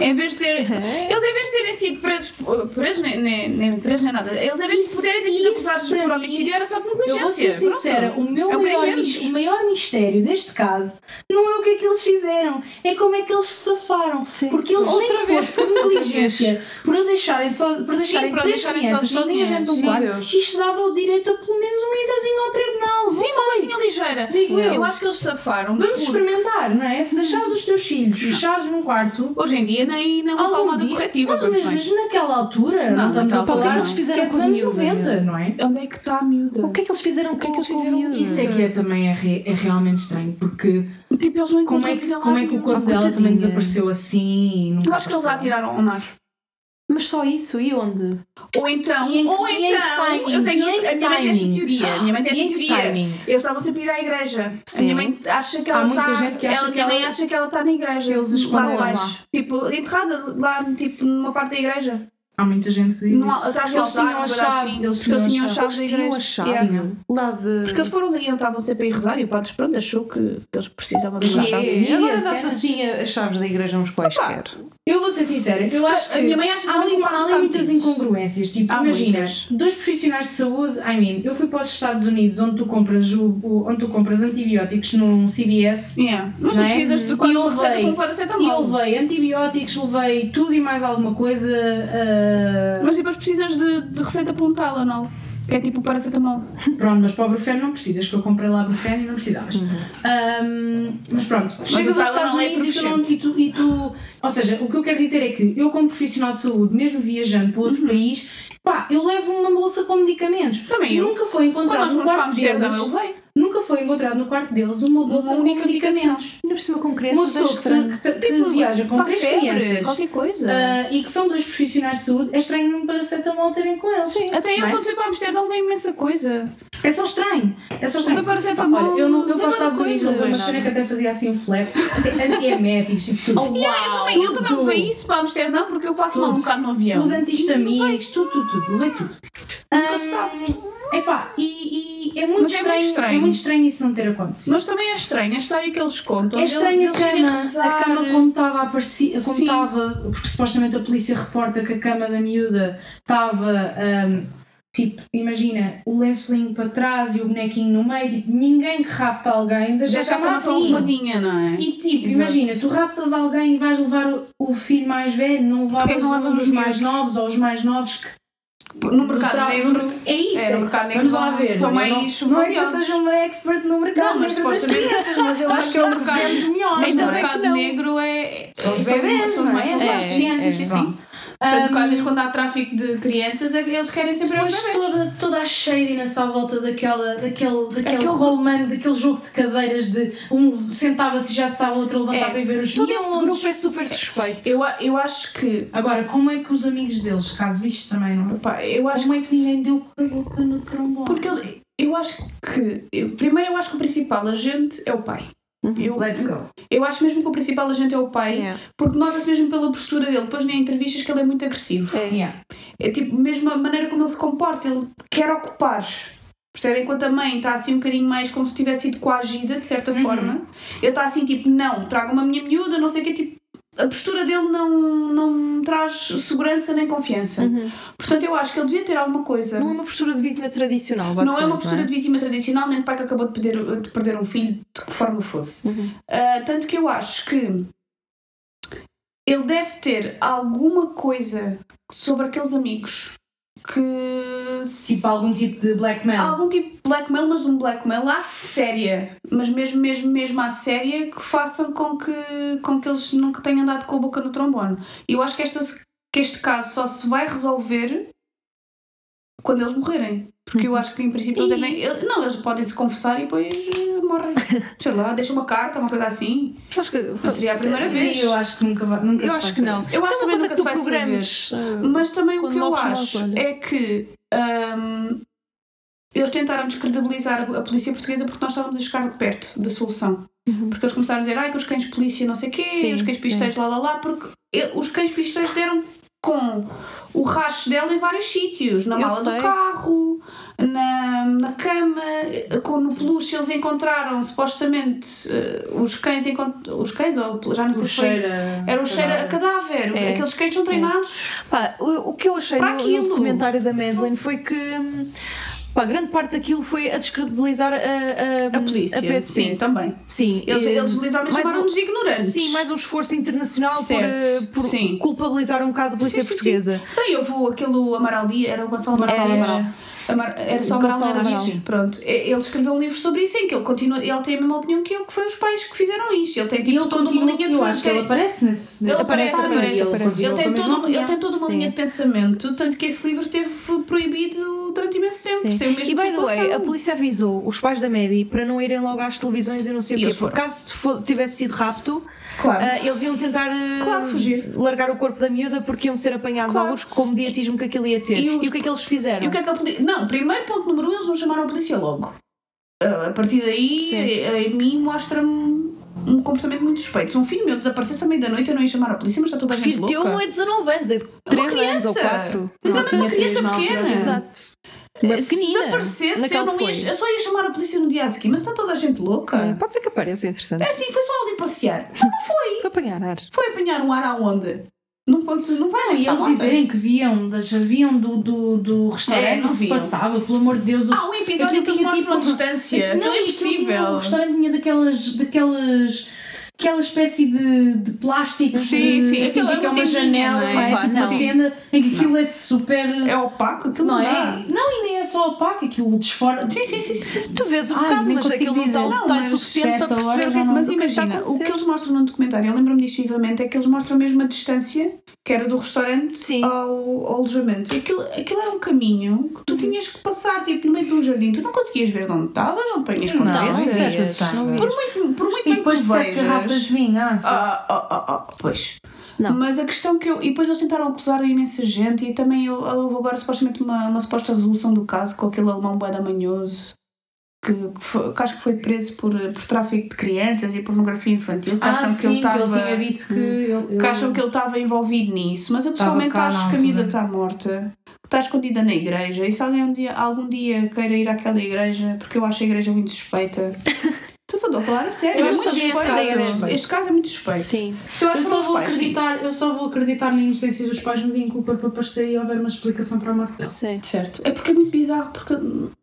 S5: Em vez de ter, eles em vez de terem sido presos, presos nem, nem, nem presos nem nada, eles em vez de
S4: Isso-
S5: poderem ter sido
S4: isso
S5: acusados
S4: para
S5: por
S4: mim-
S5: homicídio era só de
S4: Eu
S5: negligência.
S4: vou ser
S5: Pronto.
S4: sincera, o, meu
S5: É um bocadinho
S4: maior,
S5: menos.
S4: mis- o maior mistério deste caso não é o que é que eles fizeram, é como é que eles se safaram.
S2: Sim.
S4: Porque eles
S5: Outra
S4: nem que
S5: vez.
S4: fosse por negligência, por a deixarem, so, por a
S5: Sim,
S4: deixarem
S5: por a
S4: três
S5: deixarem
S4: crianças
S5: sozinhas.
S4: sozinhas dentro de um
S5: Meu
S4: quarto,
S2: Deus.
S4: isto dava o direito a pelo menos uma idazinha ao tribunal.
S5: Sim, uma
S4: não sei.
S5: coisinha ligeira.
S4: Digo
S5: eu.
S4: eu.
S5: acho que eles safaram.
S4: Vamos
S5: porque
S4: experimentar, não é? Se deixares os teus filhos fechados num quarto,
S5: Hoje em dia nem não há
S4: algum
S5: palmada
S4: dia-
S5: corretiva.
S4: Mas,
S5: quanto
S4: mas,
S5: mais.
S4: mas naquela altura,
S5: Não,
S4: não, estamos
S5: naquela
S4: a
S5: altura
S4: falar
S5: não.
S4: dos
S2: que é
S5: O
S2: que
S4: fizeram dos anos
S2: com a miúda,
S4: 90, não é?
S5: Onde é que está a miúda?
S2: O que é que eles fizeram
S5: que é
S2: com,
S5: que eles
S2: com o
S5: fizeram?
S2: miúdo?
S4: Isso é que é, também é, re- é realmente estranho, porque
S5: Uhum. Tipo, eles não
S4: como é,
S5: encontram
S4: que, como é que o corpo
S2: Ah,
S4: dela
S2: coitadinha.
S4: também desapareceu assim? e nunca
S5: Eu acho que tipo eles a
S4: apareceu?
S5: atiraram ao mar.
S2: Mas só isso, e onde?
S5: Ou então,
S4: E em-
S5: ou
S4: e em que
S5: então,
S4: timing?
S5: eu tenho
S4: E em
S5: outra- a
S4: que
S5: minha mãe tem esta
S4: timing?
S5: teoria. A minha mãe
S4: E
S5: tem
S4: em
S5: esta
S4: que
S5: teoria.
S4: timing?
S5: Eles estavam sempre a ir à igreja. A
S2: Sim.
S5: minha mãe acha que
S4: Há
S5: ela
S4: muita
S5: tá-
S4: gente que acha
S5: ela,
S4: que
S5: minha mãe
S4: ela-
S5: acha que ela está na igreja.
S4: que eles
S5: lá
S4: esconderam
S5: abaixo. Tipo, enterrada lá, tipo, numa parte da igreja.
S4: Há muita gente que diz
S5: Não,
S4: isso.
S5: atrás do
S4: Eles tinham
S5: altar,
S4: a
S5: uma coisa
S4: chave,
S5: assim.
S4: eles
S5: Porque eles
S4: tinham
S5: tinham
S4: a
S5: a chave da
S2: Eles tinham a
S5: igreja.
S2: chave
S5: Yeah.
S4: Tinham.
S2: lá de.
S5: Porque eles foram, iam- estavam sempre a rezar e o padre, pronto, achou que, que eles precisavam de uma
S4: Yeah.
S5: chave.
S2: E agora
S4: Ih,
S2: dá-se
S4: cenas.
S2: assim a- as chaves da igreja uns quaisquer.
S4: Eu vou ser sincera,
S5: Se
S4: eu
S5: ca-
S4: acho que
S5: a minha mãe acha que
S4: há,
S5: não
S4: lim-
S5: está
S4: há
S5: muito
S4: muitas
S5: metido.
S4: incongruências. Tipo,
S5: Há
S4: imagina,
S5: muitas.
S4: dois profissionais de saúde, I mean, eu fui para os Estados Unidos onde tu compras, o, o- onde tu compras antibióticos num CVS
S5: Yeah. Mas tu
S4: Não é?
S5: precisas de
S4: E
S5: quando uma
S4: eu
S5: receita
S4: levei.
S5: com um
S4: e eu
S5: paracetamol.
S4: levei antibióticos, levei tudo e mais alguma coisa. ah,
S5: Mas depois precisas de, de receita para um Tylenol, que é tipo paracetamol.
S4: pronto, mas para o Brufen não precisas, que eu comprei lá Brufen e não precisavas.
S5: Uhum.
S4: Ahm, mas pronto, chegas
S5: o
S4: aos Estados
S5: Tylenol é
S4: Unidos e tu, não, e, tu, e tu- Ou seja, o que eu quero dizer é que eu, como profissional de saúde, mesmo viajando para
S5: Uhum.
S4: outro país, pá, eu levo uma bolsa com medicamentos.
S5: Também eu.
S4: Nunca foi
S5: Quando
S4: encontrado
S5: nós
S4: no
S5: vamos para a
S4: quarto
S5: Amsterdã,
S4: deles.
S5: eu levei.
S4: Nunca foi encontrado no quarto deles uma bolsa com
S5: única
S4: medicamentos.
S2: Ainda por cima com
S4: Uma
S2: crianças é
S4: pessoa que,
S2: estranho.
S4: que- que viaja com
S5: Tipo, para
S4: três
S5: febre,
S4: crianças.
S5: qualquer coisa.
S4: Ah, e que são dois profissionais de saúde, é estranho um paracetamol terem com eles.
S5: Até eu,
S4: não é?
S5: quando fui para Amsterdã, levei imensa coisa.
S4: É só estranho. É só estranho.
S5: Não foi paracetamol,
S4: Olha, eu, não, eu
S5: não foi
S4: para os Estados
S5: nada
S4: Unidos
S5: coisa,
S4: levei uma
S5: não.
S4: cena que até fazia assim um flap, até antieméticos, tipo tudo.
S2: Oh,
S5: Eu
S2: uau!
S5: também, eu também levei isso para Amsterdã, porque eu passo mal um bocado no avião.
S4: Os antihistamínicos, tudo, tudo, tudo. Levei tudo.
S5: Nunca
S4: Ahm,
S5: se sabe.
S4: Epá, e, e é, muito
S5: Mas é
S4: estranho,
S5: muito estranho.
S4: é muito estranho isso não ter acontecido.
S5: Mas também é estranho a história que eles contam.
S4: É
S5: de-
S4: estranho a
S5: deles irem
S4: cama,
S5: revezar.
S4: a cama como estava a apareci- como
S5: Sim.
S4: estava, porque supostamente a polícia reporta que a cama da miúda estava ahm, tipo, imagina, o lençolinho para trás e o bonequinho no meio, tipo, ninguém que rapta alguém deixa
S5: Já
S4: a
S5: já
S4: cama
S5: começam
S4: assim.
S5: arrumadinha, não é?
S4: E tipo,
S5: Exato.
S4: imagina, tu raptas alguém e vais levar o, o filho mais velho, não levavas
S5: Porquê que não levas
S4: um dos
S5: os
S4: mais
S5: miúdos?
S4: novos ou os mais novos que
S5: No mercado
S4: tra-
S5: negro.
S4: É isso.
S5: É, no mercado negro
S4: Vamos lá
S5: não-
S4: ver.
S5: são
S4: Eu não-
S5: mais
S4: Não é que eu
S5: valiosos.
S4: seja uma expert no mercado
S5: Não, mas
S4: negro das
S5: supostamente-
S4: crianças, mas eu acho que é um mercado melhor.
S5: Mas
S2: Ainda
S4: não
S5: no
S4: é?
S2: bem que
S5: mercado
S2: não.
S5: negro é.
S4: São os
S5: são-
S4: bebés,
S5: são os
S4: não
S5: mais
S4: é?
S5: novos.
S2: É,
S5: Sim,
S2: é,
S5: sim, sim, sim. Tanto que às vezes quando há tráfico de crianças, é que eles querem sempre os
S4: Depois
S5: bebés.
S4: toda, toda a shadiness à volta daquela, daquele, daquele
S5: Aquele-
S4: romano, daquele jogo de cadeiras de um sentava-se e já se estava o outro a levantar
S2: É,
S4: para ir ver os
S2: Todo
S4: miúdos.
S2: esse grupo é super suspeito.
S5: Eu, a- eu acho que.
S4: Agora, como é que os amigos deles, caso vistos também, não é?
S5: Pá, eu acho
S4: Como é que ninguém deu com a boca no trombone?
S5: Porque ele- eu acho que. eu- primeiro, eu acho que o principal agente é o pai.
S4: Uhum.
S5: Eu,
S4: Let's go.
S5: eu acho mesmo que o principal agente é o pai,
S2: Yeah.
S5: porque nota-se mesmo pela postura dele. Depois, em entrevistas, que ele é muito agressivo.
S2: É.
S4: Yeah.
S5: É tipo, mesmo a maneira como ele se comporta, ele quer ocupar. Percebem? Enquanto a mãe está assim um bocadinho mais como se tivesse sido coagida, de certa forma, ele está assim tipo, não, traga-me a minha miúda, não sei o que, tipo, a postura dele não, não traz segurança nem confiança. Portanto, eu acho que ele devia ter alguma coisa.
S2: Não é uma postura de vítima tradicional,
S5: Não é uma
S2: basicamente,
S5: postura de vítima tradicional, nem de pai que acabou de perder, de perder um filho, de que forma fosse.
S2: Uhum.
S5: Ah, tanto que eu acho que ele deve ter alguma coisa sobre aqueles amigos que. se-
S4: Tipo algum tipo de
S2: É.
S4: blackmail.
S5: algum tipo de blackmail, mas um blackmail à séria. Mas mesmo, mesmo, mesmo à séria, que façam com que, com que eles nunca tenham dado com a boca no trombone. E eu acho que, esta, que este caso só se vai resolver quando eles morrerem. Porque
S2: Uhum.
S5: eu acho que em princípio eles devem. ele- Não, eles podem se confessar e depois eh, morrem. Sei lá, deixam uma carta, uma coisa assim.
S2: é? Sabes que-
S5: Não seria a primeira vez.
S4: Eu acho que nunca vai. Nunca
S2: Eu
S4: se
S2: acho
S4: vai
S2: que
S4: saber.
S2: não.
S5: Eu acho
S2: Isto é
S5: também
S2: uma
S5: nunca
S2: coisa
S5: se
S2: que
S5: vai
S2: tu programes. eh,
S5: Mas também o
S2: Quando
S5: que eu
S2: novos novos,
S5: acho
S2: olha.
S5: é que hum, eles tentaram descredibilizar a a polícia portuguesa porque nós estávamos a chegar perto da solução. Porque eles começaram a dizer ai que os cães de polícia não sei o quê,
S2: Uhum. Sim,
S5: os cães
S2: sim.
S5: pisteiros lá lá lá, porque e- os cães pisteiros deram com o racho dela em vários sítios, na
S2: Eu
S5: mala
S2: sei.
S5: do carro, na, na cama, eh, com, no peluche eles encontraram supostamente eh, os cães encont- os cães, ou já não sei
S4: O
S5: se foi.
S4: cheiro. a-
S5: Era o cheiro a
S4: nada.
S5: cadáver,
S2: É.
S5: aqueles cães são treinados.
S2: Pá, o, o que eu achei
S5: Para
S2: no,
S5: aquilo.
S2: no documentário da Madeleine foi que hum, pá, grande parte daquilo foi a descredibilizar a, Hum, a,
S5: A polícia,
S2: a PSP.
S5: sim, também.
S2: Sim,
S5: Eles,
S2: eh,
S5: eles literalmente
S2: mais
S5: chamaram-nos de
S2: um,
S5: ignorantes.
S2: Sim, mais um esforço internacional
S5: Certo,
S2: por, eh, por
S5: sim.
S2: culpabilizar um bocado a polícia
S5: Sim, sim,
S2: portuguesa.
S5: Então eu vou, aquele Amaral Dias, era o Gonçalo Amaral
S4: Gonçalo
S5: Dias.
S4: Amaral.
S5: Amar- era só
S2: O
S5: Amaral,
S2: Gonçalo
S5: era
S2: Amaral.
S5: Dias. Pronto, E- ele escreveu um livro sobre isso em que ele continua, ele tem a mesma opinião que eu, que foi os pais que fizeram isto. Ele tem
S4: E
S5: tipo
S4: ele
S5: toda
S4: continua.
S5: uma linha de
S4: Eu acho que ele
S5: pensamento.
S4: aparece nesse. nesse
S5: Ele aparece,
S4: documentário,
S5: aparece,
S4: ele
S2: aparece.
S4: continua
S5: Ele
S4: com
S5: tem,
S4: a mesma
S5: todo, um- ele
S4: opinião.
S5: tem toda uma
S2: Sim.
S5: linha de pensamento, tanto que esse livro teve proibido durante imenso tempo,
S2: Sim.
S5: sem o mesmo
S2: E by the
S5: circulação.
S2: way, a polícia avisou os pais da Maddie para não irem logo às televisões e não sei
S5: E
S2: o quê,
S5: eles
S2: porque
S5: foram.
S2: caso fo- tivesse sido rapto,
S5: Claro.
S2: ah, eles iam tentar ah,
S5: Claro, fugir.
S2: largar o corpo da miúda porque iam ser apanhados
S5: Claro.
S2: alguns com o mediatismo que aquilo ia ter.
S5: E
S2: E,
S5: os-
S2: o que é que eles fizeram?
S5: E o que é que a polícia. Não, primeiro ponto número um, eles não chamaram a polícia logo. Ah, A partir daí,
S2: Sim.
S5: a, a mim mostra-me um comportamento muito suspeito. Se um filho meu desaparecesse à meia da noite, eu não ia chamar a polícia, mas está toda a gente
S2: Filho teu não
S5: louca.
S2: é 19 anos, é de
S5: Uma
S2: 3
S5: criança.
S2: anos ou 4.
S5: Mas era uma
S4: Tinha três
S5: criança
S4: na altura,
S5: pequena.
S2: Exato. Uma
S4: é
S5: Se
S2: pequenina.
S5: desaparecesse, eu,
S2: naquela
S5: não
S2: folha.
S5: ia, eu só ia chamar a polícia no dia a seguir, mas está toda a gente
S2: É,
S5: louca.
S2: Pode ser que apareça, interessante.
S5: É assim, foi só ali passear.
S2: Para apanhar ar.
S5: Foi apanhar um ar à onda. Não, pode- não vai nem
S4: Ah, E eles dizerem que viam, das, viam do, do, do
S5: É,
S4: restaurante
S5: não
S4: que se
S5: viam.
S4: passava, pelo amor de Deus.
S5: Há um episódio
S4: Aquilo
S5: que eles
S4: tinha
S5: mostram a
S4: tipo uma-
S5: distância. Não, é
S4: e aquilo tinha-
S5: impossível.
S4: O restaurante tinha daquelas. daquelas aquela espécie de, de plástico
S5: Sim,
S4: de,
S5: sim,
S4: a
S5: aquilo é
S4: fingir que é
S5: uma
S4: uma
S5: tendinha,
S4: janela,
S5: não é?
S4: não é?
S2: Pá,
S4: tipo uma
S2: não.
S4: tenda em que aquilo é super.
S5: É opaco, aquilo
S4: não
S5: não,
S4: é?
S5: dá.
S4: Não, e nem é só opaco, aquilo desfora.
S5: Sim, sim, sim, sim, sim.
S2: Tu vês um
S4: Ai,
S2: bocado,
S4: nem
S2: mas
S4: consigo
S2: aquilo não está o
S4: dizer.
S2: detalhe
S5: Não, mas
S2: suficiente para
S4: desta hora
S2: perceber o que é que
S4: já não-
S2: se- o que
S5: Mas
S2: é que está a
S5: imagina, o que
S2: acontecer.
S5: eles mostram no documentário, eu lembro-me disto vivamente, é que eles mostram mesmo a distância que era do restaurante
S2: Sim.
S5: ao, ao alojamento. E Aquilo, aquilo era um caminho que tu
S4: Uhum.
S5: tinhas que passar, tipo, no meio de um jardim. Tu não conseguias ver de onde estavas, não apanhas com
S4: Não,
S5: direito.
S4: isso é tudo
S2: Não,
S4: tarde.
S2: não
S5: Por muito, por muito
S4: E
S5: bem
S4: depois
S5: que
S4: de
S5: tu
S4: sete
S5: vejas...
S4: garrafas de vinho, ah, só-
S5: Ah, ah, ah, ah, pois.
S2: Não.
S5: Mas a questão que eu. E depois eles tentaram acusar a imensa gente e também eu- houve agora supostamente uma, uma suposta resolução do caso com aquele alemão boeda manhoso que, que, foi- que acho que foi preso por, por tráfico de crianças e pornografia infantil. Que
S4: Ah,
S5: acham
S4: sim,
S5: que ele estava.
S4: tinha dito hum, que. ele-
S5: Que acham que ele estava envolvido nisso, mas eu
S4: Estava
S5: pessoalmente
S4: cá na
S5: acho que a miúda
S4: altura.
S5: está morta, que está escondida na igreja. E se alguém um dia, algum dia queira ir àquela igreja, porque eu acho a igreja muito suspeita. Tu estou a falar a sério,
S4: Eu
S5: é
S4: não
S5: muito
S4: sabia esse
S5: suspeito.
S4: caso.
S5: Este, este caso é muito suspeito.
S2: Sim.
S5: Se eu
S4: Eu
S5: acho que
S4: só,
S5: foram os
S4: vou
S5: pais, sim.
S4: acreditar, eu só vou acreditar na inocência dos pais no dia em que o corpo aparecer e houver uma explicação para a morte. dele.
S2: Sim.
S5: Certo. É porque é muito bizarro, porque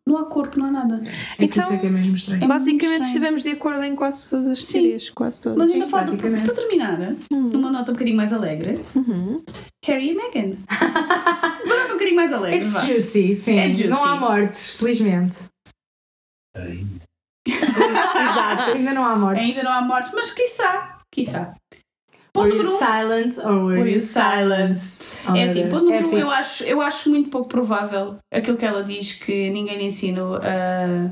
S5: não há corpo, não há nada.
S4: É que
S2: Então-
S4: isso é que é mesmo estranho.
S5: É muito estranho.
S2: Basicamente estivemos de acordo em quase todas as
S5: Sim.
S2: teorias, quase todas.
S5: Mas
S4: Sim,
S5: ainda falta,
S4: praticamente. Hum.
S5: para terminar, numa nota um bocadinho mais alegre,
S2: Uhum.
S5: Harry e Meghan. Uma nota um bocadinho mais alegre,
S4: It's
S5: vá.
S4: é juicy, sim.
S5: É juicy.
S4: Não há mortes, felizmente. Exato, ainda não há mortes.
S5: Ainda não há mortes, mas quiçá, quiçá.
S4: Were
S5: Ponto
S4: you
S5: número um.
S4: silent Oh, or were,
S5: Were
S4: you
S5: you
S4: silenced?
S5: É assim, ponto número um,
S4: Epic.
S5: eu acho, eu acho muito pouco provável aquilo que ela diz que ninguém lhe ensinou a,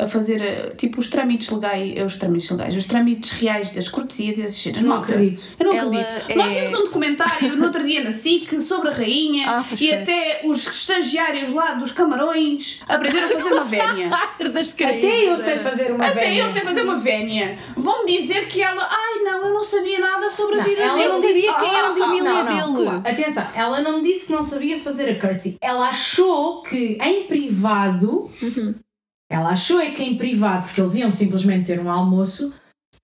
S5: a fazer, eh, tipo, os trâmites legais, eh, os trâmites legais, os trâmites reais das cortesias e esses cheiros.
S4: Não
S5: Malta,
S4: acredito.
S5: Eu não
S2: Ela
S5: acredito.
S2: é-
S5: Nós vimos um documentário no outro dia na SIC sobre a rainha
S2: Ah, pois
S5: e
S2: foi.
S5: até os estagiários lá dos camarões aprenderam a fazer uma vénia.
S2: Das
S4: Até eu sei fazer uma
S5: até
S4: vénia.
S5: eu sei fazer uma vénia. Vão dizer que ela, ai não, eu não sabia nada sobre a
S4: Não,
S5: vida
S4: ela
S5: dela.
S4: não sabia quem era o
S2: Emília
S4: não,
S2: Belo.
S4: Atenção, ela não disse que não sabia fazer a curtsy. Ela achou que em privado,
S5: Uhum.
S4: ela achou é que em privado, porque eles iam simplesmente ter um almoço,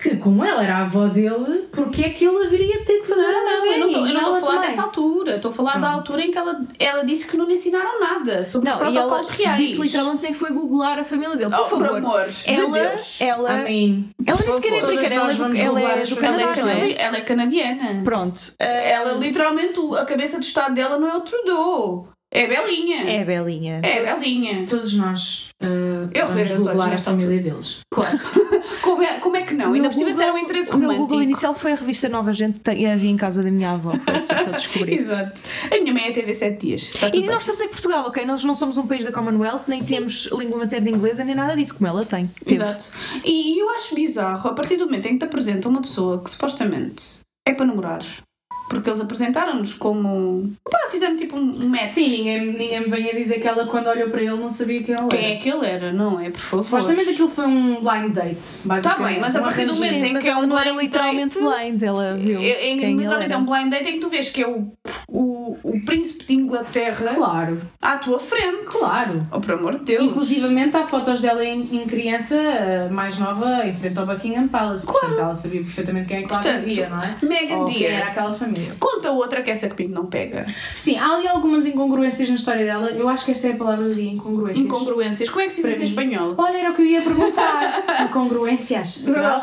S4: que como ela era a avó dele, porque é que ele haveria ter que fazer
S5: Não,
S4: uma
S5: não, eu não
S4: vénia?
S5: estou- eu
S4: E
S5: não estou a
S4: ela
S5: falar
S2: é.
S4: também.
S5: dessa altura. Estou a falar da altura em que ela, ela disse que não lhe ensinaram nada sobre os
S2: Hum. Não, e ela
S5: protocolos reais.
S2: disse literalmente nem foi googlar a família dele. Por
S5: Oh,
S2: favor.
S5: por amor de
S2: ela,
S5: Deus.
S2: ela,
S4: Amém.
S2: ela nem sequer é
S5: favor.
S2: americana,
S4: Todas nós
S2: ela,
S4: vamos
S2: é- ela
S4: googlar
S2: é
S4: as
S2: do
S5: Ela é,
S2: Canadá, não é?
S5: canadi- ela é canadiana.
S2: Pronto. eh,
S5: Ela literalmente, o- a cabeça do Estado dela não é o Trudeau. É Belinha.
S2: É belinha.
S5: Belinha.
S4: Todos nós uh,
S5: Eu
S4: vamos
S5: vejo as olhos
S4: googlar a
S5: nesta
S4: família deles.
S5: Claro. como, é, como é que não? Ainda
S2: No
S5: por cima se era um
S2: Google-
S5: interesse
S2: O meu Google
S5: romântico.
S2: inicial foi a revista Nova Gente que tem- havia em casa da minha avó. Foi assim que eu descobri.
S5: Exato. A minha mãe é TV 7 dias. Está tudo
S2: E
S5: bem.
S2: nós estamos em Portugal, ok? Nós não somos um país da Commonwealth, nem temos língua materna inglesa, nem nada disso, como ela tem. Teve.
S5: Exato. E eu acho bizarro, a partir do momento em que te apresenta uma pessoa que supostamente é para namorares, porque eles apresentaram-nos como. pá, fizeram tipo um um match.
S4: Sim, ninguém, ninguém me venha dizer que ela quando olhou para ele não sabia quem ela
S5: Quem
S4: era.
S5: é que ele era, não é? Por favor.
S4: Supostamente aquilo foi um blind date, basicamente.
S5: Tá bem, mas a
S4: Um
S5: partir do
S4: arranjo-
S5: momento-
S2: Sim,
S5: tem
S2: mas
S5: que é
S2: ela
S5: um
S2: não era
S5: blind
S2: literalmente
S5: date.
S2: blind, ela viu.
S5: É, é,
S2: quem ela
S5: literalmente é
S2: era.
S5: um blind date em que tu vês que é o, o, o príncipe de Inglaterra
S4: Claro,
S5: à tua frente.
S4: claro.
S5: Oh, por amor de Deus.
S4: Inclusivamente há fotos dela em, em criança eh, mais nova em frente ao Buckingham Palace. Portanto, ela sabia perfeitamente quem é que lá
S5: Portanto,
S4: vivia, não é?
S5: Megan
S4: Ou quem
S5: Dear.
S4: era aquela família.
S5: Conta outra que essa comigo não pega.
S4: Sim, há ali algumas incongruências na história dela. Eu acho que esta é a palavra do dia, incongruências.
S5: Incongruências. Como é que se diz
S4: Para
S5: isso em
S4: mim.
S5: espanhol?
S4: Olha, era o que eu ia perguntar. incongruências. será?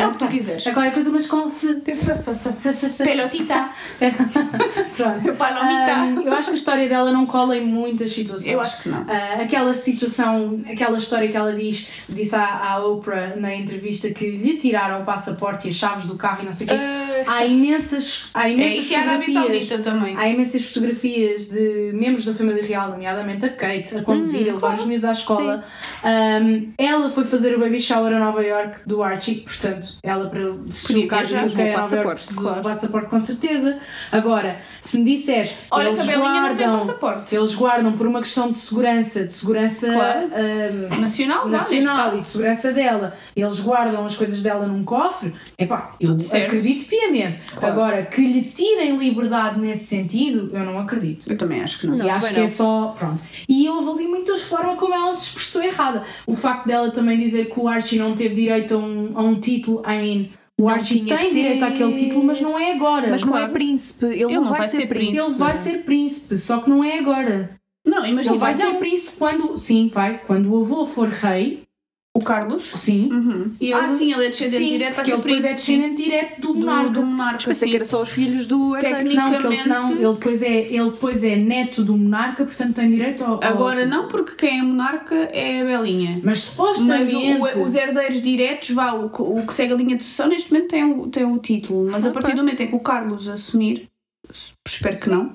S5: É o que tu quiseres.
S4: É qualquer coisa, mas com... fe- fe- fe- fe-
S5: Pelotita.
S4: Pronto.
S5: Palomita.
S4: Ahm, eu acho que a história dela não cola em muitas situações.
S5: Eu acho que não.
S4: Ah, aquela situação, aquela história que ela diz, disse à, à Oprah na entrevista que lhe tiraram o passaporte e as chaves do carro e não sei o quê. Há imensas, há
S5: Ah. É
S4: imensas
S5: isso e a Arábia
S4: fotografias.
S5: Saudita então, também.
S4: Há imensas fotografias de membros da família real, nomeadamente a Kate, a conduzir,
S5: Uhum,
S4: a levar os miúdos à escola. Ahm, ela foi fazer o baby shower a Nova York do Archie, portanto, ela para se
S5: Podia
S4: deslocar de
S5: viajar
S4: Nova
S5: com o
S4: York
S2: passaporte,
S4: precisou do
S5: claro.
S4: passaporte com certeza. Agora, Se me disseres,
S5: Olha,
S4: eles
S5: a Belinha não tem
S4: guardam-
S5: passaporte.
S4: Eles guardam por uma questão de segurança, de segurança
S5: Claro.
S4: ahm,
S5: Nacional, Ah, vá, neste
S4: ah, nacional e
S5: caso.
S4: segurança dela. Eles guardam as coisas dela num cofre. Epá, eu
S5: Tudo certo.
S4: acredito piamente.
S5: Claro.
S4: Agora, que lhe tirem liberdade nesse sentido, eu não acredito.
S5: Eu também acho que não.
S4: e acho
S2: também
S4: que é
S2: não.
S4: só. Pronto. E houve ali muitas formas como ela se expressou errada. O facto dela também dizer que o Archie não teve direito a um, a um título, I mean, o Archie
S2: tinha
S4: tem
S2: que
S4: direito
S2: ter.
S4: àquele título, mas não é agora.
S2: Mas não é
S5: claro.
S2: príncipe, ele, não, vai, ser príncipe.
S4: Ele vai ser príncipe, só que não é agora.
S5: Não,
S4: Ele
S5: imagina.
S4: vai
S5: não.
S4: ser príncipe quando. Sim, vai. Quando o avô for rei,
S5: O Carlos.
S4: sim.
S5: Uhum.
S4: Ele,
S5: ah, sim, ele é descendente
S4: sim,
S5: direto, vai
S4: porque
S5: ser
S4: ele depois
S5: príncipe.
S4: é descendente direto do
S5: do,
S4: monarca.
S5: do monarca,
S2: Pensei
S5: sim. é
S2: que era só os filhos do herdeiro.
S5: Técnico.
S4: Não, que ele, não,
S5: Tecnicamente-
S4: ele depois é, ele depois é neto do monarca, portanto tem direito ao. ao
S5: Agora
S4: título.
S5: não, porque quem é monarca é a Belinha.
S4: Mas
S5: Mas o-
S4: supostamente.
S5: o- os herdeiros diretos, vá, o, que- o que segue a linha de sucessão, neste momento tem o, tem o título. Mas a partir do momento em que o Carlos assumir, espero que não,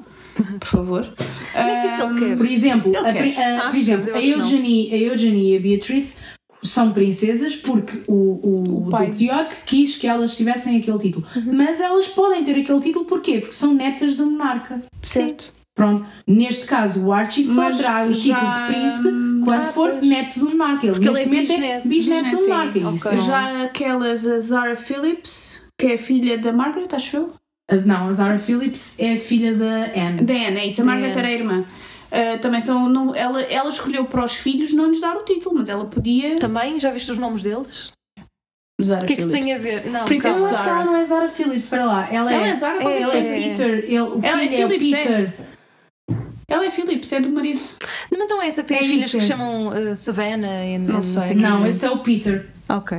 S5: por favor.
S2: Nem sei se ele quer.
S4: Por exemplo,
S5: Ele
S4: a, pri-
S2: quer.
S4: a- por
S2: Achas?
S4: exemplo,
S2: Eu
S4: a
S2: acho que não.
S4: Eugenie, a Eugenie e a Beatrice são princesas porque o, o,
S2: O pai. Uhum.
S4: Duque de York quis que elas tivessem aquele título. Mas elas podem ter aquele título porquê? Porque são netas do monarca.
S2: Certo.
S4: Pronto, neste caso o Archie só
S5: Mas
S4: terá o
S5: já-
S4: título de príncipe quando
S2: Ah,
S4: for
S2: pois.
S4: neto do monarca. Ele
S2: Porque ele é
S4: neste momento
S2: bisneto.
S4: é bisneto
S5: Bisneto,
S4: do
S5: sim,
S4: monarca.
S2: ok.
S4: Isso não-
S5: ah, Já aquelas, a Zara Phillips, que é filha da Margaret, acho eu.
S4: As- Não, a Zara Phillips é a filha da Anne.
S5: Da Anne, é isso, a Margaret era a irmã. Ah, também são. Não, ela, ela escolheu para os filhos não lhes dar o título, mas ela podia.
S2: Também, já viste os nomes deles?
S5: Zara
S2: Tá. O que é que isso
S5: Phillips.
S2: tem a ver? Não,
S5: Princesa
S4: Eu
S2: calma.
S4: acho que
S5: Zara.
S4: ela não é Zara Phillips, para lá. Ela é,
S5: Ela é Zara, qualquer
S4: ela é
S5: coisa.
S2: é-
S4: Peter. Ele, o
S5: Ela é
S4: filho é,
S5: Phillips, é.
S4: Peter.
S5: Ela é Phillips, é do marido.
S2: Não, mas não é essa que tem
S4: É
S2: as filhas
S4: isso.
S2: que chamam eh, Savannah e
S5: Não sei.
S2: quê.
S4: Não, esse é o Peter.
S2: Ok.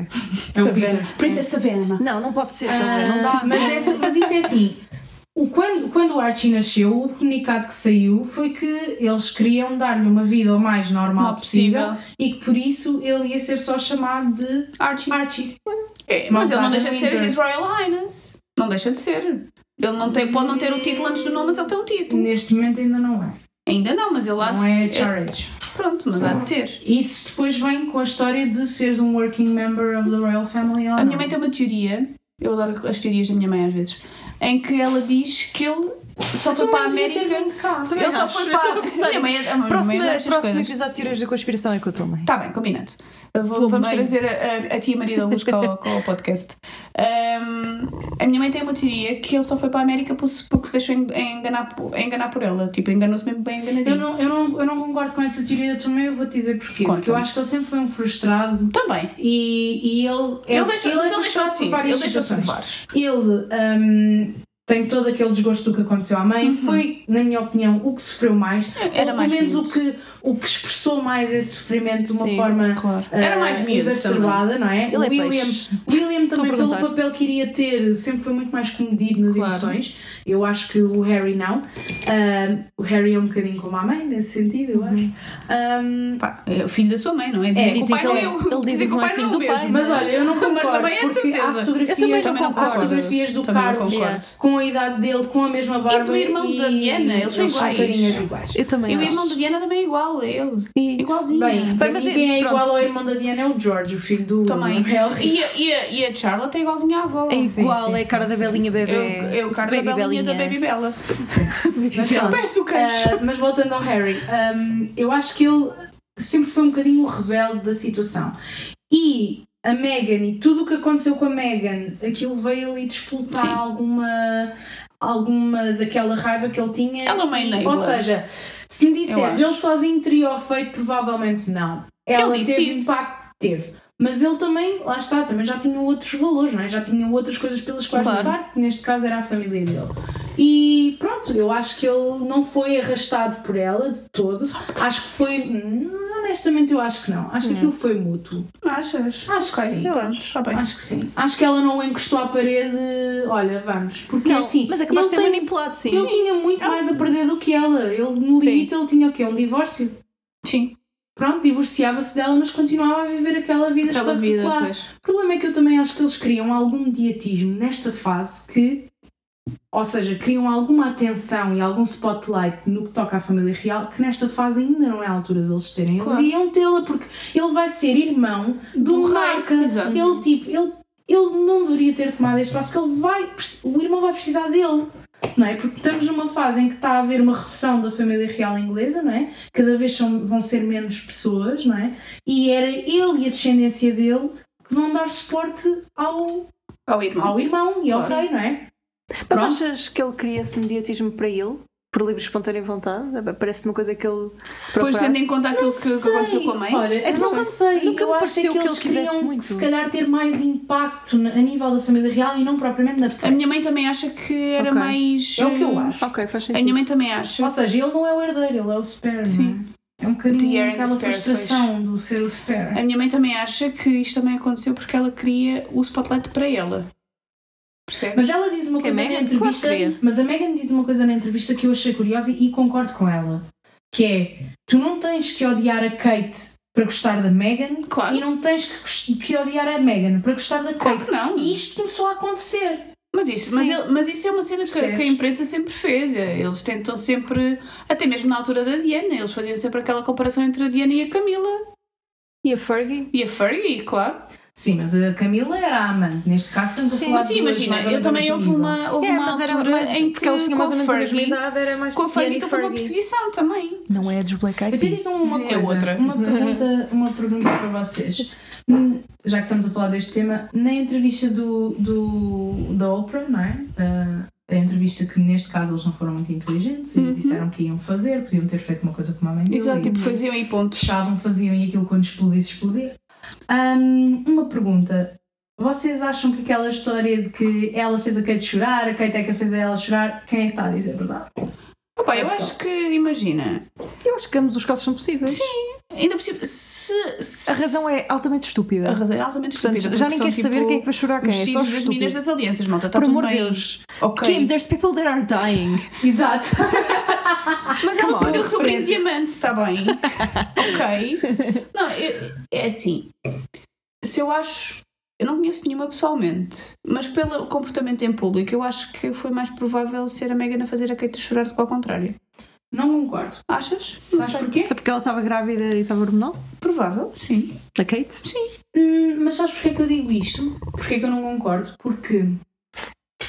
S4: É o
S5: Savannah.
S4: Peter.
S5: Princess Savannah.
S2: Não, não pode ser
S5: é
S2: Savannah, não
S4: Ah,
S2: dá.
S4: Mas, essa- mas isso é assim. O, quando, quando o Archie nasceu, o comunicado que saiu foi que eles queriam dar-lhe uma vida o mais normal
S5: Mal
S4: possível,
S5: possível.
S4: e que por isso ele ia ser só chamado de
S5: Archie.
S4: Archie.
S5: É, mas ele
S4: Mountbatten
S5: não deixa de ser
S4: Windsor.
S5: His Royal Highness. Não deixa de ser. Ele não tem, pode não ter o título antes do nome, mas ele tem um título.
S4: Neste momento ainda não é.
S5: Ainda não, mas ele há
S4: Não
S5: de,
S4: é Charage.
S5: Pronto, mas há de ter.
S4: Isso depois vem com a história de seres um working member of the royal family ou
S5: A minha
S4: não.
S5: mãe tem uma teoria, eu adoro as teorias da minha mãe às vezes, em que ela diz que ele só foi para a
S4: Então devia ter
S5: América.
S4: vindo cá.
S5: Ele só foi
S2: Também acho,
S5: para.
S2: eu estou a pensar
S5: Minha mãe, é, a minha mãe
S2: Próximo,
S5: adora estas
S2: próximo
S5: coisas.
S2: episódio de Teorias da Conspiração é com a tua mãe.
S5: Está Tá bem, combinado. Eu vou- vamos trazer a, a- a tia Maria da Luz com, o- com o podcast. Ahm, a minha mãe tem uma teoria que ele só foi para a América por se- porque se deixou en- enganar, por- enganar por ela. Tipo, enganou-se mesmo bem enganadinho.
S4: Eu não, eu, não, eu não concordo com essa teoria da tua mãe, eu vou-te dizer porquê. Porque eu
S5: Conta-me.
S4: acho que ele sempre foi um frustrado
S5: Também.
S4: E, e ele,
S5: Ele deixou- mas ele
S4: é
S5: deixou
S4: frustrado
S5: assim,
S4: por várias
S5: ele deixou-se levar.
S4: situações. Ele hum, tem todo aquele desgosto do que aconteceu à mãe. Foi, na minha opinião, o que sofreu mais.
S5: Uhum. É, Era
S4: ou
S5: mais
S4: pelo menos o
S5: bonito.
S4: que, o que expressou mais esse sofrimento de uma
S2: Sim,
S4: forma
S5: claro.
S4: ah,
S5: Era mais miúdo
S4: exacerbada, não é?
S2: Ele é
S4: William,
S2: peixe.
S4: William também,
S2: Estão a
S4: pelo
S2: perguntar.
S4: papel que iria ter, sempre foi muito mais comedido nas
S5: Claro.
S4: emoções. Eu acho que o Harry não. Ah, o Harry é um bocadinho como a mãe, nesse sentido, eu
S5: Uhum.
S4: acho. Ah,
S5: Pá, é o filho da sua mãe, não é? Dizer
S4: É,
S5: que o
S2: dizem
S5: pai
S2: que
S5: não
S2: ele-
S5: é o-
S2: ele
S5: dizem que o pai não é o
S2: do pai,
S5: mesmo.
S2: não é?
S4: Mas olha, eu não concordo,
S5: também é de
S4: porque
S5: certeza.
S4: há
S2: Eu também
S4: fotografias,
S2: não
S4: há
S2: concordo.
S4: fotografias do
S5: Também não
S4: Carlos
S5: concordo.
S4: com a idade dele, com a mesma barba.
S5: E do Então, irmão da Diana, eles são iguais.
S4: carinhas iguais.
S2: Eu também
S5: E o
S2: acho.
S5: irmão de Diana também é igual a ele.
S2: Isso.
S5: Igualzinho.
S4: Bem, para
S2: Mas
S4: mim
S2: é-
S4: quem é
S2: pronto.
S4: igual ao irmão da Diana é o George, o filho do
S5: Também.
S4: Mel.
S5: E a, e, a, e a Charlotte é igualzinha à avó.
S2: É
S4: Sim,
S2: igual,
S4: sim,
S2: é a cara
S4: sim,
S2: da Belinha Bebê.
S5: Eu, eu
S2: Esse
S5: cara da
S2: baby
S5: Belinha, da Baby Bella.
S4: Mas, pronto.
S5: Parece o queixo.
S4: Ah, mas voltando ao Harry, hum, eu acho que ele sempre foi um bocadinho o rebelde da situação. E a Meghan e tudo o que aconteceu com a Meghan, aquilo veio ali disputar
S5: Sim.
S4: alguma alguma daquela raiva que ele tinha.
S5: Ela é uma
S4: E-
S5: enabler.
S4: Ou seja, se me
S5: Eu
S4: disseres
S5: acho.
S4: ele sozinho teria o feito, provavelmente não. Ela
S5: Ele disse
S4: teve o
S5: isso.
S4: impacto que teve. Mas ele também, lá está, também já tinha outros valores, não é? já tinha outras coisas pelas quais
S5: Claro.
S4: lutar, que neste caso era a família dele. E pronto, eu acho que ele não foi arrastado por ela de todo. Acho que foi. hum, Honestamente, eu acho que não. Acho que aquilo foi mútuo.
S5: Achas?
S4: Acho que
S5: Hum. Ok,
S4: sim.
S5: Pronto, está bem.
S4: Acho que sim. Acho que ela não o encostou à parede. Olha, vamos. Porque
S2: Não,
S4: assim.
S2: mas é capaz de
S4: ele
S2: ter
S4: tem-
S2: manipulado, sim.
S4: Ele tinha muito mais a perder do que ela. Ele,
S2: Sim.
S4: no limite, ele tinha o quê? Um divórcio?
S5: Sim,
S4: Pronto, divorciava-se dela, mas continuava a viver aquela vida
S5: aquela vida,
S4: espetacular.
S5: pois.
S4: O problema é que eu também acho que eles criam algum mediatismo nesta fase que, ou seja, criam alguma atenção e algum spotlight no que toca à família real, que nesta fase ainda não é a altura deles terem.
S5: Claro.
S4: Eles iam tê-la porque ele vai ser irmão um do
S5: Do rei,
S4: monarca.
S5: exato.
S4: Ele, tipo, ele, ele não deveria ter tomado este passo porque ele vai, pre- o irmão vai precisar dele. não é? Porque estamos numa fase em que está a haver uma redução da família real inglesa, não é? Cada vez são, vão ser menos pessoas, não é? E era ele e a descendência dele que vão dar suporte ao,
S6: Ao irmão.
S4: ao irmão e ao
S6: Claro.
S4: rei, não é?
S2: Mas
S4: Pronto.
S2: achas que ele queria esse mediatismo para ele? Por livre espontânea vontade? Parece uma coisa que ele
S5: Depois tendo
S2: procurasse.
S5: em conta aquilo que, que aconteceu com a mãe.
S4: Olha,
S2: É
S4: eu
S2: que
S4: não
S2: nunca-
S4: sei,
S2: nunca
S4: eu
S2: me
S4: acho é
S2: pareceu que
S4: que eles
S2: ele quisesse
S4: queriam
S2: muito.
S4: se calhar ter mais impacto na- a nível da família real e não propriamente na
S5: A
S4: pressa.
S5: minha mãe também acha que era
S2: Ok.
S5: mais.
S4: É o que então eu
S5: eh,
S4: acho.
S2: Ok, faz
S5: A
S2: sentido.
S5: minha mãe também acha.
S4: Ou seja, ele não é o herdeiro, ele é o spare,
S5: Sim.
S4: não é? É um
S5: The heir
S4: bocadinho
S5: and
S4: aquela
S5: the spare, É.
S4: frustração do ser o spare.
S5: A minha mãe também acha que isto também aconteceu porque ela queria o spotlight para ela. Percebes?
S4: Mas ela diz uma
S2: Que a
S4: coisa na
S2: Meghan, claro que
S4: entrevista,
S2: queria.
S4: mas a Megan diz uma coisa na entrevista que eu achei curiosa e, e concordo com ela, que é tu não tens que odiar a Kate para gostar da Megan
S5: Claro.
S4: e não tens que, gos- que odiar a Megan para gostar da
S5: Claro
S4: Kate.
S5: que não.
S4: E isto começou a acontecer.
S5: é Mas isso, mas,
S4: Sim.
S5: ele- mas isso é uma cena que, que a
S4: Percebes?
S5: imprensa sempre fez. É, Eles tentam sempre, até mesmo na altura da Diana, eles faziam sempre aquela comparação entre a Diana e a Camila.
S2: E a Fergie?
S5: E a Fergie, claro.
S4: Sim, mas a Camila era a amante. Neste caso estamos a
S2: Sim,
S4: falar
S5: Mas sim,
S4: de duas
S5: imagina,
S4: mais ou
S5: eu
S4: menos
S5: também
S4: do
S5: houve
S4: nível.
S5: uma, houve
S2: É,
S5: uma
S2: mas era
S5: altura
S2: mais-
S5: em que
S2: porque eles tinham mais ou
S5: com a
S2: menos a mesma
S5: Fergie,
S2: idade, era mais
S5: com a Fergie
S2: Diana e
S5: que foi uma
S2: Fergie.
S5: perseguição também.
S2: Não é dos Black
S4: Eu
S2: Eyed
S4: te
S2: Peas.
S4: digo uma
S5: É
S4: coisa,
S5: outra.
S4: uma pergunta, uma pergunta para vocês. Hum, Já que estamos a falar deste tema, na entrevista do, do- da Oprah, não é? Ah, a entrevista que neste caso eles não foram muito inteligentes e disseram que iam fazer, podiam ter feito uma coisa como a mãe dele.
S5: Uhum. Exato,
S4: e
S5: tipo, faziam aí pontos.
S4: fechavam, faziam e aquilo quando explodisse, explodia. Hum, uma pergunta. Vocês acham que aquela história de que ela fez a Kate chorar, a Kate é que a fez a ela chorar, quem é que está a dizer a verdade?
S5: Opa, eu
S4: Let's
S5: acho que, imagina,
S2: Eu acho que ambos os casos são possíveis. Sim.
S5: ainda por cima, se, se-
S2: A razão é altamente estúpida.
S5: A razão é altamente
S2: Portanto,
S5: estúpida.
S2: já nem
S5: porque são,
S2: queres saber
S5: tipo,
S2: quem é que vai chorar quem.
S5: Os
S2: É só
S5: filhos das
S2: estúpido.
S5: meninas das alianças, malta, está
S2: Por
S5: tudo
S2: amor de
S5: bem.
S2: Deus.
S5: Ok.
S2: Kim, there's people that are dying.
S4: Exato.
S5: Mas é um ela
S2: Come on,
S5: perdeu o seu brinco de
S4: referência.
S5: diamante, está tá bem. ok. Não, eu- é assim. Se eu acho. Eu não conheço nenhuma pessoalmente, mas pelo comportamento em público, eu acho que foi mais provável ser a Megan a fazer a Kate chorar do que ao contrário.
S4: Não concordo.
S5: Achas? Não
S4: Sabes
S5: sei.
S4: porquê?
S2: Só porque ela estava grávida e estava hormonal?
S5: Provável, sim.
S2: Da Kate?
S4: Hum, mas sabes porque é que eu digo isto? Porque é que eu não concordo? Porque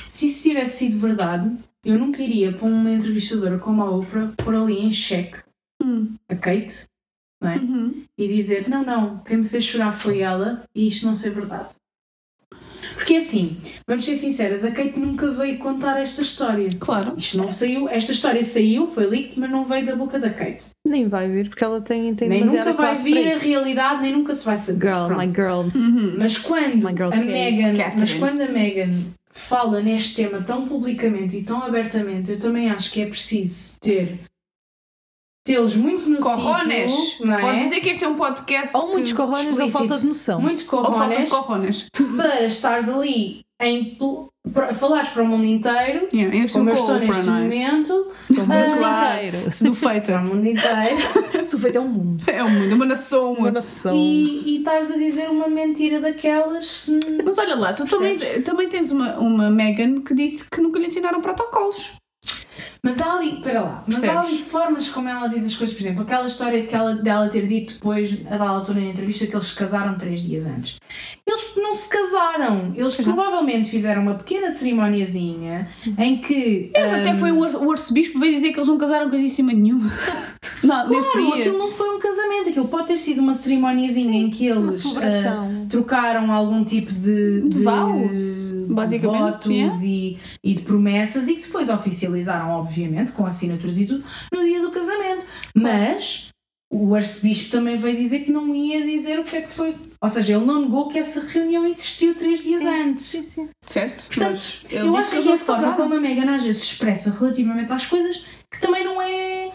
S4: se isso tivesse sido verdade, eu nunca iria para uma entrevistadora como a Oprah pôr ali em xeque
S5: Hum.
S4: a Kate
S5: Uhum.
S4: e dizer: não, não, quem me fez chorar foi ela e isto não ser verdade. Porque assim, vamos ser sinceras, a Kate nunca veio contar esta história.
S5: Claro.
S4: Isto não saiu, esta história saiu, foi leaked, mas não veio da boca da Kate.
S2: Nem vai vir, porque ela tem, tem
S4: nem
S2: demasiada
S4: nunca vai
S2: classe
S4: vir
S2: para
S4: a
S2: isso.
S4: realidade, nem nunca se vai saber.
S2: Girl,
S4: Pronto.
S2: my girl.
S5: Uhum.
S4: Mas quando
S2: My girl
S4: a
S2: Kate.
S4: Megan,
S5: Catherine.
S4: mas quando a Megan fala neste tema tão publicamente e tão abertamente, eu também acho que é preciso ter tê-los muito no
S5: Corrones!
S4: sítio, não é?
S5: Podes dizer que este é um podcast.
S2: Ou muitos
S5: que-
S2: corrones ou
S5: explícito.
S2: falta de noção.
S4: muito
S5: Ou falta de
S4: corrones
S5: corrones.
S4: para estares ali em pl- para falares para o mundo inteiro,
S5: Yeah, ainda
S4: como
S5: por cima
S4: eu
S5: com
S4: estou
S5: a Oprah,
S4: neste
S5: um não é?
S4: momento,
S5: Muito
S4: Ah,
S5: claro.
S2: Inteiro.
S5: Se do
S4: para
S5: feita.
S4: o mundo inteiro,
S2: Isso feito é um mundo.
S5: É um mundo, uma nação.
S2: Uma nação.
S4: e, e estares a dizer uma mentira daquelas se-
S5: Mas olha lá, tu também, também tens uma, uma Megan que disse que nunca lhe ensinaram protocolos.
S4: Mas há ali, espera lá, mas há
S5: Percebes?
S4: ali formas como ela diz as coisas, por exemplo, aquela história de que ela, dela ter dito depois, a dada altura na entrevista, que eles se casaram três dias antes. Eles não se casaram, eles provavelmente fizeram uma pequena cerimoniazinha em que.
S5: Eles
S4: ah,
S5: até foi o, ar- o arcebispo veio dizer que eles não casaram coisíssima nenhuma. Não, nesse
S4: Claro,
S5: dia.
S4: aquilo não foi um casamento, aquilo pode ter sido uma cerimoniazinha em que eles.
S2: Uma
S4: ah,
S2: celebração.
S4: Trocaram algum tipo de,
S5: De vows, basicamente,
S4: votos
S5: yeah.
S4: e, e de promessas e que depois oficializaram, obviamente, com assinaturas e tudo, no dia do casamento. Mas o arcebispo também veio dizer que não ia dizer o que é que foi. Ou seja, ele não negou que essa reunião existiu três dias
S2: Sim.
S4: antes.
S2: Sim, sim.
S5: Certo.
S4: Portanto,
S5: Mas
S4: Eu,
S5: ele disse
S4: acho que, é
S5: eles não
S4: a
S5: se
S4: forma
S5: casaram.
S4: como a Megan às vezes se expressa relativamente às coisas que também não é.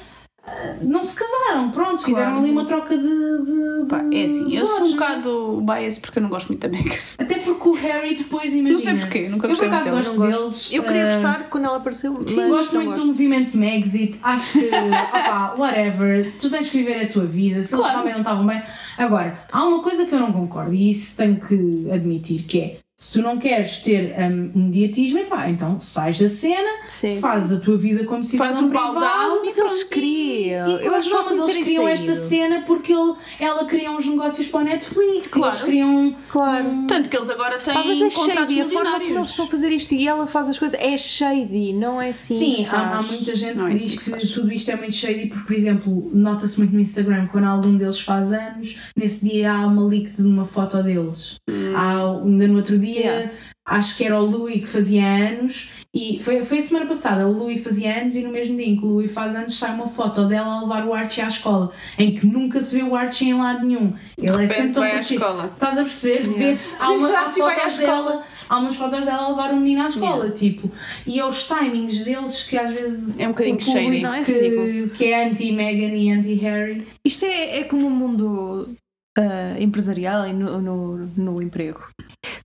S4: ah, Não se casaram, pronto, fizeram
S5: Claro.
S4: ali uma troca de. de-
S5: Pá, é assim,
S4: de
S5: eu sou
S4: votos,
S5: um
S4: não é?
S5: bocado bias porque eu não gosto muito da Megan.
S4: Até porque o Harry depois, imagina.
S5: Não sei porquê, nunca
S4: Eu por
S5: gostei
S4: acaso
S5: muito dela.
S4: gosto
S2: Não gosto.
S4: deles.
S2: Eu queria
S4: ah,
S2: gostar quando ela apareceu, mas
S4: Sim, gosto
S2: não
S4: muito um do
S2: gosto.
S4: movimento Megxit. Acho que, opá, whatever. Tu tens que viver a tua vida. Se eles
S5: Claro.
S4: realmente não estavam bem. Agora, há uma coisa que eu não concordo e isso tenho que admitir: que é Se tu não queres ter hum, mediatismo, epá, então sais da cena,
S2: Sim.
S4: fazes a tua vida como se
S5: Faz um baldown
S2: Mas eles queriam.
S4: eu acho
S2: não
S4: que mas eles
S2: terem
S4: criam
S2: saído.
S4: esta cena porque ele- ela cria uns negócios para o Netflix.
S5: Claro.
S4: Eles criam. um
S2: Claro.
S5: Tanto que eles agora têm
S2: Ah, mas é
S5: contratos
S2: shady a forma como eles
S5: milionários.
S2: estão a fazer isto e ela faz as coisas. É shady, não é assim. que
S4: Sim,
S2: se
S4: há, um há
S2: faz.
S4: muita gente
S5: Não, é
S4: que
S5: assim
S4: diz
S5: que se
S4: que,
S5: faz.
S4: tudo isto é muito shady porque, por exemplo, nota-se muito no Instagram quando algum deles faz anos, nesse dia há uma leak de uma foto deles.
S5: Hum.
S4: Há, um, ainda no outro dia,
S2: Yeah.
S4: acho que era o Louis que fazia anos, e foi, foi a semana passada, o Louis fazia anos e no mesmo dia em que o Louis faz anos sai uma foto dela a levar o Archie à escola, em que nunca se vê o Archie em lado nenhum. Ele é sempre
S5: Repente
S4: tão
S5: vai à
S4: protegido.
S5: escola.
S4: Estás a perceber? Vê-se, há, uma, há,
S5: Archie vai à
S4: fotos
S5: escola.
S4: dela, há umas fotos dela a levar o menino à escola, tipo. E é os timings deles que às vezes.
S5: É um bocadinho
S4: o público
S5: shady.
S2: Não é
S4: que,
S2: ridículo.
S4: que é anti-Meghan e anti-Harry.
S2: Isto é, é como o mundo ah, empresarial e no, no, no emprego.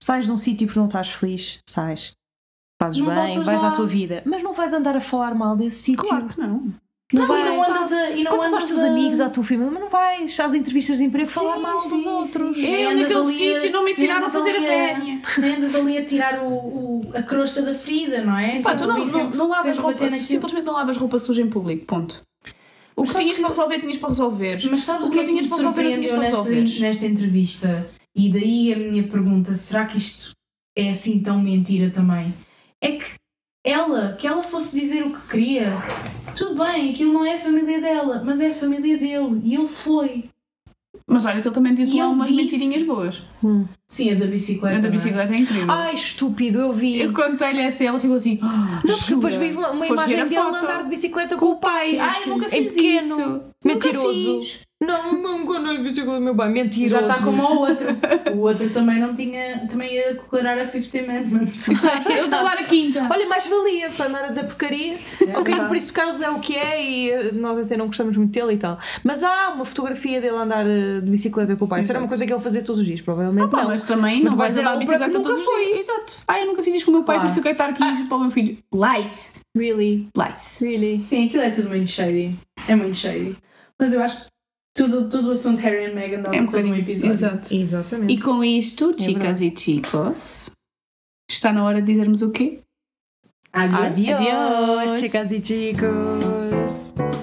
S2: Sais de um sítio porque não estás feliz, sais. Fazes
S4: Não
S2: bem,
S4: voltas
S2: vais
S4: lá.
S2: à tua vida. Mas não vais andar a falar mal desse sítio.
S5: Claro que não.
S2: Não
S4: E não
S2: vais.
S4: andas a.
S2: Contas aos
S4: E não Então andas
S2: teus
S4: a-
S2: amigos, à tua família, mas não vais às entrevistas de emprego falar mal
S4: sim,
S2: dos
S4: sim.
S2: outros.
S4: E
S5: Eu
S4: andas
S5: É naquele
S4: ali
S5: sítio não me
S4: e
S5: ensinaram a
S4: andas
S5: fazer a
S4: ali
S5: vénia.
S4: Nem né, andas ali a tirar o, o- a crosta da ferida, não é?
S5: Pá,
S4: Tipo,
S5: tu não,
S4: sempre-
S5: não, não lavas
S4: sempre bater
S5: roupa, tu
S4: naquilo.
S5: simplesmente não lavas roupa suja em público, ponto. O que tinhas para resolver, tinhas para resolver.
S4: Mas sabes
S5: O
S4: o que
S5: que não
S4: é que
S5: tinhas
S4: me
S5: para resolver, não tinhas
S4: surpreendeu
S5: para resolver.
S4: nesta, nesta entrevista? E daí a minha pergunta, será que isto é assim tão mentira também? É que ela, que ela fosse dizer o que queria, tudo bem, aquilo não é a família dela, mas é a família dele, e ele foi.
S5: Mas olha que ele também diz
S4: E
S5: lá
S4: ele
S5: umas
S4: disse-
S5: mentirinhas boas.
S4: Sim, a da bicicleta.
S5: A da
S4: não é?
S5: bicicleta é incrível.
S2: Ai, estúpido, eu vi.
S5: Eu contei-lhe essa e ela ficou assim. "Ah,
S2: Não, porque depois
S5: jura?
S2: vi uma, uma
S5: Foste ver
S2: imagem
S5: a
S2: dele
S5: foto?
S2: andar de bicicleta com o pai.
S5: Ai, eu nunca
S2: Em
S5: fiz
S2: pequeno.
S5: isso. É Nunca
S2: Mentiroso.
S5: fiz.
S2: Não, não me conheço de bicicleta, meu pai,
S4: E
S2: mentiroso.
S4: já está como o outro. O outro também não tinha. também ia declarar a Fifth Amendment.
S5: Exato, é, eu declaro a quinta.
S2: Olha, mais valia para andar a dizer porcaria. ok,
S4: verdade.
S2: por isso o Carlos é o que é e eh, nós até não gostamos muito dele e tal. Mas há uma fotografia dele andar eh, de bicicleta com o pai. Será uma coisa que ele fazia todos os dias, provavelmente
S5: Ah, Pá,
S2: não.
S5: mas também
S2: Então, Mas
S5: não
S2: vai
S5: vais
S2: dizer
S5: andar de
S2: algo para
S5: bicicleta
S2: que nunca Ah.
S5: todos os dias. Exato. Ah, eu nunca fiz isto com o meu pai, por
S4: Claro.
S5: isso eu quero estar aqui para o meu filho. Lies.
S2: Really,
S5: Lies.
S2: really.
S4: Sim, aquilo é tudo muito shady. É muito shady. Mas eu acho que tudo, tudo o assunto Harry e Meghan dá
S5: É
S4: todo um
S5: um bocadinho.
S4: episódio.
S5: Exato.
S2: Exatamente.
S5: E com isto,
S2: É
S5: chicas e chicos, está na hora de dizermos o quê?
S4: Adiós.
S2: Adiós,
S5: Adiós.
S2: chicas e chicos.